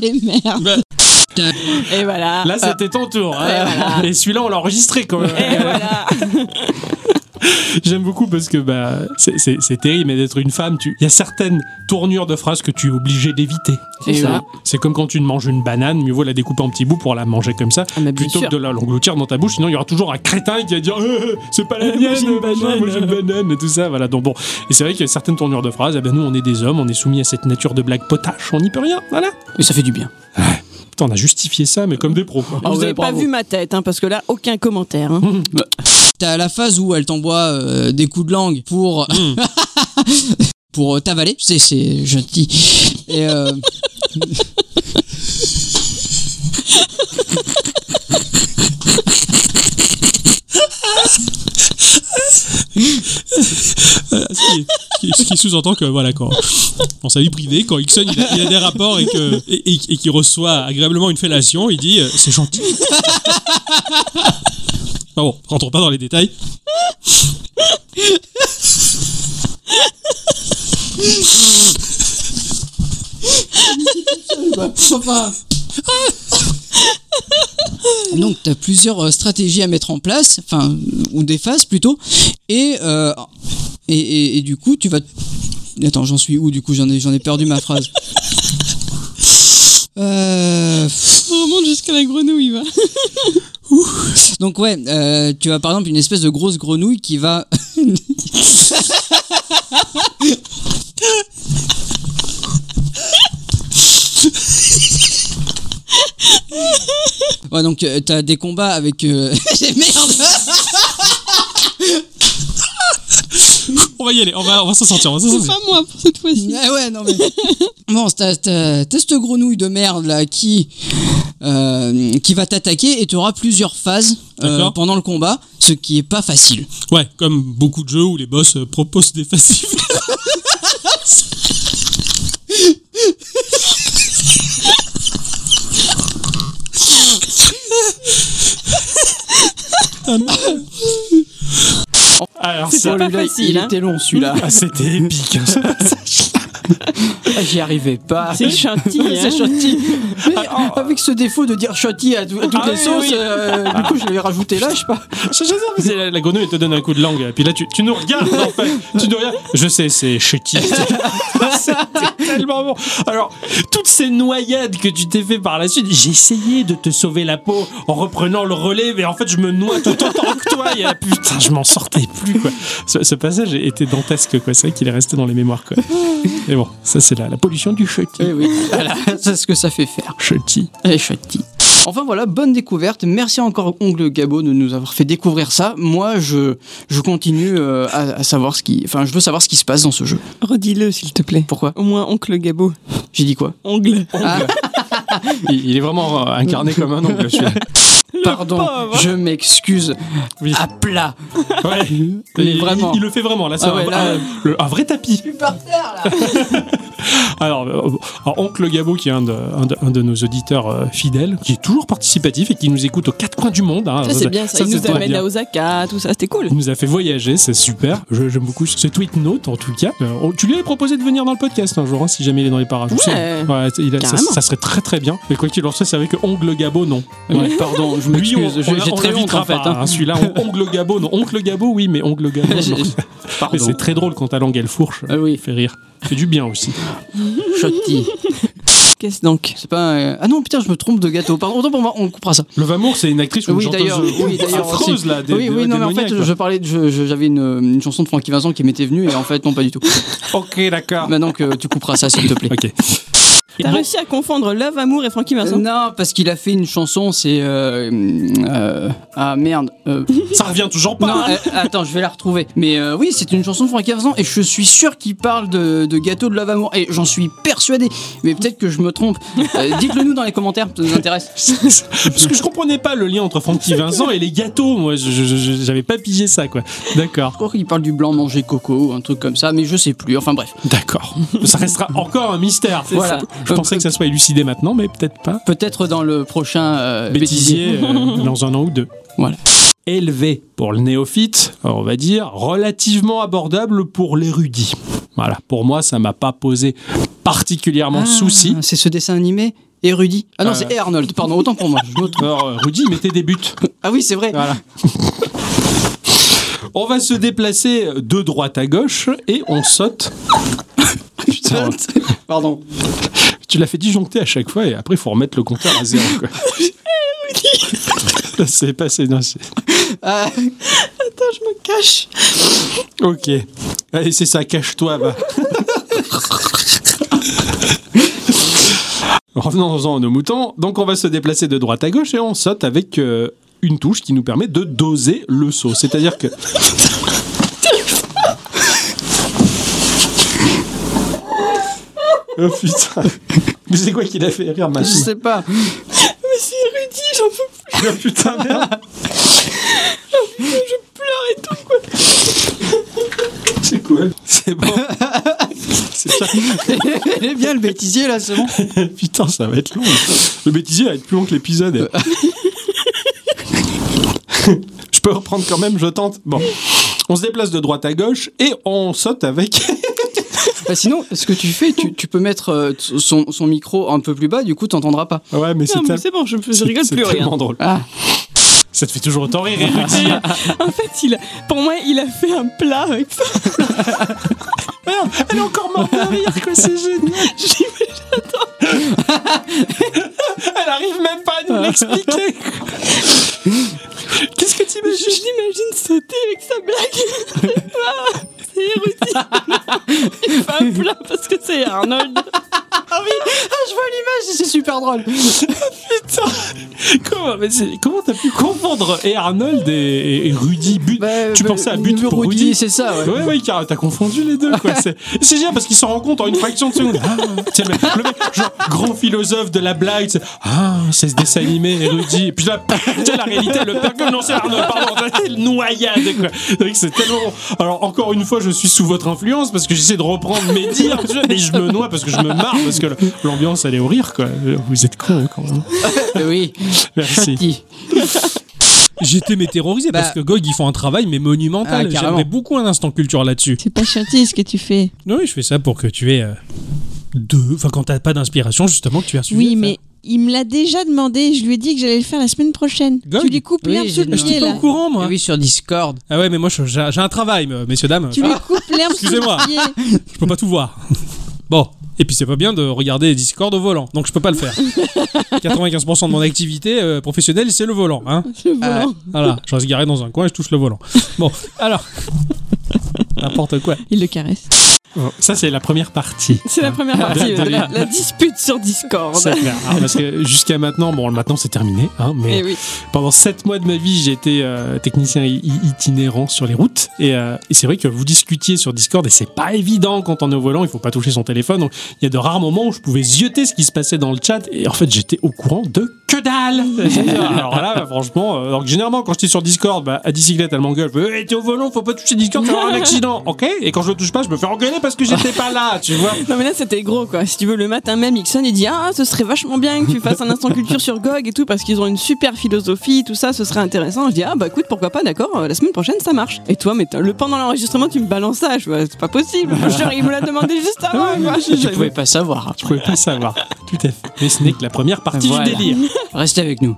S4: les merdes.
S3: Et voilà.
S2: Là c'était ton tour. hein. Et celui-là on l'a enregistré quand même.
S3: Et voilà.
S2: J'aime beaucoup parce que bah, c'est- c'est c'est terrible, mais d'être une femme, tu- il y a certaines tournures de phrases que tu es obligé d'éviter.
S1: C'est
S2: Et
S1: ça.
S2: ouais, C'est comme quand tu ne manges une banane, mieux vaut la découper en petits bouts pour la manger comme ça,
S1: mais bien
S2: plutôt que
S1: sûr.
S2: de la l'engloutir dans ta bouche. Sinon, il y aura toujours un crétin qui va dire Euh, C'est pas la mienne,
S6: j'ai une
S2: machin,
S6: banane.
S2: moi j'ai une banane, et tout ça. Voilà. Donc bon, et c'est vrai qu'il y a certaines tournures de phrases. eh ben, nous, on est des hommes, on est soumis à cette nature de blague potache, on n'y peut rien. Voilà.
S1: Mais ça fait du bien.
S2: Putain, on a justifié ça, mais comme des pros. quoi.
S1: Ah
S3: Vous
S1: ouais,
S3: avez pas
S1: bravo.
S3: vu ma tête, hein, parce que là, aucun commentaire. hein.
S5: T'as la phase où elle t'envoie euh, des coups de langue pour
S4: Mm.
S5: pour euh, t'avaler. C'est c'est gentil. Et euh,
S6: Ce qui- ce qui sous-entend que voilà quand dans sa vie privée quand Ixon il a, il a des rapports et que et, et- et qu'il reçoit agréablement une fellation il dit euh, c'est gentil Ah bon rentrons pas dans les détails
S5: donc t'as plusieurs euh, stratégies à mettre en place, enfin ou des phases plutôt. Et euh, et, et- et du coup tu vas. Attends, j'en suis où du coup J'en ai j'en ai perdu ma phrase. Euh,
S4: On remonte jusqu'à la grenouille, va.
S5: donc ouais, euh, tu as par exemple une espèce de grosse grenouille qui va Ouais, donc euh, t'as des combats avec. euh,
S6: on va y aller on va on va s'en sortir on va s'en
S4: C'est
S6: sortir
S4: pas moi pour cette fois-ci.
S5: Ah ouais, non mais. Bon, t'as t'as- t'as cette grenouille de merde là qui. euh, qui va t'attaquer et tu auras plusieurs phases euh,
S6: D'accord.
S5: pendant le combat, ce qui est pas facile.
S6: ouais comme beaucoup de jeux où les boss euh, proposent des faciles
S2: Ah Alors
S3: C'est
S2: ça,
S3: pas
S1: Celui-là,
S3: facile,
S1: il
S3: hein.
S1: était long celui-là.
S2: Ah, c'était épique. hein, ça.
S1: Ah, J'y arrivais pas.
S3: hein. C'est chantilly.
S1: C'est hein. chantilly. Mais euh, avec ce défaut de dire chantilly à, tout- à toutes
S2: Ah
S1: les
S2: oui,
S1: sauces,
S2: oui.
S1: euh, du coup je l'avais rajouté là, je sais pas.
S2: Je- je sais, mais c'est la, la grenouille elle te donne un coup de langue. Et puis là, tu, tu nous regardes en fait. Tu nous regardes. Je sais, c'est chutty. C'était tellement bon. Alors, toutes ces noyades que tu t'es fait par la suite, j'ai essayé de te sauver la peau en reprenant le relais, mais en fait, je me noie tout autant que toi. Et, euh, putain, je m'en sortais plus quoi. Ce, ce passage était dantesque quoi. C'est vrai qu'il est resté dans les mémoires quoi. Mais bon, ça c'est la, la pollution du chutty.
S1: Eh oui, voilà, c'est ce que ça fait faire. Eh,
S2: Chutty.
S1: Et chutty. Enfin voilà, bonne découverte. Merci encore Ongle Gabo de nous avoir fait découvrir ça. Moi, je, je continue euh, à, à savoir ce qui, enfin, je veux savoir ce qui se passe dans ce jeu.
S3: Redis-le, s'il te plaît. Ah,
S1: Pourquoi
S3: Au moins, oncle Gabo.
S1: J'ai dit quoi
S3: Ongle.
S1: Ah,
S2: Il, il est vraiment euh, incarné comme un ongle. celui-là.
S1: Pardon,
S3: pauvre.
S1: je m'excuse.
S2: Oui.
S1: À plat.
S2: Ouais.
S1: Mais
S2: il,
S1: vraiment.
S2: il- il le fait vraiment là, c'est
S1: Ah
S2: un,
S1: ouais, là,
S2: un-
S3: euh,
S1: ouais.
S2: le- un vrai tapis. alors, euh, alors, oncle Gabo qui est un de, un de- un de nos auditeurs euh, fidèles, qui est toujours participatif et qui nous écoute aux quatre coins du monde. hein.
S3: Ça, c'est bien, ça.
S2: ça,
S3: Il
S2: c'est
S3: nous
S2: très
S3: amène
S2: bien.
S3: à Osaka, tout ça. C'était cool.
S2: Il nous a fait voyager, c'est super. Je- J'aime beaucoup ce tweet note en tout cas. Euh, on- tu lui avais proposé de venir dans le podcast un jour, hein, si jamais il est dans les parages.
S3: Ouais.
S2: Ouais, il a- ça,
S3: Carrément.
S2: ça serait très très bien. Mais quoi qu'il en soit, c'est vrai que Ongle Gabo, non. Ouais.
S1: Pardon, je
S2: Lui, on,
S1: m'excuse.
S2: on-
S1: J'ai j'ai
S2: on
S1: très honte
S2: l'invitera
S1: en fait.
S2: pas,
S1: hein.
S2: hein. Celui-là, on- Ongle Gabo, non. Oncle Gabo, oui, mais Ongle Gabo, non.
S1: J'ai-
S2: Mais
S1: Pardon.
S2: c'est très drôle quand ta langue elle fourche.
S1: Ah oui,
S2: Il fait rire. Il fait du bien aussi.
S1: chutty.
S3: Qu'est-ce donc
S1: C'est pas. un- Ah non, putain, je me trompe de gâteau. Pardon, autant pour moi, on coupera ça.
S2: Le Vamour, c'est une actrice ou une
S1: Oui,
S2: chanteuse
S1: d'ailleurs,
S2: euh,
S1: oui, d'ailleurs,
S2: affreuse, là. Des,
S1: oui,
S2: des-
S1: oui, non,
S2: des
S1: mais en fait,
S2: maniaques,
S1: je,
S2: quoi.
S1: je parlais, de- je- je- j'avais une, une chanson de Francky Vincent qui m'était venue et en fait, non, pas du tout.
S2: Ok, d'accord.
S1: Maintenant que tu couperas ça, s'il te plaît.
S2: Ok.
S3: T'as réussi à confondre Love, Amour et Frankie
S1: Euh,
S3: Vincent
S1: non, parce qu'il a fait une chanson, c'est. euh, euh, ah merde. euh,
S2: Ça revient toujours pas. hein,
S1: non, euh, attends, je vais la retrouver. Mais euh, oui, c'est une chanson de Francky Vincent et je suis sûr qu'il parle de, de gâteau de lave amour et j'en suis persuadé. Mais peut-être que je me trompe. Euh, dites-le nous dans les commentaires, ça nous intéresse.
S2: Parce que je comprenais pas le lien entre Francky Vincent et les gâteaux. Moi, je- je- je- j'avais pas pigé ça, quoi. D'accord.
S1: Je crois qu'il parle du blanc manger coco ou un truc comme ça, mais je sais plus. Enfin bref.
S2: D'accord. Ça restera encore un mystère.
S1: Voilà.
S2: Je pensais que ça soit élucidé maintenant, mais peut-être pas.
S1: Peut-être dans le prochain euh, bêtisier.
S2: Bêtisier euh, dans un an ou deux.
S1: Voilà.
S2: Élevé pour le néophyte, on va dire, relativement abordable pour l'érudit. Voilà, pour moi, ça m'a pas posé particulièrement de souci.
S1: Ah, C'est ce dessin animé Érudit. Ah non,
S2: Euh.
S1: c'est et Arnold, pardon, autant pour moi. je me trompe.
S2: Alors, euh, Rudy, mettez des buts.
S1: Ah oui, c'est vrai.
S2: Voilà. On va se déplacer de droite à gauche et on saute.
S1: Putain. Pardon.
S2: Tu l'as fait disjoncter à chaque fois et après, il faut remettre le compteur à zéro. quoi. Ça s'est passé. non, c'est-
S1: Ah,
S2: Ok. Allez, c'est ça, cache-toi, va. Revenons-en à nos moutons. Donc, on va se déplacer de droite à gauche et on saute avec euh, une touche qui nous permet de doser le saut. C'est-à-dire que. Oh putain! Mais c'est quoi qui l'a fait rire, ma
S1: je sais pas.
S2: Oh, putain, merde! je pleure et tout, quoi! C'est cool. C'est bon. C'est ça.
S1: Il est bien le bêtisier là, c'est bon.
S2: Putain, ça va être long. hein. Le bêtisier va être plus long que l'épisode. hein. je peux reprendre quand même, je tente. Bon. On se déplace de droite à gauche et on saute avec.
S1: Bah, sinon, ce que tu fais, tu, tu peux mettre euh, t- son, son micro un peu plus bas, du coup, t'entendras pas.
S2: Ouais, mais c'est
S3: Non, mais
S2: tel-
S3: c'est bon, je, je rigole
S2: c'est
S3: plus rien.
S2: tellement drôle.
S1: Ah.
S2: Ça te fait toujours autant rire, Eric.
S3: En fait, il, pour moi, il a fait un plat avec ça.
S2: Merde, Elle est encore morte de rire, quoi, c'est génial. Elle arrive même pas à nous l'expliquer. Qu'est-ce que tu
S3: Je l'imagine sauter avec sa blague. Ah, c'est érudit. Il fait un plat parce que c'est Arnold.
S1: C'est super drôle.
S2: Comment mais c'est- comment t'as pu confondre et Arnold et, et- et Rudy But
S1: Bah,
S2: Tu
S1: bah,
S2: pensais à but
S1: le
S2: pour Rudy,
S1: c'est ça, Ah ouais.
S2: Ouais, ouais, car t'as confondu les deux, quoi. C'est c'est génial parce qu'ils s'en rendent compte en une fraction de seconde. Ah, c'est le, le mec, genre, grand philosophe de la blague, c'est Ah, c'est ce dessin animé, érudit. Et puis là, tu sais, la réalité, le père, comme non, c'est Arnaud, pardon, c'est le noyade, quoi. C'est vrai que C'est tellement. Alors, encore une fois, je- je suis sous votre influence parce que j'essaie de reprendre mes dires, tu vois, mais je me noie parce que je me marre parce que l'ambiance elle est au rire quoi. Vous êtes con hein, quand même.
S1: Oui,
S2: Merci.
S1: petit.
S6: J'étais mais terrorisé parce
S1: Bah.
S6: que Gog ils font un travail mais monumental.
S1: Ah, carrément.
S6: J'aimerais beaucoup un instant culture là-dessus.
S4: C'est pas gentil ce que tu fais.
S6: Oui, je fais ça pour que tu aies euh, deux. Enfin, quand t'as pas d'inspiration, justement, que tu as sujet à
S4: Oui,
S6: faire.
S4: mais il me l'a déjà demandé. Je lui ai dit que j'allais le faire la semaine prochaine.
S6: Gog.
S4: Tu lui coupes
S1: Oui,
S4: l'herbe sous le
S1: j'ai-
S4: pied
S6: Pas au
S4: là.
S6: courant, moi.
S1: Ah oui, sur Discord.
S6: Ah ouais, mais moi, je- j'ai j'ai un travail, me- messieurs, dames. Ah.
S4: Tu lui coupes l'herbe sous
S6: Excusez-moi.
S4: le pied.
S6: Je peux pas tout voir. Bon. Et puis c'est pas bien de regarder Discord au volant, donc je peux pas le faire. 95% de mon activité euh, professionnelle, c'est le volant. Hein
S1: Ah,
S6: voilà, je reste garé dans un coin et je touche le volant. Bon, alors. N'importe quoi.
S3: Il le caresse.
S2: Oh, Ça c'est la première partie.
S3: C'est la première partie, euh, de la, la dispute sur Discord.
S2: C'est clair. Ah, parce que jusqu'à maintenant, bon, maintenant c'est terminé, hein, mais
S3: Eh oui.
S2: pendant 7 mois de ma vie, j'étais euh, technicien i- i- itinérant sur les routes. Et, euh, et c'est vrai que vous discutiez sur Discord et c'est pas évident quand on est au volant, il faut pas toucher son téléphone. Donc il y a de rares moments où je pouvais zioter ce qui se passait dans le chat. Et en fait, j'étais au courant de que dalle. C'est-à-dire, Alors là, bah, franchement, euh, alors que généralement, quand j'étais sur Discord, bah, à bicyclette, elle m'engueule. Je fais, Eh, t'es au volant, faut pas toucher Discord, tu vas avoir un accident. Ok Et quand je le touche pas, je me fais engueuler parce que j'étais pas là, tu vois.
S3: Non mais là c'était gros quoi. Si tu veux le matin même, Ixon il dit ah ce serait vachement bien que tu fasses un instant culture sur Gog et tout parce qu'ils ont une super philosophie, tout ça, ce serait intéressant. Je dis ah bah écoute pourquoi pas, d'accord, euh, la semaine prochaine ça marche. Et toi mais t'as- le pendant l'enregistrement tu me balances ça, je vois, c'est pas possible. Genre il me l'a demandé juste avant. quoi. Je-
S1: Je
S3: je-
S1: pouvais pas savoir.
S2: Je pouvais pas savoir. Tout à fait. Mais ce n'est que la première partie
S1: Voilà.
S2: du délire.
S1: Restez avec nous.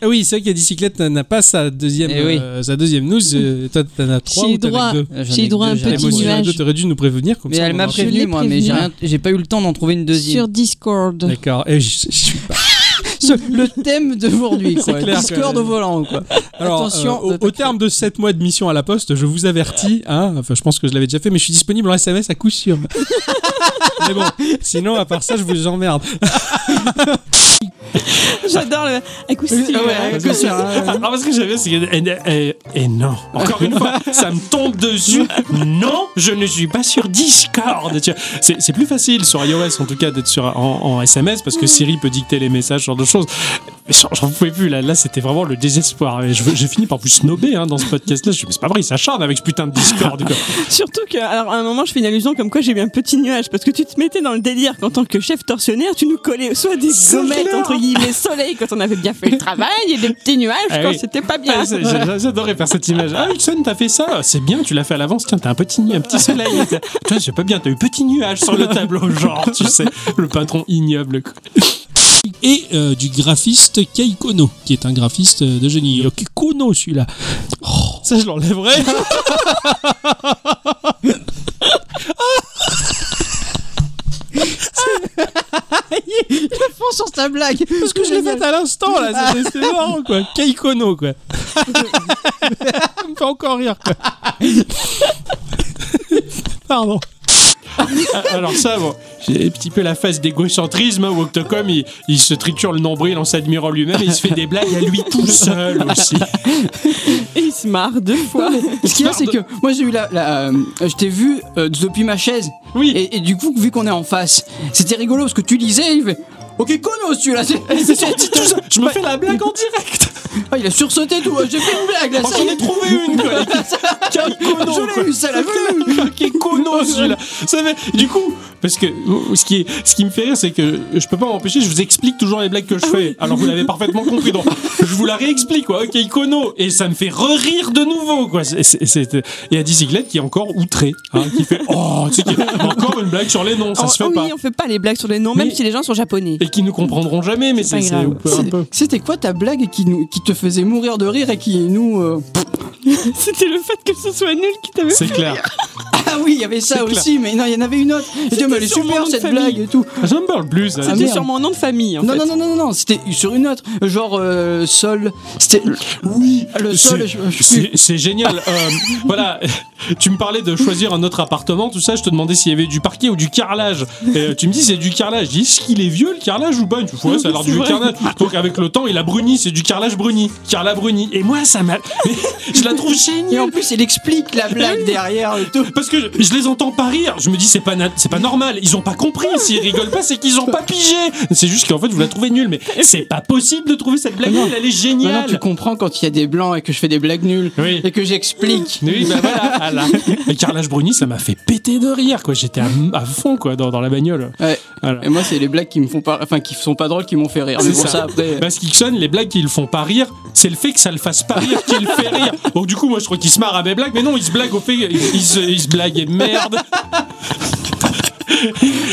S6: Ah oui, c'est vrai que la bicyclette n'a- n'a pas sa deuxième,
S1: Eh oui.
S6: euh, sa deuxième news. euh, toi, t'en as trois
S4: J'ai
S6: ou t'en as
S4: droit.
S6: deux Eh,
S1: Euh, j'en
S4: J'ai
S1: ai
S4: droit à un
S1: deux, j'ai
S4: petit
S1: répondu.
S6: Émotionnel,
S4: nuage.
S6: T'aurais dû nous prévenir comme
S1: Mais
S6: ça.
S1: elle
S6: on
S1: m'a
S6: en-
S4: Je l'ai
S1: prévenu, moi, mais j'ai
S4: prévenu.
S1: rien- j'ai pas eu le temps d'en trouver une deuxième.
S4: Sur Discord.
S6: D'accord. Eh, je- je suis pas-
S1: Ce- le thème d'aujourd'hui, quoi.
S6: clair
S1: Discord
S6: que-
S1: au volant, quoi.
S6: Alors,
S1: Attention,
S6: euh, au-
S1: ne
S6: au, terme de 7 mois de mission à la poste, je vous avertis, hein, enfin je pense que je l'avais déjà fait, mais je suis disponible en SMS à coup sûr. mais bon, sinon à part ça, je vous emmerde.
S3: J'adore le acoustique.
S2: Ah, parce que-
S1: Euh.
S2: Ah, parce que j'avais c'est que- et, et- et non. Encore une fois, ça me tombe dessus. Non, je ne suis pas sur Discord. Tu vois. C'est c'est plus facile sur iOS en tout cas d'être sur en, en SMS parce que Siri peut dicter les messages, ce genre de choses. Mais j'en- J'en pouvais plus là. Là, c'était vraiment le désespoir. Et je- J'ai fini par vous snober hein, dans ce podcast-là. Je me suis dit, mais c'est pas vrai, ça charme avec ce putain de Discord. quoi.
S3: Surtout que, alors à un moment, je fais une allusion comme quoi j'ai eu un petit nuage parce que tu te mettais dans le délire qu'en tant que chef tortionnaire, tu nous collais soit des
S2: C'est
S3: gommettes
S2: clair.
S3: entre guillemets soleil quand on avait bien fait le travail et des petits nuages
S2: Ah
S3: quand
S2: oui.
S3: c'était pas bien.
S2: Ah, c'est- j'ai- J'adorais faire cette image. Ah, Hudson, t'as fait ça C'est bien, tu l'as fait à l'avance. Tiens, t'as un petit, nu- un petit soleil. Tiens, c'est pas bien, t'as eu petit nuage sur le tableau, genre, tu sais, le patron ignoble. quoi.
S10: et euh, du graphiste Kei Kono, qui est un graphiste euh, de génie. Oh, Kei Kono, celui-là.
S6: Ça, je l'enlèverai.
S5: Fonce sur ta blague.
S6: Parce que je l'ai faite à l'instant là, c'est- c'est marrant quoi. Kaikono quoi. Ça me fait encore rire quoi. Pardon.
S2: Ah, Alors, ça, bon, j'ai un petit peu la phase d'égocentrisme hein, où Octocom, il, il se triture le nombril en s'admirant lui-même et il se fait des blagues à lui tout seul aussi.
S3: Et il se marre deux fois.
S1: Ce qu'il y a, c'est que moi j'ai eu la. la, euh, je t'ai vu euh, depuis ma chaise.
S2: Oui.
S1: Et, et du coup, vu qu'on est en face, c'était rigolo parce que tu lisais, il fait. Ok, Kono, celui-là. c'est-
S2: Je me fais la blague en direct.
S1: Ah, il a sursauté tout. J'ai fait une blague là.
S2: Oh,
S1: ça
S2: J'en
S1: y
S2: ai
S1: est.
S2: trouvé une, quoi. Kaikono,
S1: Je l'ai
S2: quoi.
S1: eu, celle-là, je
S2: Quel cono celui-là. Ça fait- Du coup, parce que euh, ce qui, est, ce qui me fait rire, c'est que je peux pas m'empêcher, je vous explique toujours les blagues que je
S3: Ah
S2: fais. Alors vous l'avez parfaitement compris. Donc je vous la réexplique, quoi. Ok, cono. Et ça me fait re-rire de nouveau, quoi. C'est- c'est- c'est- Et à bicyclette qui est encore outré, hein, qui fait Oh, tu sais, qui- encore une blague sur les noms, ça
S3: Oh,
S2: se fait
S3: oui,
S2: pas.
S3: on fait pas les blagues sur les noms, même
S2: Mais-
S3: si les gens sont japonais.
S2: Et qui ne comprendront jamais, mais c'est
S3: pas
S2: c'est
S3: grave.
S2: un peu- un peu.
S1: C'était quoi ta blague qui, nous, qui te faisait mourir de rire et qui nous. euh,
S3: C'était le fait que ce soit nul qui t'avait.
S2: C'est clair.
S1: Ah oui, il y avait ça aussi, mais non, il y en avait une autre. J'ai dit, Ah, mais elle est
S3: sur mon
S1: super
S3: nom de
S1: cette
S3: famille.
S1: blague et tout.
S2: Ah, J'en parle plus. ça.
S1: Ah,
S3: C'était
S1: merde.
S3: sur mon nom de famille en
S1: Non,
S3: fait.
S1: non, non, non, non, non, c'était sur une autre. Genre, euh, Sol. C'était. Oui, le Sol, je, je sais plus.
S2: C'est c'est génial. Euh, voilà, tu me parlais de choisir un autre appartement, tout ça. Je te demandais s'il y avait du parquet ou du carrelage. Et euh, tu me dis c'est du carrelage. Je dis est-ce qu'il est vieux le carrelage ou pas Tu vois, ça a l'air du vieux carrelage. Donc avec le temps, il a bruni. C'est du carrelage bruni. Carla bruni. Et moi, ça m'a. je la trouve
S1: Et
S2: géniale.
S1: en plus, il explique la blague derrière et tout.
S2: Parce que je, je les entends pas rire. Je me dis c'est pas na- c'est pas normal. Ils ont pas compris. S'ils rigolent pas, c'est qu'ils ont pas pigé. C'est juste qu'en fait vous la trouvez nulle. Mais c'est pas possible de trouver cette blague
S1: Ah
S2: nulle. Elle est
S1: Maintenant, tu
S2: géniale.
S1: comprends quand il y a des blancs et que je fais des blagues nulles
S2: Oui.
S1: et que j'explique.
S2: Oui, bah voilà. là là. Et Carlage Bruni, ça m'a fait péter de rire, quoi. J'étais à, à fond, quoi, dans, dans la bagnole.
S1: Ouais.
S2: Voilà.
S1: Et moi, c'est les blagues qui me font pas, enfin, qui sont pas drôles, qui m'ont fait rire. Mais bon,
S2: C'est ça.
S1: ça après.
S2: Parce qu'Ixon, les blagues qui le font pas rire, c'est le fait que ça le fasse pas rire qui le fait rire. Donc du coup, moi je crois qu'il se marre à mes blagues, mais non, il se blague au fait, il, il se, il se blague et merde.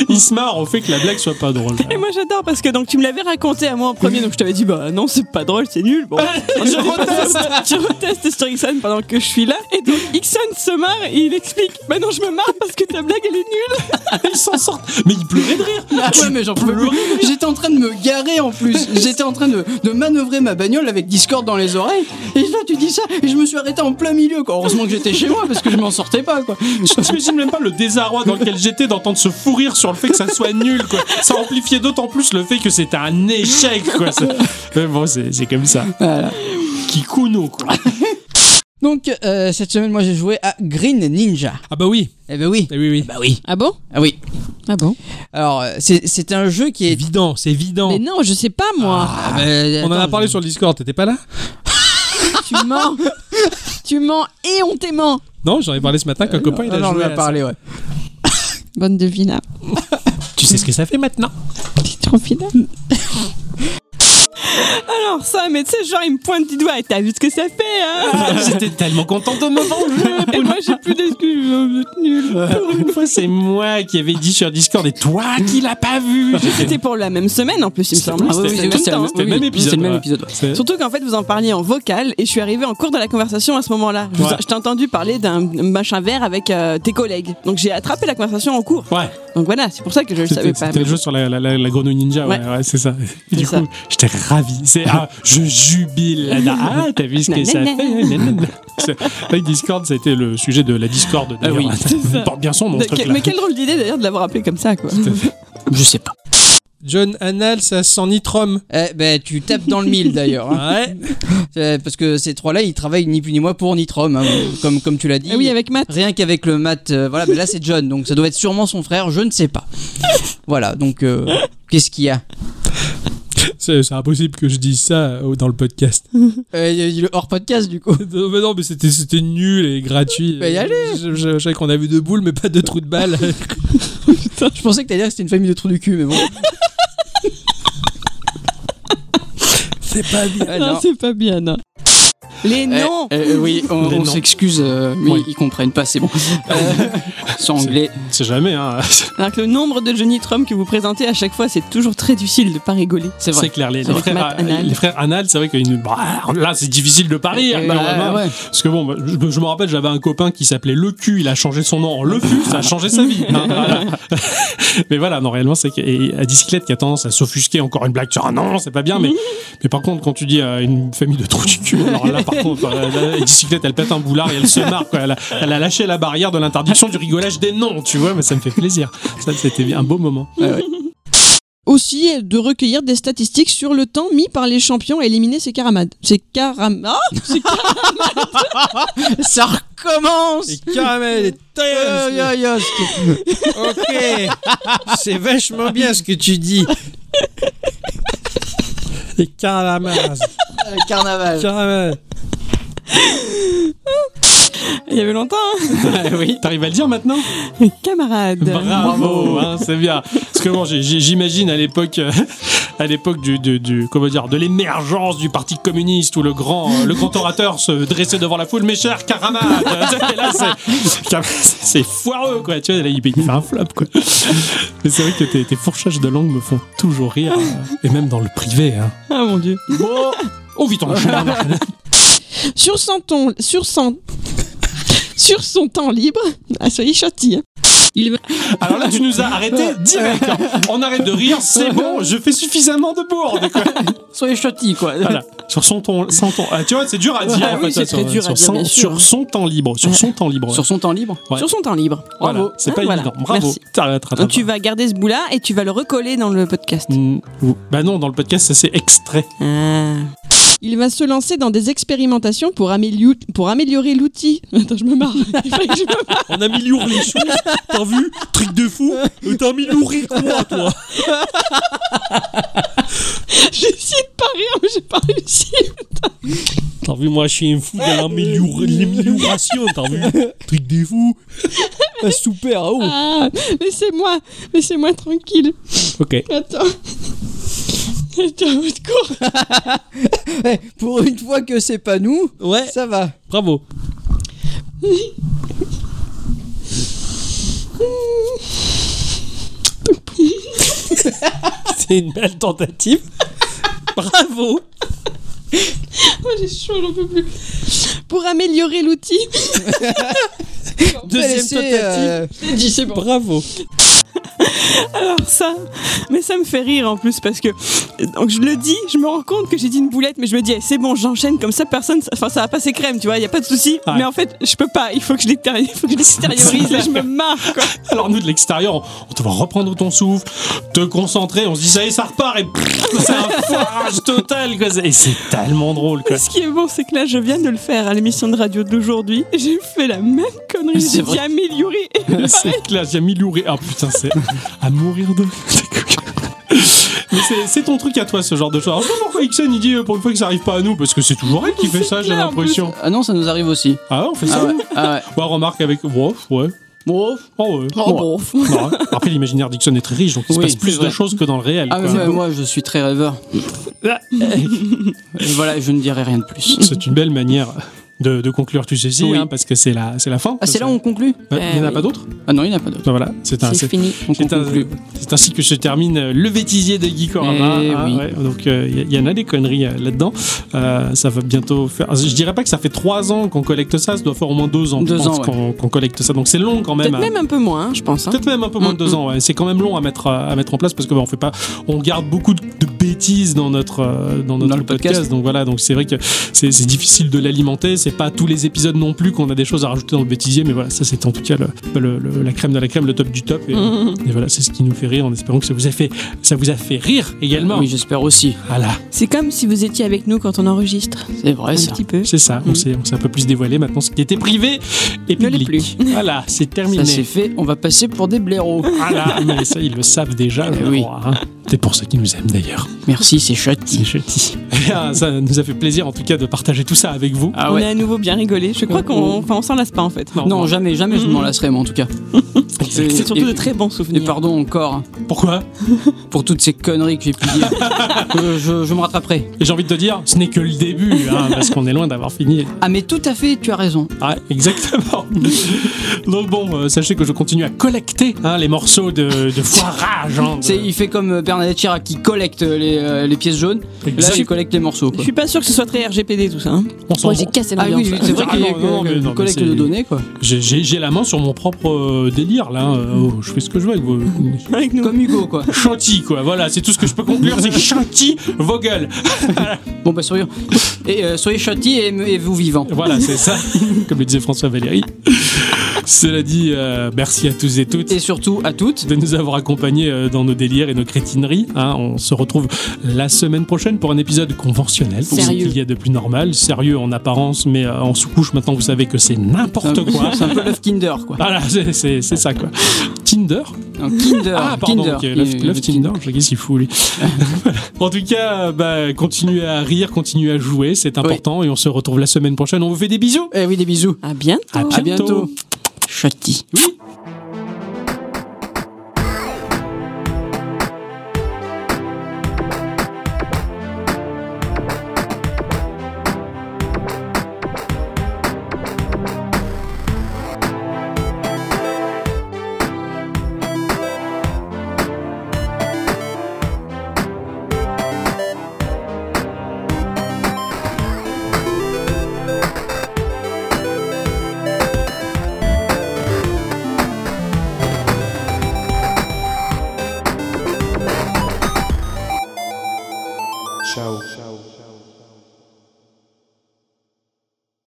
S2: il se marre au fait que la blague soit pas drôle.
S3: Et moi j'adore parce que donc tu me l'avais raconté à moi en premier, donc je t'avais dit bah non c'est pas drôle, c'est nul. Bon,
S2: Je reteste.
S3: tu retestes sur Ixon pendant que je suis là et donc Ixon se marre et il explique bah non je me marre parce que ta blague elle est nulle.
S2: Ils s'en sortent, mais il pleurait de rire.
S1: Ah ouais, mais j'en pouvais plus. J'étais en train de me garer en plus. J'étais en train de, de manœuvrer ma bagnole avec Discord dans les oreilles. Et là, tu dis ça, et je me suis arrêté en plein milieu. Quoi. Heureusement que j'étais chez moi parce que je m'en sortais pas. Quoi.
S2: Je t'imagine même pas le désarroi dans lequel j'étais d'entendre ce fou rire sur le fait que ça soit nul, quoi. Ça amplifiait d'autant plus le fait que c'était un échec, quoi. C'est- Mais bon, c'est c'est comme ça.
S1: Voilà.
S2: Kikuno, quoi.
S5: Donc, euh, cette semaine, moi, j'ai joué à Green Ninja.
S6: Ah bah oui.
S5: Eh ben oui.
S6: Eh oui, oui.
S5: Bah oui.
S4: Ah bon
S5: Ah oui.
S4: Ah bon
S5: Alors, euh, c'est c'est un jeu qui est.
S6: Évident, c'est évident.
S4: Mais non, je sais pas moi.
S5: Ah, bah,
S6: On en a
S5: attends,
S6: parlé sur le Discord, t'étais pas là
S4: Tu mens. tu mens et on t'aimant.
S6: Non, j'en ai parlé ce matin qu'un copain il a
S5: Euh, non, on en
S6: joué.
S5: a
S6: à ça.
S5: parlé, ouais.
S4: Bonne devina.
S6: Tu sais ce que ça fait maintenant
S4: T'es trop fidèle.
S3: Alors ça mais tu sais genre il me pointe du doigt et t'as vu ce que ça fait hein
S2: J'étais tellement content de me venger.
S3: Et moi j'ai plus d'excuses, vous êtes nuls.
S2: Pour une fois, c'est moi qui avais dit sur Discord et toi qui l'as pas vu.
S3: C'était pour la même semaine en plus il me semble.
S2: Ah oui, oui,
S3: C'était
S2: oui,
S3: tout le
S2: c'est
S3: temps,
S2: la-
S3: hein.
S2: c'était le même épisode,
S1: C'est le même
S2: ouais.
S1: épisode. ouais.
S2: C'est-
S3: Surtout qu'en fait, vous en parliez en vocal et je suis arrivée en cours de la conversation à ce moment-là. Je vous-
S2: Ouais.
S3: Je t'ai entendu parler d'un machin vert avec euh, tes collègues. Donc j'ai attrapé la conversation en cours.
S2: Ouais,
S3: Donc voilà, c'est pour ça que je le savais
S2: c'était
S3: pas.
S2: c'était le jeu sur la, la, la- la grenouille ninja, ouais, ouais, c'est ça. Et
S3: C'est
S2: du
S3: ça.
S2: coup, j'étais ravi. C'est, ah, je jubile. Ah, t'as vu ce que ça fait
S3: Nanana.
S2: nanana. C'est- Avec Discord, c'était le sujet de la Discord.
S3: Ah
S2: d'ailleurs.
S1: oui,
S2: Il porte bien son nom,
S3: De-
S2: ce
S3: que-
S2: truc-là.
S3: mais quelle drôle d'idée d'ailleurs de l'avoir appelé comme ça quoi. Ah
S1: Je sais pas.
S6: John Annal, ça sent Nitrom.
S5: Eh ben, tu tapes dans le mille d'ailleurs. hein.
S6: Ouais.
S5: C'est- Parce que ces trois-là, ils travaillent ni plus ni moins pour Nitrom, hein, comme, comme tu l'as dit.
S4: Ah oui, avec Matt.
S5: Rien qu'avec le mat, euh, voilà, mais là c'est John, donc ça doit être sûrement son frère, je ne sais pas. voilà, donc euh, qu'est-ce qu'il y a
S6: C'est c'est impossible que je dise ça euh, dans le podcast.
S5: Euh, il y a eu le hors podcast du coup.
S6: non, mais non, mais c'était c'était nul et gratuit.
S5: Bah, y aller.
S6: euh, Je, je- je savais qu'on a vu deux boules, mais pas deux trous de balle.
S5: Je pensais que t'allais dire que c'était une famille de trous du cul, mais bon.
S6: C'est pas bien.
S5: Ah,
S4: Non,
S5: non.
S4: c'est pas bien. Non.
S3: Les noms.
S1: Eh, eh, oui, on,
S2: Les
S1: on
S2: noms.
S1: s'excuse, euh, mais
S2: Oui.
S1: ils comprennent pas, c'est bon. Euh, c'est anglais.
S2: C'est jamais, hein.
S3: Alors que le nombre de Johnny Trump que vous présentez à chaque fois, c'est toujours très difficile de pas rigoler.
S1: C'est
S2: C'est
S1: vrai.
S2: clair, les, les
S3: Avec
S2: frères,
S3: Matt Annal.
S2: les frères Annal, c'est vrai que bah, là, c'est difficile de pas rire.
S1: Euh,
S2: quoi,
S1: ouais,
S2: vraiment.
S1: ouais.
S2: Parce que bon, bah, je, je me rappelle, j'avais un copain qui s'appelait Le Cul, il a changé son nom en Le Cul, ça a changé sa vie. hein, voilà. mais voilà, non, réellement, c'est que- et à bicyclette qui a tendance à s'offusquer encore une blague sur un non, c'est pas bien, mais, mais par contre, quand tu dis à une famille de trous du cul, alors là, par contre, euh, là, la bicyclette, elle pète un boulard et elle se marre, quoi. Elle, a, elle a lâché la barrière de l'interdiction du rigolage des noms, tu vois, mais ça me fait plaisir. Ça, c'était un beau moment.
S4: Aussi euh, de recueillir des statistiques sur le temps mis par les champions à éliminer ces caramades. Ces Ah, caramades.
S5: ça recommence
S6: Et caramel, et
S5: Yo,
S6: tailleuse.
S5: yo, yo, ce que-
S6: Ok. C'est vachement bien ce que tu dis. Et caramel.
S5: euh, Carnaval.
S6: Caramel.
S3: Il y avait longtemps. hein.
S2: oui. T'arrives à le dire maintenant
S3: Camarades.
S2: Bravo, hein, c'est bien. Parce que bon, j'ai- j'ai- j'imagine à l'époque, euh, à l'époque du, du- du- comment dire, de l'émergence du Parti communiste où le grand, euh, le grand orateur se dressait devant la foule, mes chers camarades. Et là, c'est- c'est foireux, quoi. Tu vois, là, il, il fait un flop, quoi. Mais c'est vrai que tes, tes fourchages de langue me font toujours rire, euh, et même dans le privé. Hein.
S3: Ah mon dieu.
S2: Bon, oh vite, on enchaîne.
S4: Sur son temps. Sur son. Sur son temps libre, ah, soyez chantilly. hein. Il
S2: Alors là, tu nous as arrêté direct. hein. On arrête de rire, c'est bon. Je fais suffisamment de bourde. quoi.
S1: Soyez châtis, quoi.
S2: Voilà. Sur son temps, sans temps. Ah, tu vois, c'est dur à dire.
S1: Ah
S2: en
S1: oui, c'est
S2: fait, ça,
S1: très
S2: sur,
S1: dur à
S2: sur
S1: dire,
S2: son-
S1: bien sûr. hein.
S2: sur son temps libre. Sur son temps libre.
S1: Sur son temps libre.
S2: Ouais.
S3: Sur son temps libre.
S2: Voilà.
S3: Bravo.
S2: C'est
S3: Hein,
S2: pas
S3: voilà.
S2: évident. Bravo.
S3: Merci.
S2: T'arrêtes, t'arrêtes,
S3: Donc tu
S2: t'arrêtes.
S3: vas garder ce bout là et tu vas le recoller dans le podcast.
S2: Mm, ou- Bah non, dans le podcast, ça c'est extrait.
S3: Ah.
S4: Il va se lancer dans des expérimentations pour, améliou- pour améliorer l'outil. Attends, je me marre. Il fallait que je me marre.
S6: On améliore les choses. T'as vu Truc de fou. Euh, T'as amélioré quoi, toi
S4: J'ai essayé de pas rire, mais j'ai pas réussi.
S10: T'as vu, moi, je suis un fou de l'amélior- l'amélioration, t'as vu Truc des fous
S6: Ah, Super, oh
S4: Ah, laissez-moi, laissez-moi tranquille.
S10: Ok.
S4: Attends. J'étais en mode cours.
S5: Eh, pour une fois que c'est pas nous,
S10: Ouais,
S5: ça va.
S10: bravo. C'est une belle tentative. Bravo.
S4: Moi Oh, j'ai chaud, j'en peux plus. Pour améliorer l'outil.
S10: Deuxième tentative.
S4: J'ai dit, c'est bon.
S10: Bravo.
S3: Alors ça, mais ça me fait rire en plus parce que donc je le dis, je me rends compte que j'ai dit une boulette, mais je me dis eh, c'est bon, j'enchaîne comme ça, personne, enfin ça va passer crème, tu vois, il y a pas de souci.
S2: Ouais.
S3: Mais en fait, je peux pas, il faut que je l'extériorise, il faut que je l'extériorise, et je me marre quoi.
S2: Alors nous de l'extérieur, on- on te va reprendre ton souffle, te concentrer, on se dit ça y est, ça repart et c'est un foirage total quoi. Et c'est tellement drôle quoi.
S3: Ce qui est bon, c'est que là, je viens de le faire à l'émission de radio d'aujourd'hui. J'ai fait la même connerie,
S1: C'est
S3: j'ai
S1: vrai.
S3: dit améliorer. Et
S2: C'est classe, j'ai mis louré. Ah putain, c'est à mourir de. Mais c'est- c'est ton truc à toi ce genre de choses. Alors, je sais pas pourquoi Ixon il dit euh, pour une fois que ça arrive pas à nous parce que c'est toujours elle qui fait ça, j'ai
S3: clair, en plus.
S2: l'impression.
S1: Ah non, ça nous arrive aussi.
S2: Ah ouais, on fait ça.
S1: Ah ouais.
S2: nous
S1: Ah ouais.
S2: Bah remarque avec wow, ouais.
S1: Bon.
S2: Oh ouais.
S1: Oh,
S2: Ouais. Non, hein. Après l'imaginaire d'Ixon est très riche donc il se
S1: Oui,
S2: passe plus
S1: c'est
S2: de
S1: vrai.
S2: choses que dans le réel.
S1: Ah, mais
S2: quoi.
S1: moi, moi, je suis très rêveur. Et voilà, je ne dirai rien de plus.
S2: C'est une belle manière de, de conclure tout ceci
S1: Oui.
S2: hein, parce que c'est la c'est la fin.
S1: Ah, c'est là où on conclut
S2: Bah, il n'y en a
S3: Euh,
S2: pas
S3: oui.
S2: d'autres.
S1: Ah non, il n'y en a pas d'autre.
S2: Bah, voilà, c'est un c'est-
S1: fini. On
S2: C'est un-
S1: conclut.
S2: c'est ainsi que se termine euh, le bêtisier des Geekorama.
S1: Eh
S2: hein,
S1: oui.
S2: ouais. donc euh, il y, y en a des conneries euh, là-dedans. Euh, ça va bientôt faire. Je dirais pas que ça fait 3 ans qu'on collecte ça, ça doit faire au moins 2 ans, je
S1: Deux
S2: pense,
S1: ans, ouais.
S2: qu'on qu'on collecte ça. Donc c'est long quand même.
S8: Peut-être même un peu moins, hein, je pense. hein.
S2: Peut-être même un peu moins de
S8: Mm,
S2: deux ans. ouais. C'est quand même long à mettre euh, à mettre en place parce que bah, on fait pas, on garde beaucoup de, de bêtises dans notre euh, dans notre
S1: Dans le
S2: podcast.
S1: podcast.
S2: Donc voilà, donc c'est vrai que c'est c'est difficile de l'alimenter. C'est pas tous les épisodes non plus qu'on a des choses à rajouter dans le bêtisier, mais voilà, ça c'est en tout cas le- le- le- la crème de la crème, le top du top. Et,
S1: Mm.
S2: et voilà, c'est ce qui nous fait rire en espérant que ça vous a fait ça vous a fait rire également. Ah
S1: Oui, j'espère aussi.
S2: Voilà,
S3: C'est comme si vous étiez avec nous quand on enregistre.
S1: C'est vrai,
S3: un
S1: ça.
S3: petit peu.
S2: c'est ça. On
S3: Mm.
S2: s'est on s'est un peu plus dévoilé maintenant ce qui était privé et
S3: Ne l'est
S2: public. Voilà, c'est terminé.
S1: Ça c'est fait. On va passer pour des blaireaux.
S2: Ah là, mais ça, ils le savent déjà, je
S1: Eh oui.
S2: crois. hein. C'est pour ça qu'ils nous aiment d'ailleurs.
S1: Merci, c'est chouette.
S2: C'est gentil. Eh Bien, ça nous a fait plaisir en tout cas de partager tout ça avec vous.
S1: Ah
S3: on
S1: ouais.
S3: a à nouveau bien rigolé. Je crois qu'on enfin, on s'en lasse pas en fait.
S1: Non, jamais, jamais je m'en lasserai, moi en tout cas. Et-
S3: C'est surtout
S1: et-
S3: de très bons
S1: Et
S3: souvenirs.
S1: pardon encore
S2: Pourquoi
S1: pour toutes ces conneries que j'ai pu dire. Euh, je, je me rattraperai.
S2: Et j'ai envie de te dire, ce n'est que le début, hein, parce qu'on est loin d'avoir fini.
S1: Ah mais tout à fait, tu as raison.
S2: Ah, exactement. Donc bon, euh, sachez que je continue à collecter hein, les morceaux de, de foirage. hein, de-
S1: C'est, il fait comme euh, Bernadette Chirac qui collecte les, euh, les pièces jaunes. Là,
S2: Exact.
S1: il collecte les morceaux.
S3: Je
S1: Quoi.
S3: suis pas sûr que ce soit très RGPD tout ça. hein.
S2: On s'en
S8: Ouais,
S2: branle.
S8: j'ai cassé
S1: Ah
S8: l'ambiance.
S1: oui, oui, c'est vrai
S2: Ah
S1: qu'il
S2: non, non, mais
S1: que-
S2: non, mais
S1: collecte
S2: c'est-
S1: de données quoi.
S2: J'ai- J'ai j'ai la main sur mon propre euh, délire là. hein. Oh, je fais ce que je veux avec vos-
S3: Avec nous.
S1: Comme Hugo quoi.
S2: Chanty quoi, voilà, c'est tout ce que je peux conclure, c'est que Chanty, vos gueules.
S1: Bon bah soyons. Et euh, soyez châtis et, me- et vous vivants.
S2: Voilà, c'est ça, comme le disait François Valéry. Cela dit, euh, merci à tous et toutes
S1: Et surtout à toutes.
S2: de nous avoir accompagnés euh, dans nos délires et nos crétineries. hein. on se retrouve la semaine prochaine pour un épisode conventionnel, pour ce
S8: Sérieux.
S2: qu'il y a de plus normal, sérieux en apparence, mais euh, en sous-couche maintenant vous savez que c'est
S1: C'est
S2: n'importe
S1: un-
S2: quoi.
S1: C'est un peu Love Kinder quoi.
S2: Voilà, c'est c'est- c'est ça quoi. Tinder
S1: Un Kinder.
S2: Ah, pardon,
S1: Kinder.
S2: ok, Love,
S1: Il-
S2: Love Tinder, je sais qu'il s'y fout lui. Voilà. En tout cas, euh, bah, continuez à rire, continuez à jouer, c'est important et on se retrouve la semaine prochaine. On vous fait des bisous.
S1: Eh oui, des bisous.
S8: À bientôt.
S2: À
S1: À bientôt. Châtis.
S2: Oui.